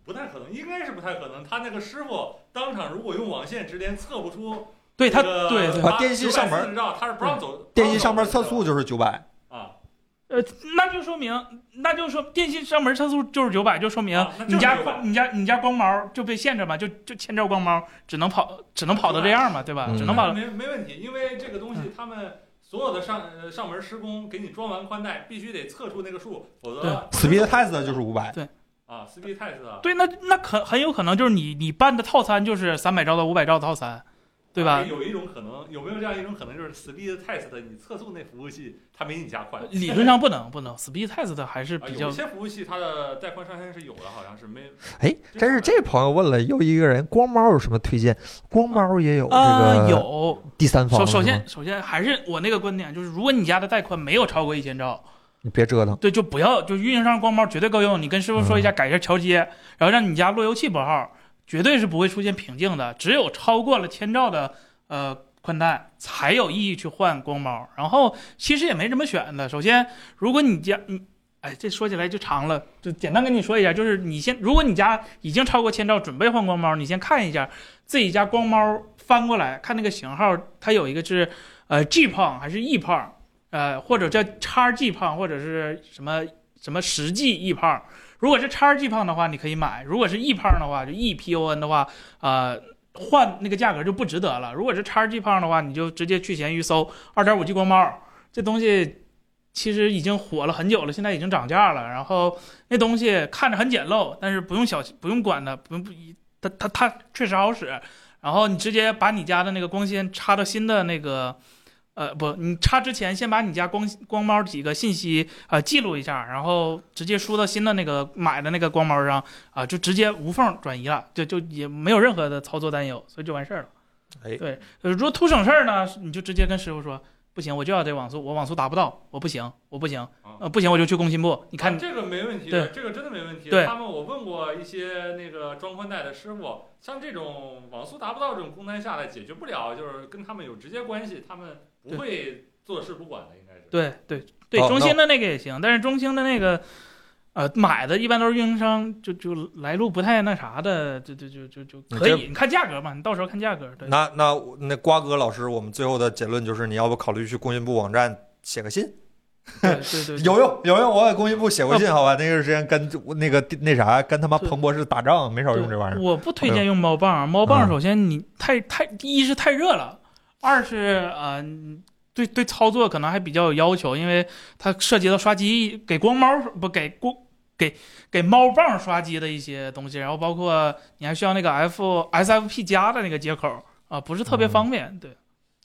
Speaker 3: 不太可能，应该是不太可能。他那个师傅当场如果用网线直连测不出
Speaker 2: 对
Speaker 3: 这
Speaker 2: 他，
Speaker 3: 个，
Speaker 2: 对对，
Speaker 1: 啊电信上门嗯
Speaker 3: 你知道他是不让走，
Speaker 1: 电信上面测速就是九百，
Speaker 3: 啊，
Speaker 2: 呃，那就说明，那就说电信上门测速就是九百，就说明
Speaker 3: 啊那就是
Speaker 2: 你家
Speaker 3: 900
Speaker 2: 光你家你家光猫就被限制嘛，就就千兆光猫只能跑只能跑到这样嘛，对吧？
Speaker 1: 嗯
Speaker 2: 只能嗯跑到。
Speaker 3: 没没问题，因为这个东西他们所有的上呃上门施工给你装完宽带，必须得测出那个数，否
Speaker 2: 对
Speaker 3: 则
Speaker 1: speed test 就是五百，
Speaker 3: 啊，speed test 啊
Speaker 2: 对，那那可很有可能就是你你办的套餐就是三百兆到五百兆套餐，对吧？
Speaker 3: 有一种可能，有没有这样一种可能，就是 speed test 你测速那服务器它没你家快？
Speaker 2: 理论上不能不能，speed test 还是
Speaker 3: 啊，
Speaker 2: 比
Speaker 3: 有
Speaker 2: 较
Speaker 3: 一些服务器它的带宽上限是有的，好像是没。
Speaker 1: 哎，真是这朋友问了，又一个人，光猫有什么推荐？光猫也
Speaker 3: 哎
Speaker 1: 有这
Speaker 2: 啊
Speaker 1: 个
Speaker 2: 有
Speaker 1: 第三方
Speaker 2: 首
Speaker 1: 的吗，
Speaker 2: 首先，首先还是我那个观点，就是如果你家的带宽没有超过一千兆，
Speaker 1: 你别折腾，
Speaker 2: 对，就不要，就运营商光猫绝对够用。你跟师傅说一下，改一下桥接，然后让你家路由器拨号，绝对是不会出现瓶颈的。只有超过了千兆的呃宽带，才有意义去换光猫。然后其实也没什么选的。首先，如果你家你。哎，这说起来就长了，就简单跟你说一下，就是你先，如果你家已经超过千兆，准备换光猫，你先看一下自己家光猫翻过来，看那个型号，它有一个是呃 G 胖还是 E 胖，呃，或者叫叉 G 胖，或者是什么什么十 G E 胖。如果是叉 G 胖的话，你可以买；如果是 E 胖的话，就 E P O N 的话，呃，换那个价格就不值得了。如果是叉 G 胖的话，你就直接去闲鱼搜二点五 G 光猫，这东西其实已经火了很久了，现在已经涨价了。然后那东西看着很简陋，但是不用小心不用管它，不用不它它它确实好使。然后你直接把你家的那个光纤插到新的那个，呃，不，你插之前先把你家光光猫几个信息呃记录一下，然后直接输到新的那个买的那个光猫上啊、就直接无缝转移了，就就也没有任何的操作担忧，所以就完事儿了。
Speaker 1: 哎
Speaker 2: 对，呃如果图省事儿呢，你就直接跟师傅说，不行，我就要这网速，我网速达不到，我不行，我不行，呃，不行我就去工信部，你看
Speaker 3: 啊这个没问题，
Speaker 2: 对
Speaker 3: 这个真的没问题。
Speaker 2: 对
Speaker 3: 他们我问过一些那个装宽带的师傅，像这种网速达不到这种公摊下来解决不了，就是跟他们有直接关系，他们不
Speaker 2: 对
Speaker 3: 会坐视不管的，应该是。
Speaker 2: 对对对，
Speaker 1: 哦
Speaker 2: 中
Speaker 1: 那
Speaker 2: 兴的那个也行，但是中兴的那个，呃，买的一般都是运营商，就就来路不太那啥的，就就就就就
Speaker 1: 你
Speaker 2: 可
Speaker 1: 这
Speaker 2: 以，你看价格嘛，你到时候看价格。 对，
Speaker 1: 那那那瓜哥老师，我们最后的结论就是，你要不考虑去工信部网站写个信？
Speaker 2: 对对对，对嗯
Speaker 1: 有用有用，我给工信部写过信，好吧？那个时间跟那个那啥，跟他妈
Speaker 2: 对
Speaker 1: 彭博士打仗，没少
Speaker 2: 对
Speaker 1: 用这玩意儿。哎
Speaker 2: 我不推荐用猫棒，猫棒
Speaker 1: 嗯
Speaker 2: 首先你太太，一是太热了，二是呃。你对对，操作可能还比较有要求，因为它涉及到刷机，给光猫不给光给给猫棒刷机的一些东西，然后包括你还需要那个 F S F P 加的那个接口啊、不是特别
Speaker 1: 嗯
Speaker 2: 方便。对，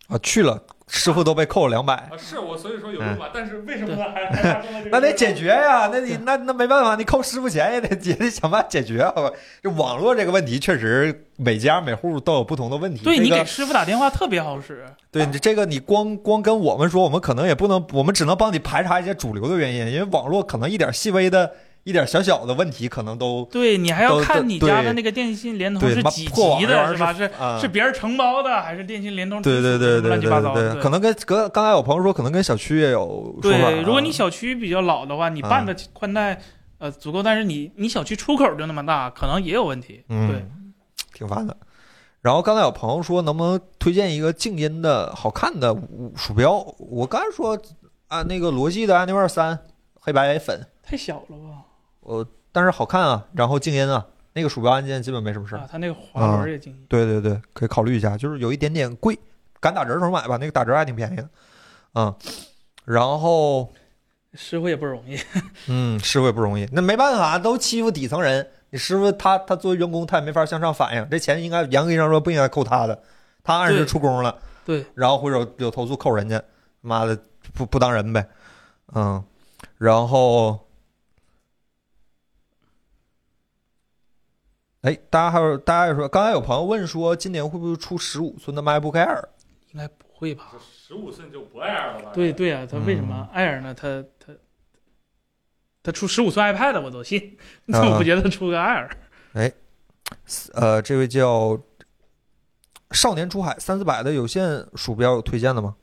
Speaker 1: 啊，去了，师傅都被扣了两百，
Speaker 3: 啊，是我所以说有用吧，但是为什么还还发生了这个
Speaker 1: ？那得解决。呀、那你
Speaker 2: 对
Speaker 1: 那那没办法，你扣师傅钱也得也得想办法解决，好吧？这网络这个问题确实每家每户都有不同的问题。
Speaker 2: 对
Speaker 1: 这
Speaker 2: 你
Speaker 1: 个
Speaker 2: 给师傅打电话特别好使，
Speaker 1: 对你这个，你光光跟我们说，我们可能也不能，我们只能帮你排查一些主流的原因，因为网络可能一点细微的、一点小小的问题，可能都
Speaker 2: 对你还要
Speaker 1: 都
Speaker 2: 看
Speaker 1: 都
Speaker 2: 你家
Speaker 1: 对
Speaker 2: 的那个电信联通
Speaker 1: 对
Speaker 2: 是
Speaker 1: 妈
Speaker 2: 几
Speaker 1: 破网
Speaker 2: 级
Speaker 1: 这玩意儿
Speaker 2: 的，是吧？是
Speaker 1: 啊，
Speaker 2: 是别人承包的，还是电信联通
Speaker 1: 对对对对对
Speaker 2: 乱七八糟
Speaker 1: 对
Speaker 2: 的？
Speaker 1: 对，可能跟刚刚才有朋友说，可能跟小区也有说法啊。
Speaker 2: 对，如果你小区比较老的话，你
Speaker 1: 啊
Speaker 2: 办的宽带呃足够，但是你你小区出口就那么大，可能也有问题。对，
Speaker 1: 嗯，挺烦的。然后刚才有朋友说，能不能推荐一个静音的好看的鼠标？我刚才说啊，那个罗技的 Anywhere 三黑白粉，
Speaker 2: 太小了吧？
Speaker 1: 呃，但是好看啊，然后静音啊，那个鼠标按键基本没什么事儿。
Speaker 2: 啊，它那个滑轮也惊异。
Speaker 1: 对对对，可以考虑一下，就是有一点点贵，赶打折的时候买吧，那个打折还挺便宜的，嗯。然后，
Speaker 2: 师傅也 不容易，
Speaker 1: 嗯，师傅也不容易，那没办法，都欺负底层人。你师傅他他作为员工，他也没法向上反映，这钱应该严格意义上说不应该扣他的，他按时
Speaker 2: 对
Speaker 1: 出工了，
Speaker 2: 对，
Speaker 1: 然后或者有有投诉扣人家，妈的不不当人呗，嗯。然后，哎，大家还有大家也说，刚才有朋友问说，今年会不会出十五寸的 MacBook Air？
Speaker 2: 应该不会吧？
Speaker 3: 十五寸就不爱了吧？
Speaker 2: 对对啊，他为什
Speaker 1: 嗯
Speaker 2: 么艾尔呢？他他他出十五寸 iPad 我都信， 你怎么
Speaker 1: 啊
Speaker 2: 不觉得出个艾尔？
Speaker 1: 呃，这位叫少年出海三四百的有线鼠标有推荐的吗？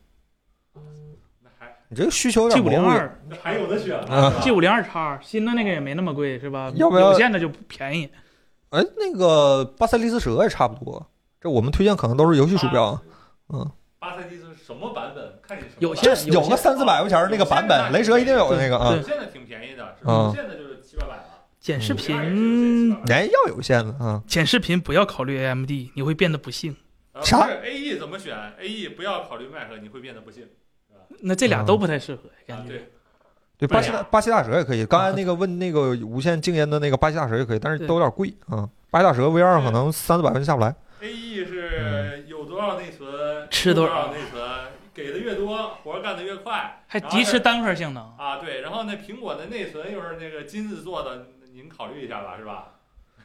Speaker 3: 那还
Speaker 1: 你这个需求有
Speaker 2: G
Speaker 1: 点
Speaker 2: 五
Speaker 1: 模糊。
Speaker 2: 零二
Speaker 3: 那还有的选
Speaker 1: 啊
Speaker 3: 吗？
Speaker 2: G 五零二叉新的那个也没那么贵是吧？
Speaker 1: 要不要
Speaker 2: 有线的就便宜？
Speaker 1: 哎，那个巴塞利斯蛇也差不多。这我们推荐可能都是游戏鼠标啊，嗯，
Speaker 3: 八三 D 是什么版本？看你什么
Speaker 2: 有
Speaker 3: 版
Speaker 2: 线
Speaker 1: 就是
Speaker 3: 本
Speaker 1: 有个三四百块钱儿那个版本，雷蛇一定有那个啊
Speaker 3: 有。线的挺便宜的，是
Speaker 1: 嗯
Speaker 3: 无线的就是七八百了。
Speaker 2: 剪视频，
Speaker 1: 哎，要有线的啊，
Speaker 2: 剪视频不要考虑 AMD，你会变得不幸。
Speaker 3: 呃
Speaker 1: 啥
Speaker 3: 不是 A E 怎么选？A E 不要考虑 Mac，你会变得不幸。
Speaker 2: 那这俩
Speaker 1: 嗯
Speaker 2: 都不太适合，
Speaker 3: 啊
Speaker 2: 感，觉。
Speaker 3: 对，
Speaker 1: 对，
Speaker 3: 对
Speaker 1: 巴
Speaker 3: 呀
Speaker 1: 西大巴西大蛇也可以。刚才那个问那个无线静音的那个巴西大蛇也可以，但是都有点贵啊。巴西大蛇 V 二可能三四百块钱下不来。
Speaker 3: A E 是有多少内存，
Speaker 2: 吃
Speaker 3: 多
Speaker 2: 多
Speaker 3: 少
Speaker 2: 少
Speaker 3: 内存，给的越多，活儿干得越快。
Speaker 2: 还
Speaker 3: 然后
Speaker 2: 支持
Speaker 3: 呢
Speaker 2: 单核性能，
Speaker 3: 啊？对，然后那苹果的内存又是那个金子做的，您考虑一下吧，是吧？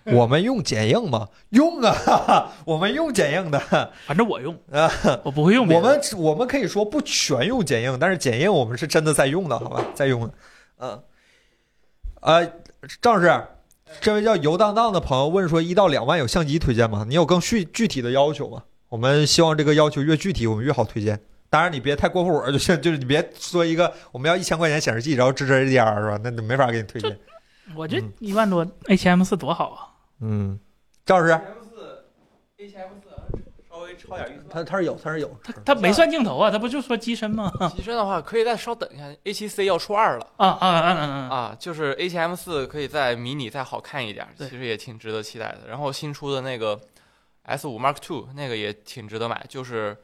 Speaker 1: 我们用剪映吗？用啊， 哈哈我们用剪映的。
Speaker 2: 反正我用
Speaker 1: 啊，
Speaker 2: 我不会用别
Speaker 1: 我
Speaker 2: 的。
Speaker 1: 们只我们可以说不全用剪映，但是剪映我们是真的在用的，好吧，在用的，嗯，呃，郑老师，这位叫游荡荡的朋友问说，一到两万有相机推荐吗？你有更具具体的要求吗？我们希望这个要求越具体，我们越好推荐。当然，你别太过火儿，就像就是你别说一个我们要一千块钱显示器，然后支持 HDR 是吧？那没法给你推荐。
Speaker 2: 我这
Speaker 1: 嗯
Speaker 2: 一万多 HM 四多好啊！
Speaker 1: 嗯，赵老师，
Speaker 5: HM 四，HM 四稍微超点预算。
Speaker 1: 他他是有，他是有，
Speaker 2: 它它没算镜头啊，它不就说机身吗？
Speaker 5: 提升的话，可以再稍等一下，A 7 C 要出二了
Speaker 2: 啊啊啊啊啊！
Speaker 5: 啊，就是 HM 四可以再迷你再好看一点，其
Speaker 2: 对
Speaker 5: 实也挺值得期待的。然后新出的那个 S 5 Mark Two 那个也挺值得买，就是，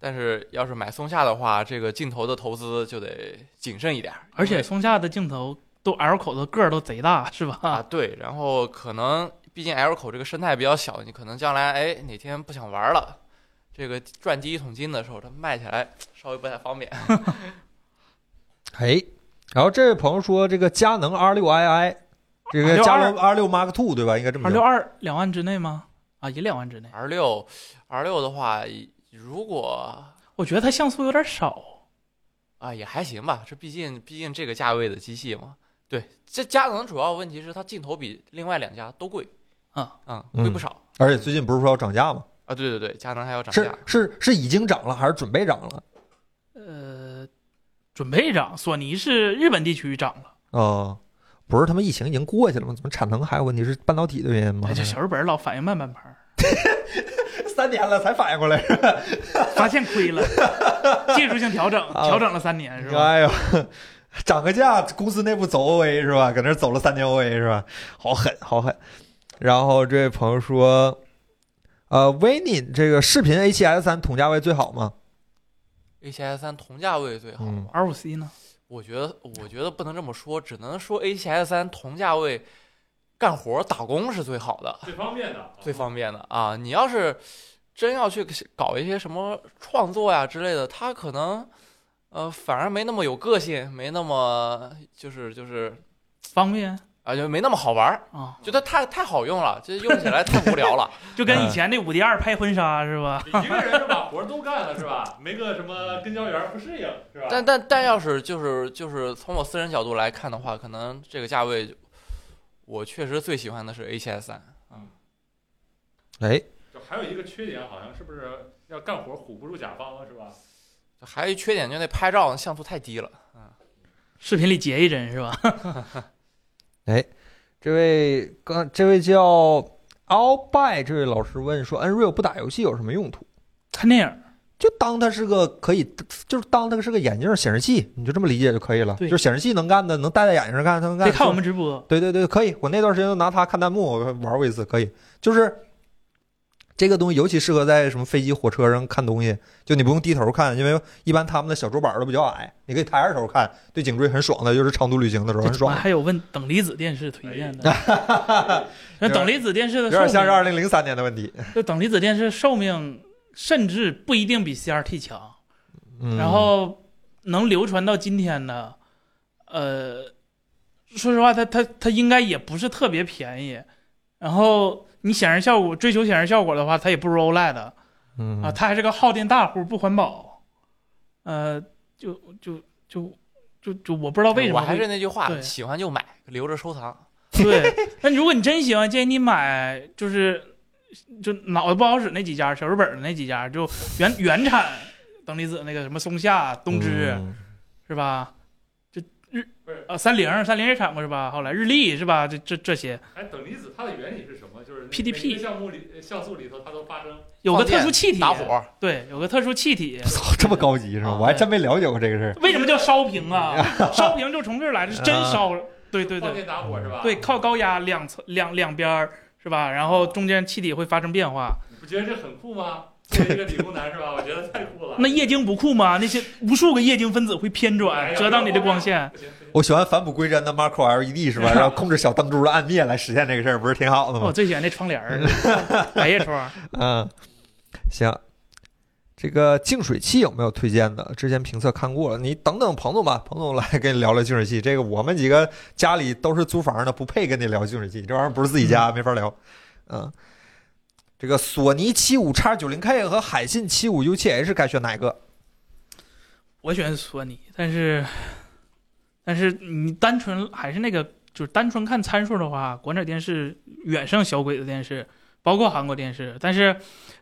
Speaker 5: 但是要是买松下的话，这个镜头的投资就得谨慎一点，
Speaker 2: 而
Speaker 5: 因
Speaker 2: 且
Speaker 5: 为
Speaker 2: 松下的镜头都 L 口的个儿都贼大，是吧？
Speaker 5: 啊啊，对，然后可能毕竟 L 口这个生态比较小，你可能将来哎哪天不想玩了，这个赚第一桶金的时候，它卖起来稍微不太方便。
Speaker 1: 哎，然后这位朋友说这个佳能 R 六 II，这个佳能 R 六 Mark Two 对吧？应该这么
Speaker 2: 二六
Speaker 1: 说。
Speaker 2: 二两万之内吗？啊，也两万之内。
Speaker 5: R 六 R 六的话，如果
Speaker 2: 我觉得它像素有点少，
Speaker 5: 啊，也还行吧，这毕竟毕竟这个价位的机器嘛。对，这佳能主要问题是它镜头比另外两家都贵，
Speaker 2: 啊
Speaker 5: 嗯，
Speaker 1: 嗯
Speaker 5: 贵不少
Speaker 1: 而且最近不是说要涨价吗？
Speaker 5: 啊。对对对，佳能还要涨
Speaker 1: 是
Speaker 5: 价，
Speaker 1: 是是已经涨了还是准备涨了？
Speaker 2: 呃，准备涨。索尼是日本地区涨了，
Speaker 1: 哦，不是他们疫情已经过去了吗？怎么产能还有问题？是半导体的原因吗
Speaker 2: 哎，？这小日本老反应慢半拍儿，
Speaker 1: 三年了才反应过来。
Speaker 2: 发现亏了，技术性调整，
Speaker 1: 啊
Speaker 2: 调整了三年是吧？
Speaker 1: 哎呦， 涨个价，公司内部走 OA 是吧？搁那儿走了三年 OA 是吧？好狠，好狠。然后这位朋友说，呃 v i n i 这个视频 A7S 三同价位最好吗？
Speaker 5: A 7 S 三同价位最好
Speaker 1: 嗯
Speaker 5: 嘛？
Speaker 2: R 五 C 呢？
Speaker 5: 我觉得我觉得不能这么说，只能说 A 7 S 三同价位干活打工是最好的、
Speaker 3: 最方便的，
Speaker 5: 最方便的啊。你要是真要去搞一些什么创作呀之类的，它可能呃反而没那么有个性，没那么就是就是
Speaker 2: 方便
Speaker 5: 啊，就没那么好玩儿，
Speaker 2: 啊，
Speaker 5: 觉得太太好用了，这用起来太无聊了。
Speaker 2: 就跟以前那五 D 二拍婚纱是吧？
Speaker 3: 一个人就把活儿都干了是吧？没个什么跟胶原不适应是吧
Speaker 5: 但但但要是就是就是从我私人角度来看的话，可能这个价位，我确实最喜欢的是 A 7 S 三。
Speaker 1: 哎，
Speaker 3: 就还有一个缺点，好像是不是要干活唬不住甲方是吧？
Speaker 5: 还有一缺点就那拍照像素太低了，
Speaker 2: 视频里截一帧是吧？
Speaker 1: 这位刚这位叫 All by 这位老师问说，Nreal 不打游戏有什么用途？
Speaker 2: 看电 影，
Speaker 1: 就当它是个可以，就是当它是个眼镜显示器，你就这么理解就可以了。
Speaker 2: 对
Speaker 1: 就是显示器能干的，能戴在眼睛上干，它能干。
Speaker 2: 得看我们直播。
Speaker 1: 对对对，可以。我那段时间都拿它看弹幕，我玩过一次，可以。就是这个东西尤其适合在什么飞机、火车上看东西，就你不用低头看，因为一般他们的小桌板都比较矮，你可以抬着头看，对颈椎很爽的，就是长途旅行的时候很爽。
Speaker 2: 还有问等离子电视推荐的， 那等离子电视的
Speaker 1: 哎有点像是
Speaker 2: 寿
Speaker 1: 二零零三年的问题。
Speaker 2: 命，就等离子电视寿命甚至不一定比 CRT 强。
Speaker 1: 嗯、
Speaker 2: 然后能流传到今天的，呃，说实话，它它它应该也不是特别便宜。然后你显示效果追求显示效果的话，它也不如 OLED 啊，
Speaker 1: 嗯
Speaker 2: 它还是个耗电大户，不环保。呃，就就就就就我不知道哦为什么
Speaker 5: 我还
Speaker 2: 会
Speaker 5: 是那句话，
Speaker 2: 对
Speaker 5: 喜欢就买，留着收藏。
Speaker 2: 对，那如果你真喜欢，建议你买就是就脑袋不好使那几家，小日本的那几家，就原原产等离子那个什么松下、东芝。
Speaker 1: 嗯
Speaker 2: 是吧？这日
Speaker 3: 不是
Speaker 2: 啊，三菱三菱也产过是吧？后来日立是吧？这这这些
Speaker 3: 哎，等离子它的原理是什么？就是那
Speaker 2: PDP
Speaker 3: 每个项目里呃像素里头它都发生。
Speaker 2: 有个
Speaker 5: 放电
Speaker 2: 特殊气体
Speaker 5: 打，火，
Speaker 2: 对，有个特殊气 体。
Speaker 1: 操，这么高级是吧？
Speaker 5: 啊
Speaker 1: 我还真没了解过这个事儿。
Speaker 2: 为什么叫烧瓶 啊？烧瓶就从这儿来的，是真烧。对对
Speaker 3: 放
Speaker 2: 对
Speaker 3: 电打火是吧？
Speaker 2: 对，靠高压两侧两两边儿是吧？然后中间气体会发生变化。
Speaker 3: 你不觉得这很酷 吗？作为一个理工男是吧？我觉得太酷了。
Speaker 2: 那液晶不酷吗？那些无数个液晶分子会偏
Speaker 3: 哎
Speaker 2: 转，
Speaker 3: 呀啊
Speaker 2: 遮挡你的光线。
Speaker 3: 不行不行
Speaker 1: 我喜欢返璞归真的 Macro LED 是吧？然后控制小灯珠的暗灭来实现这个事儿，不是挺好的
Speaker 2: 我
Speaker 1: 吗？
Speaker 2: 哦最喜欢那窗帘 儿，百叶窗。
Speaker 1: 嗯，行。这个净水器有没有推荐的？之前评测看过了，你等等彭总吧，彭总来 跟你聊聊净水器。这个我们几个家里都是租房的，不配跟你聊净水器，这玩意儿不是自己家，没法聊。嗯，这个索尼七五叉九零 K 和海信七五 U 七 H 该选哪个？
Speaker 2: 我选索尼，但是，但是你单纯还是那个，就是单纯看参数的话，国产电视远胜小鬼子电视，包括韩国电视。但是，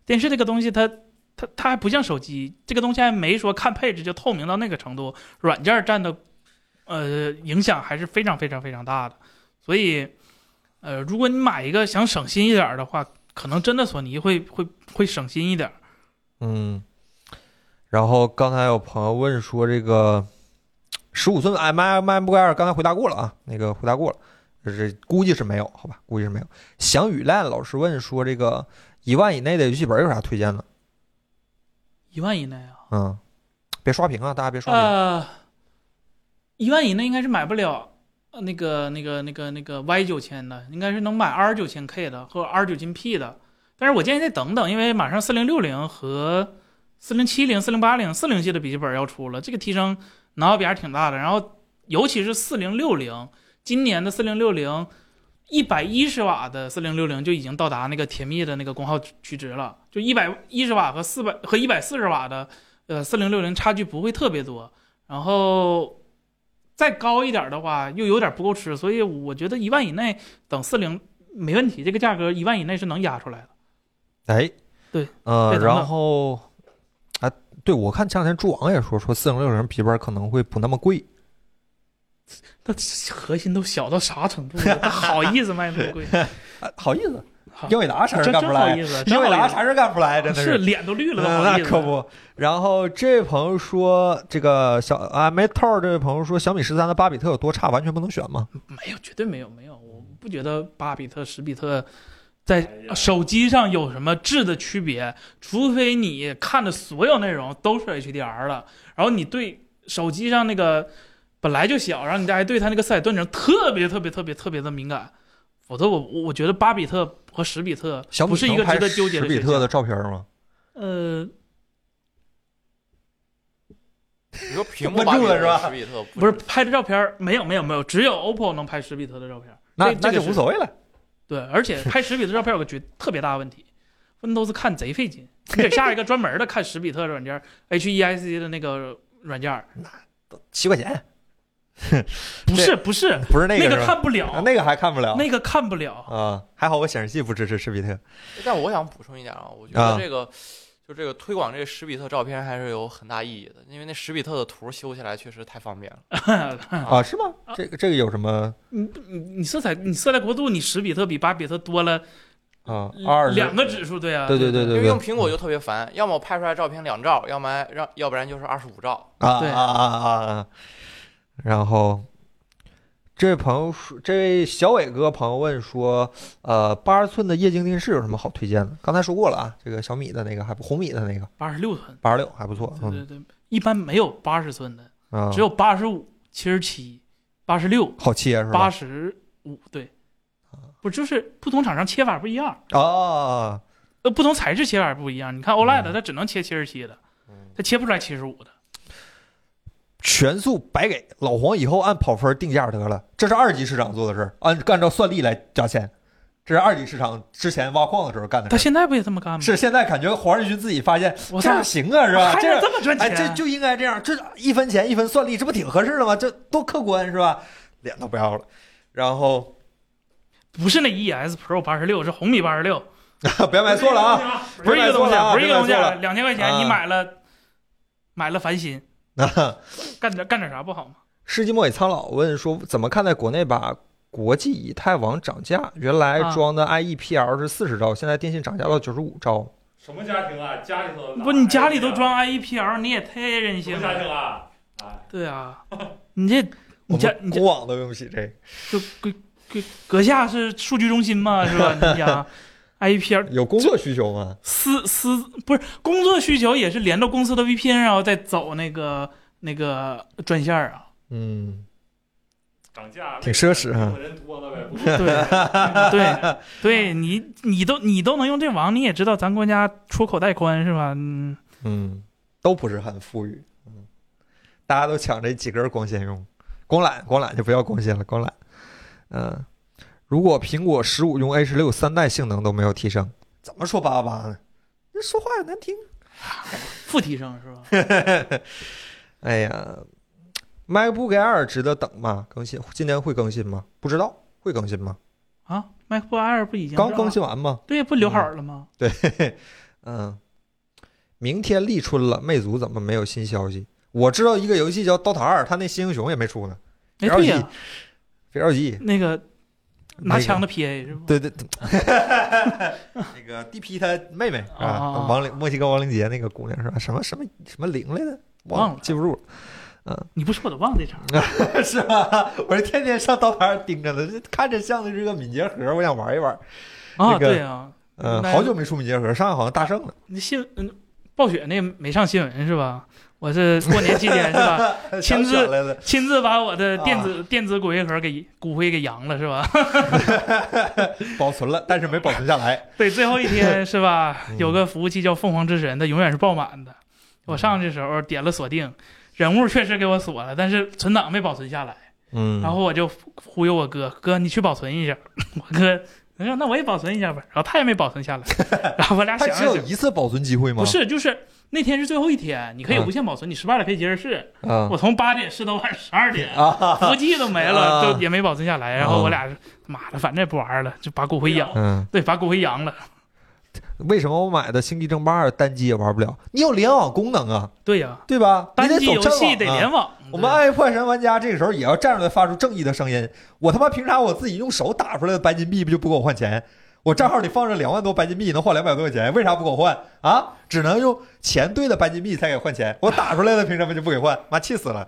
Speaker 2: 电视这个东西它，它它还不像手机，这个东西还没说看配置就透明到那个程度，软件占的，呃，影响还是非常非常非常大的。所以，呃，如果你买一个想省心一点儿的话，可能真的索尼会会会省心一点儿。
Speaker 1: 嗯，然后刚才有朋友问说这个十五寸哎 M M M 不 Air，刚才回答过了啊，那个回答过了，就是估计是没有，好吧，估计是没有。翔宇烂老师问说这个一万以内的游戏本有啥推荐的？
Speaker 2: 一万以内啊。
Speaker 1: 嗯，
Speaker 2: 呃
Speaker 1: 别刷屏啊，大家别刷屏。
Speaker 2: 呃，一万以内应该是买不了呃那个那个那个那个 Y 九千的，应该是能买 R 九千 K 的和 R 九千 P 的，但是我建议再等等，因为马上四零六零和四零七零、四零八零、四零系的笔记本要出了，这个提升难度比还是挺大的。然后尤其是四零六零，今年的四零六零。一百一十瓦的四零六零就已经到达那个甜蜜的那个功耗取值了，就一百一十瓦和四百和一百四十瓦的呃四零六零差距不会特别多，然后再高一点的话又有点不够吃，所以我觉得一万以内等四零没问题，这个价格一万以内是能压出来的。
Speaker 1: 哎，
Speaker 2: 对，
Speaker 1: 呃
Speaker 2: 对，等等
Speaker 1: 然后啊，对我看前两天朱王也说，说四零六零笔记本可能会不那么贵。
Speaker 2: 那核心都小到啥程度了？他好意思卖那 么贵？
Speaker 1: 啊、好意思
Speaker 2: 好，
Speaker 1: 英伟达啥事儿
Speaker 2: 真
Speaker 1: 干不出
Speaker 2: 真好
Speaker 1: 来
Speaker 2: 意，思，
Speaker 1: 英
Speaker 2: 真
Speaker 1: 伟
Speaker 2: 好
Speaker 1: 达
Speaker 2: 意思
Speaker 1: 啥事儿干不出来，真的嗯
Speaker 2: 是脸都绿了，都好
Speaker 1: 那
Speaker 2: 意思。
Speaker 1: 可不。然后这位朋友说，这个小啊没透，这位朋友说小米十三的巴比特有多差，完全不能选吗？
Speaker 2: 没有，绝对没有，没有。我不觉得八比特、十比特
Speaker 3: 哎
Speaker 2: 在手机上有什么质的区别，除非你看的所有内容都是 HDR 了，然后你对手机上那个本来就小，然后你再还对它那个色彩断层特别特别特别特别的敏感，否则我我我觉得八比特和十比特
Speaker 1: 小米
Speaker 2: 不是一个
Speaker 1: 能拍
Speaker 2: 值得纠结
Speaker 1: 十
Speaker 2: 的
Speaker 1: 比
Speaker 2: 选
Speaker 1: 特
Speaker 2: 项
Speaker 1: 的。照片吗？
Speaker 2: 呃，
Speaker 5: 你说 屏幕
Speaker 1: 闷
Speaker 5: 八
Speaker 1: 住
Speaker 5: 比
Speaker 1: 了是吧
Speaker 5: 特十比特
Speaker 2: 不是拍的照片儿没有没有没有，只有 OPPO 能拍十比特的照片儿。
Speaker 1: 那
Speaker 2: 这
Speaker 1: 那
Speaker 2: 这
Speaker 1: 就
Speaker 2: 个是
Speaker 1: 无所谓了。
Speaker 2: 对，而且拍十比特照片有个绝特别大的问题，Windows 看贼费劲，你得下一个专门的看十比特的软件，HEIC 的那个软件儿，
Speaker 1: 七块钱
Speaker 2: 不是不是
Speaker 1: 不是那
Speaker 2: 那
Speaker 1: 个
Speaker 2: 个
Speaker 1: 是吧？啊
Speaker 2: 看不了，
Speaker 1: 那个还看不了
Speaker 2: 那个看不了。
Speaker 1: 啊，还好我显示器不支持十比特。
Speaker 5: 但我想补充一点啊，我觉
Speaker 1: 啊
Speaker 5: 得这个、就这个推广这个十比特照片还是有很大意义的，因为那十比特的图修起来确实太方便了。
Speaker 2: 嗯
Speaker 1: 啊，是吗？这个这个有什么
Speaker 2: 你你你色彩你色彩过渡，你十比特比八比特多了
Speaker 1: 啊？二十
Speaker 2: 两个指数，对啊，
Speaker 1: 对对对
Speaker 5: 因
Speaker 1: 对嗯
Speaker 5: 为
Speaker 1: 对
Speaker 5: 用苹果就特别烦，要么拍出来照片两兆，要么让要不然就是二十五兆。
Speaker 1: 啊啊
Speaker 2: 对
Speaker 1: 啊啊啊！然后这位朋友说，这位小伟哥朋友问说，呃，八十寸的液晶电视有什么好推荐的？刚才说过了啊，这个小米的那个还不红米的那个
Speaker 2: 八十六寸，
Speaker 1: 八十六还不错，
Speaker 2: 对
Speaker 1: 嗯
Speaker 2: 对对，一般没有八十寸的，
Speaker 1: 啊，
Speaker 2: 只有八十五、七十七、八十六、
Speaker 1: 嗯好切是
Speaker 2: 八
Speaker 1: 吧？嗯
Speaker 2: 十五，对，不就是不同厂商切法不一样。
Speaker 1: 啊，
Speaker 2: 呃，不同材质切法不一样。你看 OLED 它只能切七十七的
Speaker 1: 嗯，
Speaker 2: 它切不出来七十五的。
Speaker 1: 全速白给老黄，以后按跑分定价得了，这是二级市场做的事儿，按按照算力来加钱，这是二级市场之前挖矿的时候干的事
Speaker 2: 它
Speaker 1: 儿。
Speaker 2: 现在不也这么干吗？
Speaker 1: 嗯是现在感觉黄仁勋自己发现
Speaker 2: 我
Speaker 1: 这
Speaker 2: 操，
Speaker 1: 样行啊，是吧？
Speaker 2: 还
Speaker 1: 这样
Speaker 2: 能这么赚
Speaker 1: 哎，
Speaker 2: 钱？啊
Speaker 1: 这就应该这样，这一分钱一分算力，这不挺合适的吗？这多客观是吧？脸都不要了，然后
Speaker 2: 不是那 ES Pro 八十六，是红米八十六，
Speaker 1: 不要买错了啊！
Speaker 2: 啊！不是一个东西，
Speaker 1: 别买错了啊
Speaker 2: 不是一个东西
Speaker 1: 别买
Speaker 2: 啊，
Speaker 1: 错
Speaker 2: 两千块钱
Speaker 1: 啊
Speaker 2: 你买了，买了烦心，
Speaker 1: 那
Speaker 2: 干点干点啥不好吗？
Speaker 1: 世纪末尾苍老问说，怎么看待国内把国际以太网涨价？原来
Speaker 2: 啊
Speaker 1: 装的 IEPL 是四十兆，现在电信涨价到九十五兆。
Speaker 3: 什么家庭啊？家里头哎
Speaker 2: 不，你家里都装
Speaker 1: 哎
Speaker 2: IEPL，你也太任性了。
Speaker 3: 啊？哎，
Speaker 2: 对啊，你这
Speaker 1: 我
Speaker 2: 你家
Speaker 1: 们
Speaker 2: 你家
Speaker 1: 国网都用不起这个。
Speaker 2: 就阁阁阁下是数据中心嘛，是吧？你 家 E IEPL
Speaker 1: 有工作需求吗？
Speaker 2: 私私不是工作需求，也是连到公司的 VPN，然后再走那个那个专线儿啊。
Speaker 1: 嗯，
Speaker 3: 涨价
Speaker 1: 挺奢侈啊
Speaker 3: 用的人多了呗，不
Speaker 2: 对 对对，你你都你都能用这网，你也知道咱国家出口带宽是吧？嗯，
Speaker 1: 嗯，都不是很富裕，嗯，大家都抢这几根光纤用，光缆光缆就不要光纤了，光缆，嗯，如果苹果十五用 A 十六三代性能都没有提升，怎么说八八八呢？那说话也难听。
Speaker 2: 负提升是吧？
Speaker 1: 哎呀，MacBook Air 值得等吗？更新今年会更新吗？不知道会更新吗？
Speaker 2: 啊，MacBook Air 不已经
Speaker 1: 刚
Speaker 2: 是
Speaker 1: 更新嗯完吗
Speaker 2: 啊？对，不留好了吗？
Speaker 1: 对，嗯，明天立春了，魅族怎么没有新消息？我知道一个游戏叫《刀塔二》，它那新英雄也没出呢。
Speaker 2: 哎，
Speaker 1: 了
Speaker 2: 对
Speaker 1: 解
Speaker 2: 呀、
Speaker 1: 别着急，
Speaker 2: 那个
Speaker 1: 那
Speaker 2: 拿
Speaker 1: 个
Speaker 2: 枪的 PA 是吧？
Speaker 1: 对对，对那个 DP 他妹妹
Speaker 2: 啊啊
Speaker 1: 啊
Speaker 2: 啊，
Speaker 1: 王玲墨西哥王玲杰那个姑娘是吧？什么什么什么玲来的，
Speaker 2: 忘了
Speaker 1: 记不住
Speaker 2: 你不说我都忘这茬儿。
Speaker 1: 了， 是吧？我是天天上刀塔上盯着呢，这看着像的是个敏捷盒，我想玩一玩。
Speaker 2: 啊，
Speaker 1: 那个
Speaker 2: 对啊，
Speaker 1: 嗯，
Speaker 2: 那
Speaker 1: 好久没出敏捷盒，上海好像大圣了。
Speaker 2: 那新嗯，暴雪那没上新闻是吧？我是过年期间是吧， 亲自
Speaker 1: 想起来了
Speaker 2: 亲自把我的电
Speaker 1: 啊
Speaker 2: 子、电子骨灰盒给骨灰给扬了是吧？
Speaker 1: 保存了，但是没保存下来。
Speaker 2: 对，最后一 天是吧
Speaker 1: 嗯？
Speaker 2: 有个服务器叫凤凰之神，它永远是爆满的。我上去的时候点了锁定，人物确实给我锁了，但是存档没保存下来。
Speaker 1: 嗯
Speaker 2: 然后我就忽悠我哥，哥你去保存一下。 我哥他说那我也保存一下吧，然后他也没保 存下来。然后我俩
Speaker 1: 他
Speaker 2: 想
Speaker 1: 只
Speaker 2: 了
Speaker 1: 有
Speaker 2: 想，
Speaker 1: 一次保存机会吗？
Speaker 2: 不，是就是那天是最后一天，你可以
Speaker 1: 嗯
Speaker 2: 无限保存，你失败了可以接着试。
Speaker 1: 啊
Speaker 2: 我从八点试到晚上十二点。
Speaker 1: 啊，
Speaker 2: 服务器都没
Speaker 1: 啊
Speaker 2: 了，都也没保存下来。然后我俩，妈的，反正也不玩了，就把骨灰扬，
Speaker 1: 嗯，
Speaker 2: 对，把骨灰扬了。
Speaker 1: 为什么我买的《星际争霸二》单机也玩不了？你有联网功能啊，
Speaker 2: 对呀，
Speaker 1: 对吧？你
Speaker 2: 单
Speaker 1: 得
Speaker 2: 机
Speaker 1: 走
Speaker 2: 游
Speaker 1: 战
Speaker 2: 戏得
Speaker 1: 网啊
Speaker 2: 联网。
Speaker 1: 我们爱幻神玩家这个时候也要站出来发出正义的声音。我他妈凭啥我自己用手打出来的白金币不就不给我换钱？我账号里放着两万多白金币能换两百多块钱，为啥不给我换啊？只能用钱兑的白金币才给换钱，我打出来的凭什么就不给换？妈气死了！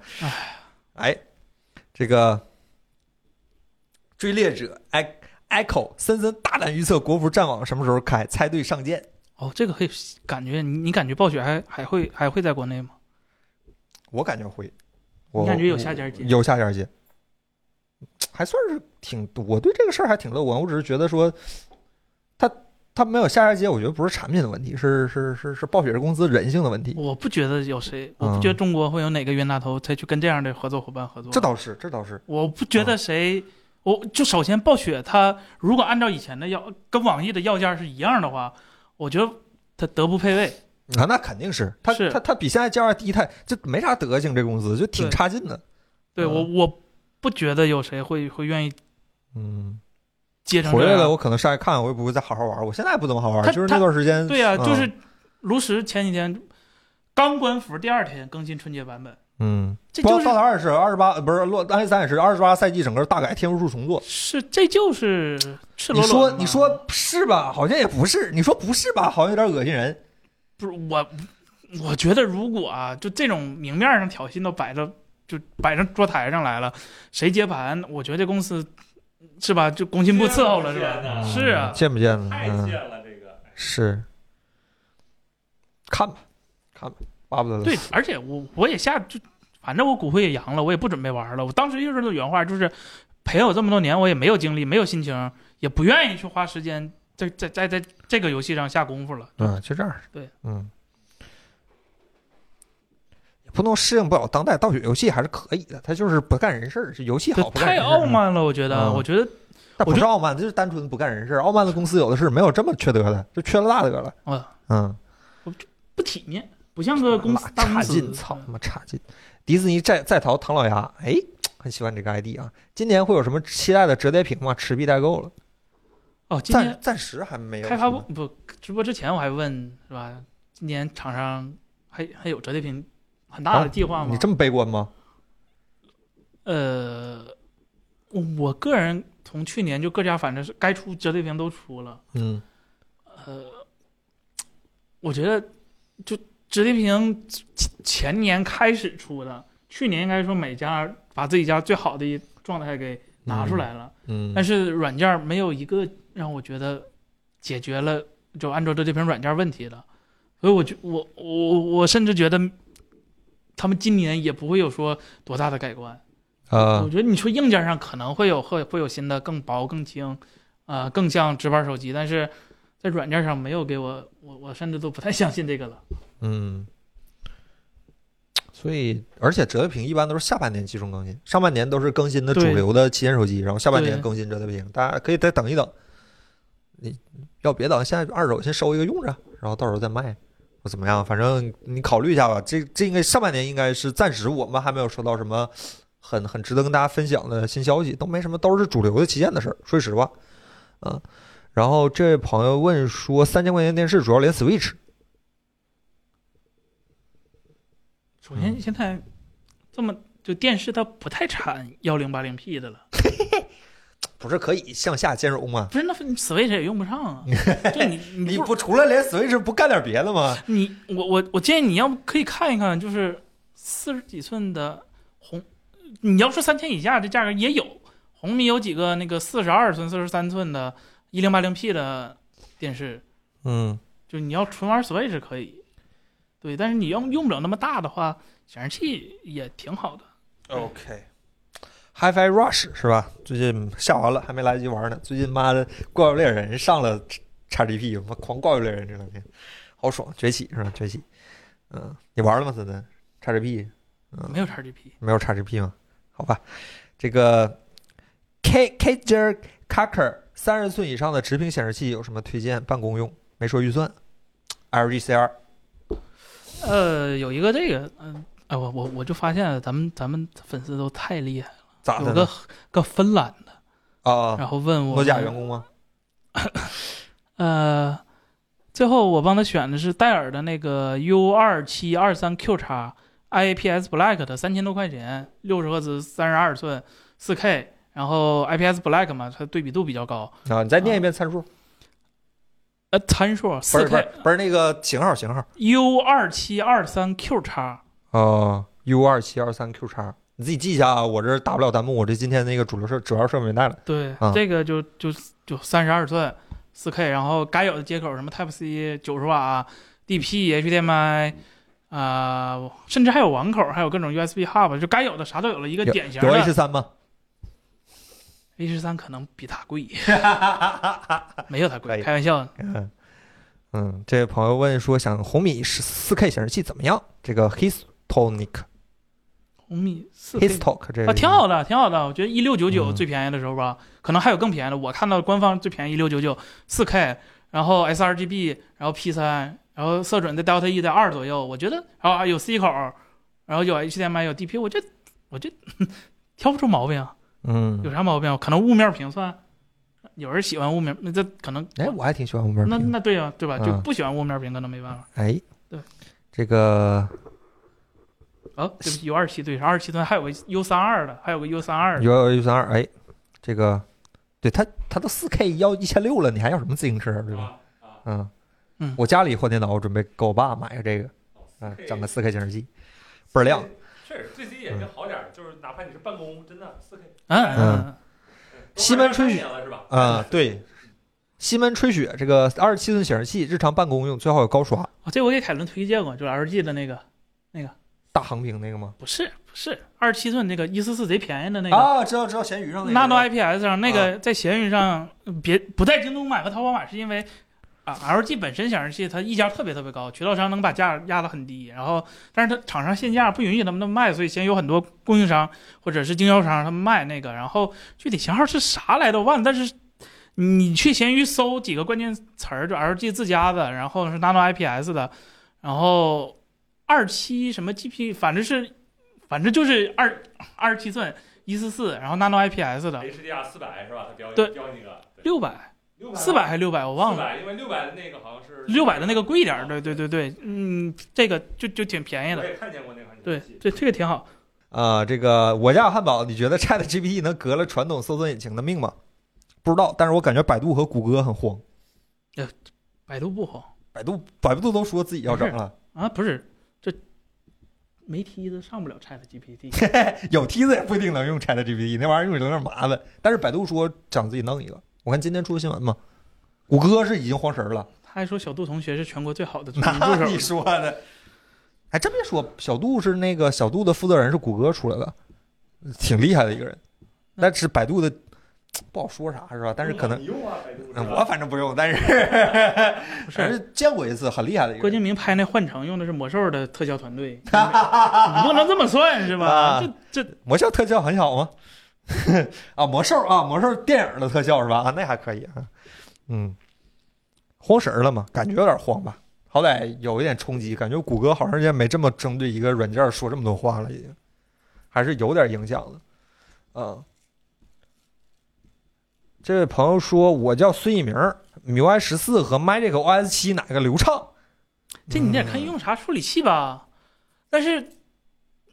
Speaker 1: 哎，这个追猎者 e Echo 森森大胆预测国服战网什么时候开，猜对上舰。
Speaker 2: 哦，这个可以感觉你你感觉暴雪还还会还会在国内吗？
Speaker 1: 我感觉会，我
Speaker 2: 你感觉有下家接？
Speaker 1: 有下家接，还算是挺，我对这个事儿还挺乐观。我只是觉得说，他他没有下家接，我觉得不是产品的问题，是是是是暴雪这公司人性的问题。
Speaker 2: 我不觉得有嗯谁，我不觉得中国会有哪个冤大头再去跟这样的合作伙伴合作。
Speaker 1: 这倒是，这倒是，
Speaker 2: 我不觉得谁，我就首先暴雪它如果按照以前的要跟网易的要价是一样的话，我觉得它德不配位。
Speaker 1: 啊，那肯定是他
Speaker 2: 嗯是
Speaker 1: 他他比现在 G 二低，他就没啥德行，这公司就挺
Speaker 2: 对嗯
Speaker 1: 差劲的。
Speaker 2: 对我我不觉得有谁会会愿意
Speaker 1: 嗯，
Speaker 2: 接成这
Speaker 1: 回来
Speaker 2: 样
Speaker 1: 了，我可能上来看看，我也不会再好好玩。我现在也不怎么好玩，
Speaker 2: 他
Speaker 1: 就是
Speaker 2: 他
Speaker 1: 那段时间。
Speaker 2: 对呀、啊
Speaker 1: 嗯
Speaker 2: 就是炉石前几天刚官服第二天更新春节版本，
Speaker 1: 嗯，
Speaker 2: 这
Speaker 1: 包
Speaker 2: 就
Speaker 1: 括
Speaker 2: 是
Speaker 1: 到达二是二十八，不是洛丹三也是二十八赛季整个大改天数重做。
Speaker 2: 是这就是赤
Speaker 1: 你
Speaker 2: 裸裸
Speaker 1: 说
Speaker 2: 的嘛
Speaker 1: 你说是吧？好像也不是。你说不是吧？好像有点恶心人。
Speaker 2: 不是我，我觉得如果啊，就这种明面上挑衅都摆到就摆上桌台上来了，谁接盘？我觉得这公司是吧，就攻心不伺候了是吧？
Speaker 3: 吧
Speaker 2: 是啊
Speaker 1: 见不见呢？
Speaker 3: 嗯太
Speaker 1: 嗯
Speaker 3: 贱，了这个。
Speaker 1: 是。看吧，看吧，巴不得
Speaker 2: 对，而且我我也下就，反正我骨灰也扬了，我也不准备玩了。我当时就是原话，就是陪我这么多年，我也没有精力，没有心情，也不愿意去花时间在在在在这个游戏上下功夫了。
Speaker 1: 嗯，就这样。
Speaker 2: 对，
Speaker 1: 嗯，也不能适应不了当代盗血游戏还是可以的，它就是不干人事儿，这游戏
Speaker 2: 这
Speaker 1: 好不干
Speaker 2: 太
Speaker 1: 人事儿
Speaker 2: 傲，慢了，我觉得，
Speaker 1: 嗯
Speaker 2: 我觉得
Speaker 1: 但不
Speaker 2: 我
Speaker 1: 是
Speaker 2: 就
Speaker 1: 傲慢，这就是单纯不干人事儿。傲慢的公司有的是，没有这么缺德的，就缺了大德了。
Speaker 2: 嗯
Speaker 1: 嗯。
Speaker 2: 不体面，不像个公司
Speaker 1: 妈
Speaker 2: 大公
Speaker 1: 差
Speaker 2: 司。
Speaker 1: 劲，操他妈差劲！迪士尼再再逃唐老鸭，哎，很喜欢这个 ID 啊。今年会有什么期待的折叠屏吗？持币代购了，
Speaker 2: 哦，今天
Speaker 1: 暂暂时还没有
Speaker 2: 开发
Speaker 1: 什
Speaker 2: 布
Speaker 1: 么
Speaker 2: 不直播之前我还问是吧？今年厂商还还有折叠屏很大的计划吗？
Speaker 1: 啊你这么悲观吗？
Speaker 2: 呃，我我个人从去年就各家反正是该出折叠屏都出了，
Speaker 1: 嗯
Speaker 2: 呃，我觉得就折叠屏前前年开始出的，去年应该说每家把自己家最好的一状态给拿出来了，
Speaker 1: 嗯，
Speaker 2: 但
Speaker 1: 是
Speaker 2: 是软件没有一个让我觉得解决了就安卓折叠屏软件问题的，所以我觉我我我甚至觉得他们今年也不会有说多大的改观。
Speaker 1: 呃
Speaker 2: 我，觉得你说硬件上可能会有会会有新的更薄更轻，呃，更像直板手机，但是在软件上没有给我，我我甚至都不太相信这个了。
Speaker 1: 嗯，所以而且折叠屏一般都是下半年集中更新，上半年都是更新的主
Speaker 2: 对
Speaker 1: 流的旗舰手机，然后下半年
Speaker 2: 对
Speaker 1: 更新折叠屏，大家可以再等一等。你要别等，现在二手先收一个用着，然后到时候再卖，或怎么样？反正你考虑一下吧。这这应该上半年应该是暂时我们还没有收到什么很很值得跟大家分享的新消息，都没什么，都是主流的旗舰的事儿。说实话，嗯。然后这位朋友问说，三千块钱电视主要连 Switch，嗯
Speaker 2: 首先，现在这么就电视它不太产幺零八零 P 的了，
Speaker 1: 不是可以向下兼容吗？
Speaker 2: 不是那 Switch 也用不上啊。就你
Speaker 1: 你
Speaker 2: 你
Speaker 1: 不除了连 Switch 不干点别的吗？
Speaker 2: 你我我我建议你要不可以看一看，就是四十几寸的红，你要说三千以下这价格也有，红米有几个那个四十二寸、四十三寸的一零八零 P 的电视，
Speaker 1: 嗯，
Speaker 2: 就你要纯玩 Switch 可以，对，但是你要用不了那么大的话，显示器也挺好的。
Speaker 1: OK。HiFi Rush 是吧？最近下完了，还没来得及玩呢。最近妈的《怪物猎人》上了 XGP，妈狂《怪物猎人》这两天，好爽！崛起是吧？崛起，嗯，你玩了吗？森森 XGP
Speaker 2: 没有 XGP，
Speaker 1: 没有 XGP 吗？好吧，这个 K K J Kaker 三十寸以上的直屏显示器有什么推荐？办公用，没说预算，LG C R
Speaker 2: 呃，有一个这个，嗯、哎，我我我就发现了，咱们咱们粉丝都太厉害了，
Speaker 1: 咋的
Speaker 2: 有个
Speaker 1: 呢？
Speaker 2: 个芬兰的，
Speaker 1: 啊，
Speaker 2: 然后问我
Speaker 1: 诺基亚员工吗？
Speaker 2: 呃，最后我帮他选的是戴尔的那个 U 二七二三 Q 叉 IPS Black 的，三千多块钱，六十赫兹，三十二寸，四 K，然后 IPS Black 嘛，它对比度比较高，
Speaker 1: 啊，你再念一遍参数，
Speaker 2: 呃，参数
Speaker 1: 不
Speaker 2: 四
Speaker 1: 是不
Speaker 2: K
Speaker 1: 是不是那个型号型号
Speaker 2: U 二七二三 Q 叉，
Speaker 1: 哦 u 二七二三 Q 叉，你自己记一下啊，我这打不了弹幕，我这今天那个主流设主要设备没带了。
Speaker 2: 对，
Speaker 1: 啊
Speaker 2: 这个就就就三十二寸，四 K，然后该有的接口什么 Type C 九十瓦，DP 啊 HDMI。啊、甚至还有网口，还有各种 USB hub，就该有的啥都有了，一个
Speaker 1: 有
Speaker 2: 典型的。
Speaker 1: 有 A 十三吗？
Speaker 2: A 十三可能比 它贵，没有它
Speaker 1: 可
Speaker 2: 贵，
Speaker 1: 以
Speaker 2: 开玩笑呢。
Speaker 1: 嗯，嗯，这位朋友问说，想红米十四 K 显示器怎么样？这个 Histonic
Speaker 2: 红米四 K
Speaker 1: Histalk 这个
Speaker 2: 啊，挺好的，挺好的。我觉得一六九九
Speaker 1: 嗯
Speaker 2: 最便宜的时候吧，可能还有更便宜的。我看到官方最便宜一六九九，四 K，然后 sRGB，然后 P 三，然后色准在 Delta E 在二左右，我觉得，然后有 C 口，然后有 HDMI 有 DP，我这我这挑不出毛病啊，有
Speaker 1: 嗯，
Speaker 2: 啥毛病啊？可能雾面屏算，有人喜欢雾面，那这可能
Speaker 1: 哎，我还挺喜欢红门
Speaker 2: 那
Speaker 1: 屏的。
Speaker 2: 那对呀、对吧？就
Speaker 1: 嗯
Speaker 2: 不喜欢雾面屏，可能没办法。
Speaker 1: 哎，
Speaker 2: 对，
Speaker 1: 这个
Speaker 2: 啊，对不起，U 二七对，二七寸还有个 U 三二的，还有个 U 三二，
Speaker 1: 幺幺一三二，哎，这个对它它都四 K 要一千六了，你还要什么自行车啊对吧？嗯
Speaker 2: 嗯
Speaker 1: 我家里换电脑，我准备给我爸买个这个，啊，整个四 K 显示器，倍儿亮。
Speaker 3: 确实最近眼睛好点儿，就是哪怕你是办公，真的四 K。
Speaker 2: 嗯嗯
Speaker 1: 西门吹雪
Speaker 3: 年了是吧？
Speaker 1: 啊、对，西门吹雪这个二十七寸显示器，日常办公用，最好有高刷
Speaker 2: 嗯，我这我给凯伦推荐过，就是 LG 的那个，
Speaker 1: 大横屏那个吗？
Speaker 2: 不是不是，二十七寸那个一四四贼便宜的那哦个。啊
Speaker 1: 啊，知道知道，闲鱼上
Speaker 2: 纳豆 IPS 上那个在闲鱼上别不在京东买和淘宝买，是因为啊 LG 本身显示器它溢价特别特别高，渠道商能把价压得很低，然后但是它厂商限价不允许他们那么卖，所以现在有很多供应商或者是经销商他们卖那个，然后具体型号是啥来着我忘了，但是你去闲鱼搜几个关键词儿，就 LG 自家的，然后是 Nano IPS 的，然后二七什么 GP，反正是反正就是二二十七寸一四四，然后 Nano IPS 的
Speaker 3: HDR 四百是吧？它标
Speaker 2: 对
Speaker 3: 标那个对
Speaker 2: 六百、
Speaker 3: 六
Speaker 2: 四百还是六百，我忘了。
Speaker 3: 400因为六百的那个好像是
Speaker 2: 六百的那个贵一点儿，对对对对，嗯，这个就就挺便宜
Speaker 3: 我
Speaker 2: 的，
Speaker 3: 也看见过那款
Speaker 2: 对
Speaker 3: 显示器，
Speaker 2: 这这个挺好。
Speaker 1: 啊、这个我家有汉堡，你觉得 Chat GPT 能革了传统搜索引擎的命吗？不知道，但是我感觉百度和谷歌很慌，
Speaker 2: 百度不红
Speaker 1: 百度百度都说自己要整了，
Speaker 2: 啊，不是这没梯子上不了 Chat GPT，
Speaker 1: 有梯子也不一定能用 Chat GPT，那玩意儿用起来有点麻烦。但是百度说想自己弄一个，我看今天出新闻嘛，谷歌是已经慌神儿了。
Speaker 2: 他还说小杜同学是全国最好的 助
Speaker 1: 那
Speaker 2: 手
Speaker 1: 你，说的，还真别说，小度是那个小度的负责人是谷歌出来的，挺厉害的一个人。
Speaker 2: 嗯
Speaker 1: 但是百度的不好说啥是吧？但是可能
Speaker 3: 你用啊，百度
Speaker 1: 嗯我反正不用，但是
Speaker 2: 不
Speaker 1: 反
Speaker 2: 是
Speaker 1: 正见过一次，很厉害的一个
Speaker 2: 郭
Speaker 1: 人。
Speaker 2: 敬明拍那《幻城》用的是魔兽的特效团队， 你不能这么算是吧？
Speaker 1: 啊
Speaker 2: 这这
Speaker 1: 魔兽特效很好吗？ 啊，魔兽啊，魔兽电影的特效是吧？啊，那还可以啊。嗯，慌神儿了嘛，感觉有点慌吧？好歹有一点冲击，感觉谷歌好长时间没这么针对一个软件说这么多话了，已经，还是有点影响的。嗯，这位朋友说，我叫孙一鸣，MIUI 十四和 Magic OS 七哪个流畅？
Speaker 2: 这你得看用啥处理器吧。但是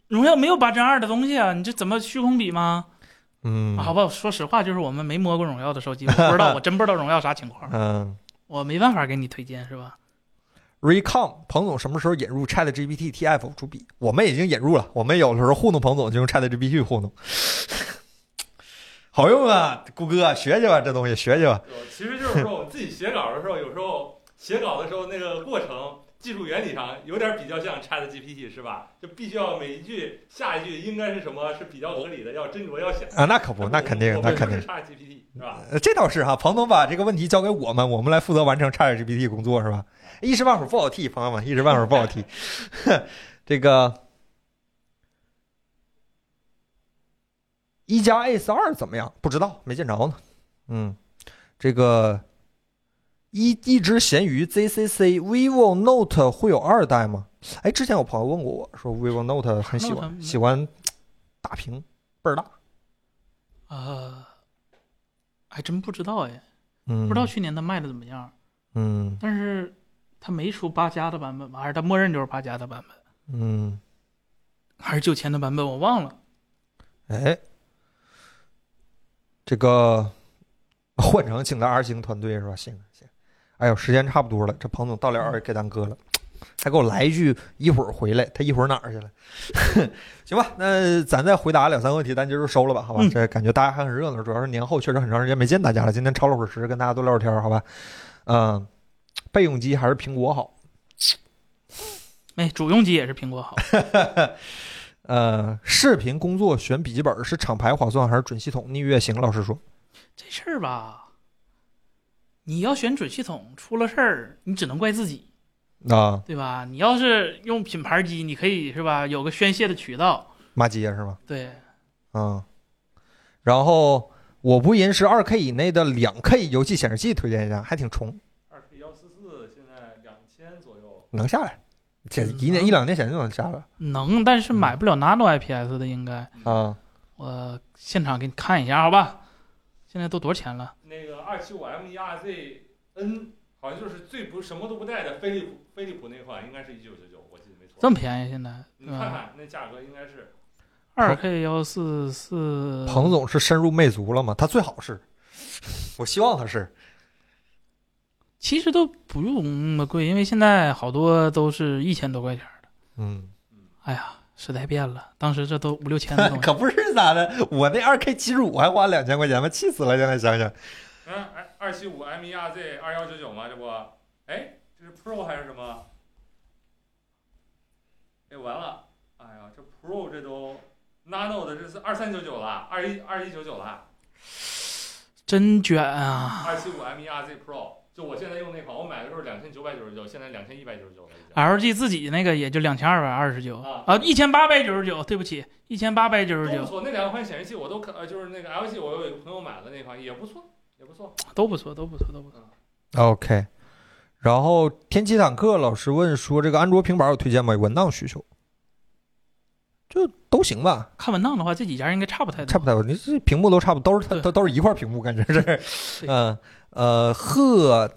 Speaker 2: 荣耀没有八针二的东西啊，你这怎么虚空比吗？啊
Speaker 1: 嗯，
Speaker 2: 好吧，说实话，就是我们没摸过荣耀的手机，我不知道，我真不知道荣耀啥 情况，
Speaker 1: 嗯。
Speaker 2: 我没办法给你推荐，是吧？
Speaker 1: Recom，彭总什么时候引入 Chat GPT TF 主笔？我们已经引入了，我们有的时候糊弄彭总就用 Chat GPT 糊弄，好用啊，顾哥学去吧，这东西学去吧。
Speaker 3: 其实就是说我们自己写稿的时候，有时候写稿的时候那个过程技术原理上有点比较像 Chat GPT 是吧？就必须要每一句下一句应该是什么是比较合理的，要斟酌要想。
Speaker 1: 啊，那可不，那肯定，那肯定。
Speaker 3: Chat GPT 是吧？
Speaker 1: 呃，这倒是哈，庞总把这个问题交给我们，我们来负责完成 ChatGPT 工作是吧？一时半会儿不好替，朋友们，一时半会儿不好替。 这个一加 S 二怎么样？不知道，没见着呢。嗯，这个一一只咸鱼 ZCC vivo Note 会有二代吗？哎，之前有朋友问过我说 vivo Note 很喜欢
Speaker 2: Note
Speaker 1: 喜欢大屏倍儿大，
Speaker 2: 呃，还真不知道哎，
Speaker 1: 嗯，
Speaker 2: 不知道去年它卖的怎么样。
Speaker 1: 嗯
Speaker 2: 但是它没出八加的版本吧？还是它默认就是八加的版本？
Speaker 1: 嗯，
Speaker 2: 还是九千的版本？我忘了。
Speaker 1: 哎，这个 换成请的 R 星团队是吧？行行，哎呦，时间差不多了，这彭总到了也给咱哥了，还给我来一句一会儿回来，他一会儿哪儿去了？ 行吧，那咱再回答两三个问题，咱今儿就收了吧，好吧？
Speaker 2: 嗯
Speaker 1: 这感觉大家还很热闹，主要是年后确实很长时间没见大家了，今天超了会儿时，跟大家多聊聊天儿，好吧？嗯，备用机还是苹果好？
Speaker 2: 哎，主用机也是苹果好。
Speaker 1: 呃，视频工作选笔记本儿是厂牌划算还是准系统？逆月行老师说，
Speaker 2: 这事儿吧，你要选准系统，出了事儿你只能怪自己，
Speaker 1: 啊、
Speaker 2: 对吧？你要是用品牌机，你可以是吧，有个宣泄的渠道。
Speaker 1: 骂街是吗？
Speaker 2: 对，
Speaker 1: 嗯，然后我不延时二 K 以内的两 K 游戏显示器推荐一下，还挺冲，
Speaker 3: 二 K 幺四四现在两千左右，
Speaker 1: 能下来，这啊
Speaker 2: 嗯
Speaker 1: 一年一两年前就能下来
Speaker 2: 能，但是买不了 Nano IPS 的，应该
Speaker 1: 啊。
Speaker 2: 我现场给你看一下，好吧？现在都多少钱了？
Speaker 3: 那个二七五 M E R Z N 好像就是最不什么都不带的飞利浦飞利浦那款，应该是一九九九，我记得没错。
Speaker 2: 这么便宜现在，
Speaker 3: 你
Speaker 2: 对吧？
Speaker 3: 看看那价格应该是
Speaker 2: 二 K 幺四四，
Speaker 1: 彭总是深入魅族了吗？他最好是，我希望他是。
Speaker 2: 其实都不用那么贵，因为现在好多都是一千多块钱儿的。
Speaker 1: 嗯，
Speaker 2: 哎呀，时代变了，当时这都五六千的东 西。
Speaker 1: 可不是咋的，我那二 K 七十五还花两千块钱吗？气死了！现在想想，
Speaker 3: 嗯二二七五 M E R Z 二幺九九吗？这不，哎，这是 Pro 还是什么？哎，完了，哎呀，这 Pro 这都 Nano 的这是二三九九了，二一二一九九了，
Speaker 2: 真卷啊
Speaker 3: 二七五 M E R Z Pro。就我现在用那款，我买的时候两千九百九十九，现在两千一百九十九了已经。
Speaker 2: ！LG 自己那个也就两千二百二十九
Speaker 3: 啊
Speaker 2: 啊，一千八百九十九，对不起，一千八百九十
Speaker 3: 都不
Speaker 2: 九
Speaker 3: 错，那两款显示器我都看，呃，就是那个 LG，我有一个朋友买的那款也不错，也不错。
Speaker 2: 都不错，都不错，都不错。
Speaker 1: OK，然后天启坦克老师问说，这个安卓平板有推荐吗？有文档需求，就都行吧，
Speaker 2: 看文档的话，这几家应该差不太多。
Speaker 1: 差不太多。你这屏幕都差不多，都是
Speaker 2: 对
Speaker 1: 都都是一块屏幕，感觉是。
Speaker 2: 对
Speaker 1: 嗯呃，贺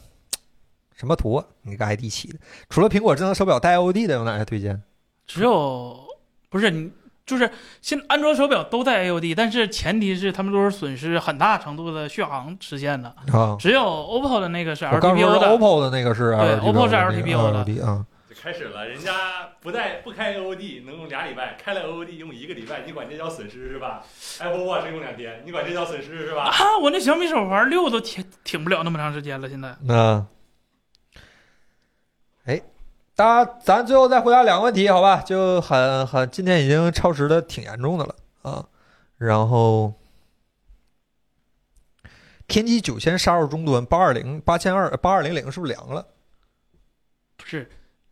Speaker 1: 什么图？啊你这个 ID 起的。除了苹果智能手表带 AOD 的，有哪些推荐？
Speaker 2: 只有不是你，就是现安卓手表都带 AOD，但是前提是他们都是损失很大程度的续航实现的。
Speaker 1: 啊，
Speaker 2: 只有 OPPO 的那个是
Speaker 1: 我刚说
Speaker 2: LTPO
Speaker 1: 是
Speaker 2: 的，
Speaker 1: OPPO 的那个是
Speaker 2: OPPO 是
Speaker 1: LTPO
Speaker 2: LTPO 的
Speaker 1: LD 啊。
Speaker 3: 就开始了，人家不带不开 AOD 能用俩礼拜，开了 AOD 用一个礼拜，你管这叫损失是吧？Apple 哎 Watch 用两天，你管这叫损失是吧？
Speaker 2: 啊，我那小米手环六都挺挺不了那么长时间了，现在
Speaker 1: 那，哎，大家，咱最后再回答两个问题，好吧？就很很，今天已经超时的挺严重的了啊。然后，天玑九千杀入终端，八二零、八千二、八二零零是不是凉了？
Speaker 2: 不是。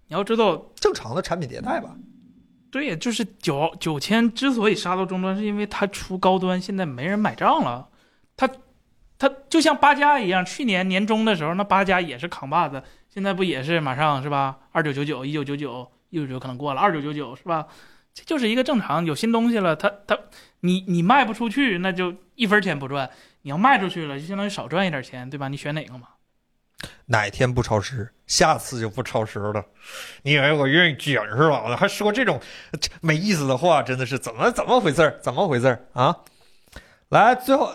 Speaker 2: 你要知道，
Speaker 1: 正常的产品迭代吧。
Speaker 2: 对，就是九九千之所以杀到终端，是因为它出高端，现在没人买账了。它它就像八加一样，去年年中的时候，那八加也是扛把子，现在不也是马上是吧？二九九九、一九九九、一九九可能过了，二九九九是吧？这就是一个正常，有新东西了，它它你你卖不出去，那就一分钱不赚；你要卖出去了，就相当于少赚一点钱，对吧？你选哪个嘛？
Speaker 1: 哪天不超时，下次就不超时了。你以为我愿意卷是吧？我还说这种呃这没意思的话，真的是怎么怎么回事儿？怎么回事儿啊？来，最后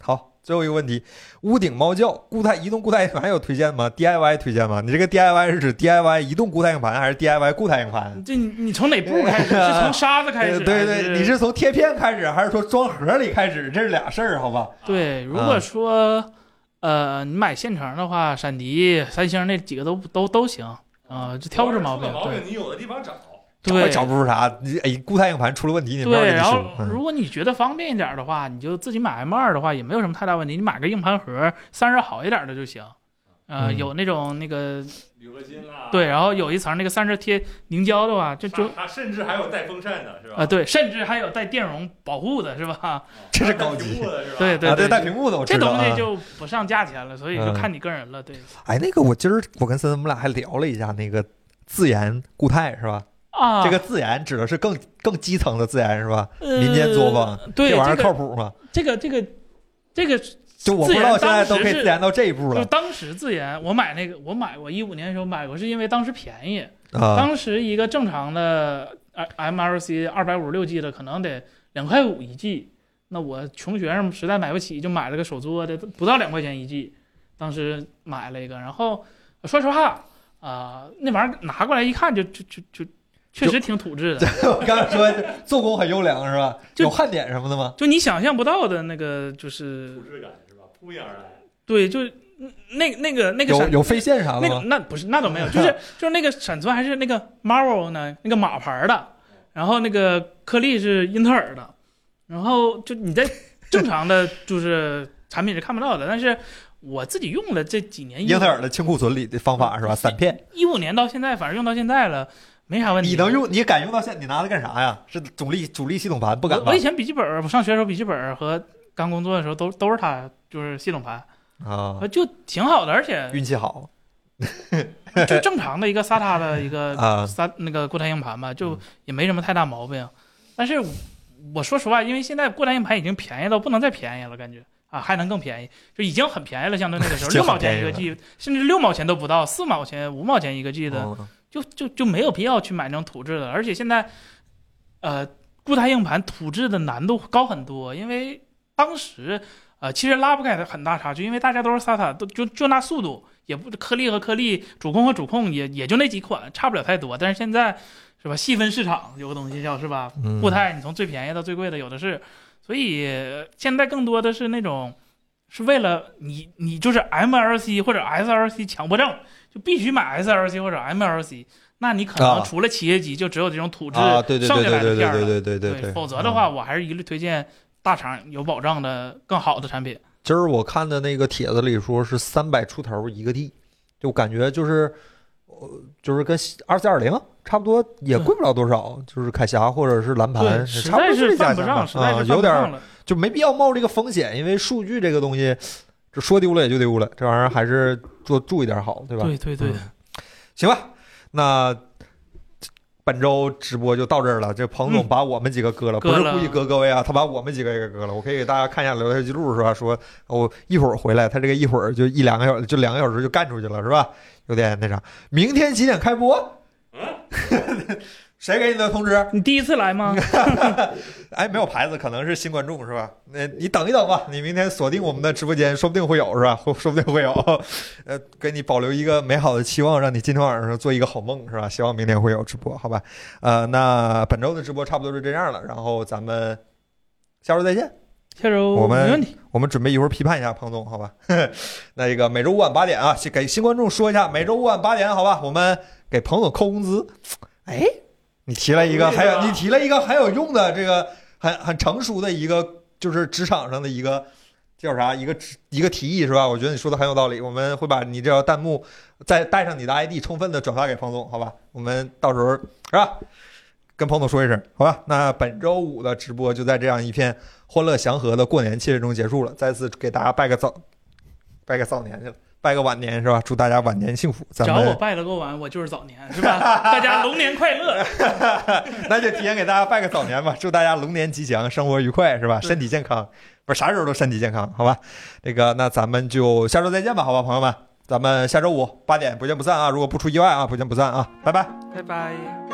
Speaker 1: 好，最后一个问题：屋顶猫叫固态移动固态硬盘有推荐吗？DIY 推荐吗？你这个 DIY 是指 DIY 移动固态硬盘还是 DIY 固态硬盘？
Speaker 2: 这你你从哪步开始？是从沙子开
Speaker 1: 呃
Speaker 2: 始？
Speaker 1: 对
Speaker 2: 还
Speaker 1: 对，你是从贴片开始，还是说装盒里开始？这是俩事儿，好吧？
Speaker 2: 对。如
Speaker 1: 嗯
Speaker 2: 果说、呃你买现成的话，闪迪、三星那几个都不都都行啊、啊，就挑不
Speaker 3: 着
Speaker 2: 出毛病。
Speaker 3: 毛
Speaker 2: 对
Speaker 3: 病你有的地方找。
Speaker 1: 我也
Speaker 2: 对，
Speaker 1: 找不出啥。你哎，固态硬盘出了问题，你没有
Speaker 2: 对，
Speaker 1: 人
Speaker 2: 然
Speaker 1: 修
Speaker 2: 后。
Speaker 1: 嗯
Speaker 2: 如果你觉得方便一点的话，你就自己买 M 二的话也没有什么太大问题，你买个硬盘盒，散热好一点的就行。呃，
Speaker 1: 嗯
Speaker 2: 有那种那个
Speaker 3: 铝合金啦，
Speaker 2: 对，然后有一层那个散热贴凝胶的话，这就
Speaker 3: 它它甚至还有带风扇的，是吧？
Speaker 2: 啊对，甚至还有带电容保护的是吧？
Speaker 3: 哦，
Speaker 1: 这是
Speaker 3: 还有
Speaker 1: 高级
Speaker 3: 屏幕的是吧？
Speaker 2: 对
Speaker 1: 啊，
Speaker 2: 对
Speaker 1: 对，带屏幕的我
Speaker 2: 这
Speaker 1: 知道
Speaker 2: 东西
Speaker 1: 啊。
Speaker 2: 就不上价钱了，所以就
Speaker 1: 嗯
Speaker 2: 看你个人了。对
Speaker 1: 哎，那个我今儿我跟森森我们俩还聊了一下那个自研固态是吧？
Speaker 2: 啊，
Speaker 1: 这个自研指的是更更基层的自研是吧？
Speaker 2: 呃
Speaker 1: 民间作坊，
Speaker 2: 对
Speaker 1: 这玩意儿
Speaker 2: 这个
Speaker 1: 靠谱吗？
Speaker 2: 这个这个这个
Speaker 1: 就我不知道现在都可以自研到这一步
Speaker 2: 就
Speaker 1: 了
Speaker 2: 当时自研，我买那个，我买我一五年的时候买过，是因为当时便宜，
Speaker 1: 啊！
Speaker 2: 当时一个正常的呃 M L C 二百五十六 G 的可能得两块五一 G，那我穷学生实在买不起，就买了个手作的，不到两块钱一 G，当时买了一个，然后说实话啊、那玩意儿拿过来一看就就就就确实挺土质的，
Speaker 1: 我 刚才说做工很优良是吧？
Speaker 2: 就
Speaker 1: 有焊点什么的吗？
Speaker 2: 就你想象不到的那个就是
Speaker 3: 土质感是吧？扑面而来。
Speaker 2: 对，就是那那个那个
Speaker 1: 有
Speaker 2: 闪
Speaker 1: 有飞线啥的
Speaker 2: 那个
Speaker 1: 吗？
Speaker 2: 那不是那倒 没有，就是就是那个闪存还是那个 Marvel 呢，那个马牌的，然后那个颗粒是英特尔的，然后就你在正常的就是产品是看不到的，但是我自己用了这几年，
Speaker 1: 英特尔的清库存里的方法是吧？散片，
Speaker 2: 一五年到现在，反正用到现在了，没啥问题。
Speaker 1: 你能？用你敢用到现在？你拿它干啥呀？是主力主力系统盘不敢
Speaker 2: 我
Speaker 1: 吧
Speaker 2: 我以？前笔记本儿，我上学的时候笔记本儿和刚工作的时候都都是它，就是系统盘，
Speaker 1: 啊，
Speaker 2: 就挺好的，而且
Speaker 1: 运气好
Speaker 2: 就正常的一 个 SATA 的一个
Speaker 1: 啊
Speaker 2: 三那个固态硬盘吧，就
Speaker 1: 嗯
Speaker 2: 也没什么太大毛病。但是我说实话，因为现在固态硬盘已经便宜到不能再便宜了，感觉啊还能更便宜，就已经很便宜了。相对那个时 候，
Speaker 1: 就
Speaker 2: 六
Speaker 1: 很
Speaker 2: 毛
Speaker 1: 便
Speaker 2: 钱
Speaker 1: 宜
Speaker 2: 一
Speaker 1: 了
Speaker 2: 个 G，甚至六毛钱都不到，四毛钱、五毛钱一个 G 的，
Speaker 1: 嗯
Speaker 2: 就就就没有必要去买那种土制的。而且现在，呃，固态硬盘土制的难度高很多，因为当时呃其实拉不开很大差距，因为大家都是 SATA，都就就那速度，也不颗粒和颗粒，主控和主控也也就那几款，差不了太多。但是现在是吧，细分市场有个东西叫是吧，
Speaker 1: 嗯
Speaker 2: 固态你从最便宜到最贵的有的是，所以呃现在更多的是那种。是为了你，你就是 MLC 或者 SLC 强迫症，就必须买 SLC 或者 MLC。那你可
Speaker 1: 啊
Speaker 2: 能除了企业级，就只有这种土制
Speaker 1: 啊，对对
Speaker 2: 剩
Speaker 1: 对
Speaker 2: 下来
Speaker 1: 对
Speaker 2: 的
Speaker 1: 对
Speaker 2: 片儿
Speaker 1: 对
Speaker 2: 了。
Speaker 1: 对对对嗯对，
Speaker 2: 否则的话，我还是一律推荐大厂有保障的更好的产品。
Speaker 1: 今儿我看的那个帖子里说是三百出头一个 D，就感觉就是，呃，就是跟二四二零差不多，也贵不了多少，就是凯霞或者是蓝
Speaker 2: 对，
Speaker 1: 盘，
Speaker 2: 实
Speaker 1: 差不
Speaker 2: 在
Speaker 1: 多
Speaker 2: 是
Speaker 1: 这价
Speaker 2: 犯不
Speaker 1: 钱
Speaker 2: 上，
Speaker 1: 吧
Speaker 2: 实在
Speaker 1: 啊，
Speaker 2: 是
Speaker 1: 有
Speaker 2: 犯不
Speaker 1: 点儿
Speaker 2: 上了。
Speaker 1: 就没必要冒这个风险，因为数据这个东西，这说丢了也就丢了，这玩意儿还是做注意点好，对吧？
Speaker 2: 对对对
Speaker 1: 嗯，行吧，那本周直播就到这儿了。这彭总
Speaker 2: 嗯
Speaker 1: 把我们几个割了，
Speaker 2: 割
Speaker 1: 不是
Speaker 2: 了
Speaker 1: 故意割各位啊，他把我们几个也给割了。我可以给大家看一下聊天记录是吧？说我、一会儿回来，他这个一会儿就一两个小就两个小时就干出去了是吧？有点那啥。明天几点开播？ 谁给你的通知？
Speaker 2: 你第一次 来吗？
Speaker 1: 哎，没有牌子，可能是新观众是吧？那你等一等吧，你明天锁定我们的直播间，说不定会有是吧？ 说说不定会有，呃，给你保留一个美好的期望，让你今天晚上做一个好梦是吧？希望明天会有直播，好吧？呃，那本周的直播差不多就这样了，然后咱们下周再见。
Speaker 2: 下周
Speaker 1: 我们
Speaker 2: 没问题。
Speaker 1: 我们准备一会儿批判一下彭总，好吧？ 那一个每周五晚八点啊，给新观众说一下，每周五晚八点，好吧？我们给彭总扣工资。哎，你提了一个，
Speaker 3: 对
Speaker 1: 还
Speaker 2: 啊
Speaker 3: 吧
Speaker 1: 有你提了一个很有用的这个很很成熟的一个，就是职场上的一个叫啥一个指一个提议是吧？我觉得你说的很有道理，我们会把你这条弹幕再带上你的 ID，充分的转发给彭总，好吧？我们到时候是吧？跟彭总说一声，好吧？那本周五的直播就在这样一片欢乐祥和的过年气氛中结束了。再次给大家拜个早，拜个早年去了，拜个晚年是吧？祝大家晚年幸福。咱
Speaker 2: 只要我
Speaker 1: 们
Speaker 2: 拜了个晚，我就是早年，是吧？大家龙年快乐！
Speaker 1: 那就提前给大家拜个早年吧，祝大家龙年吉祥，生活愉快是吧？
Speaker 2: 对
Speaker 1: 身体健康，不是啥时候都身体健康，好吧？这个那咱们就下周再见吧，好吧， 朋友们，咱们下周五八点不见不散啊！如果不出意外啊，不见不散啊，拜拜。
Speaker 2: 拜拜。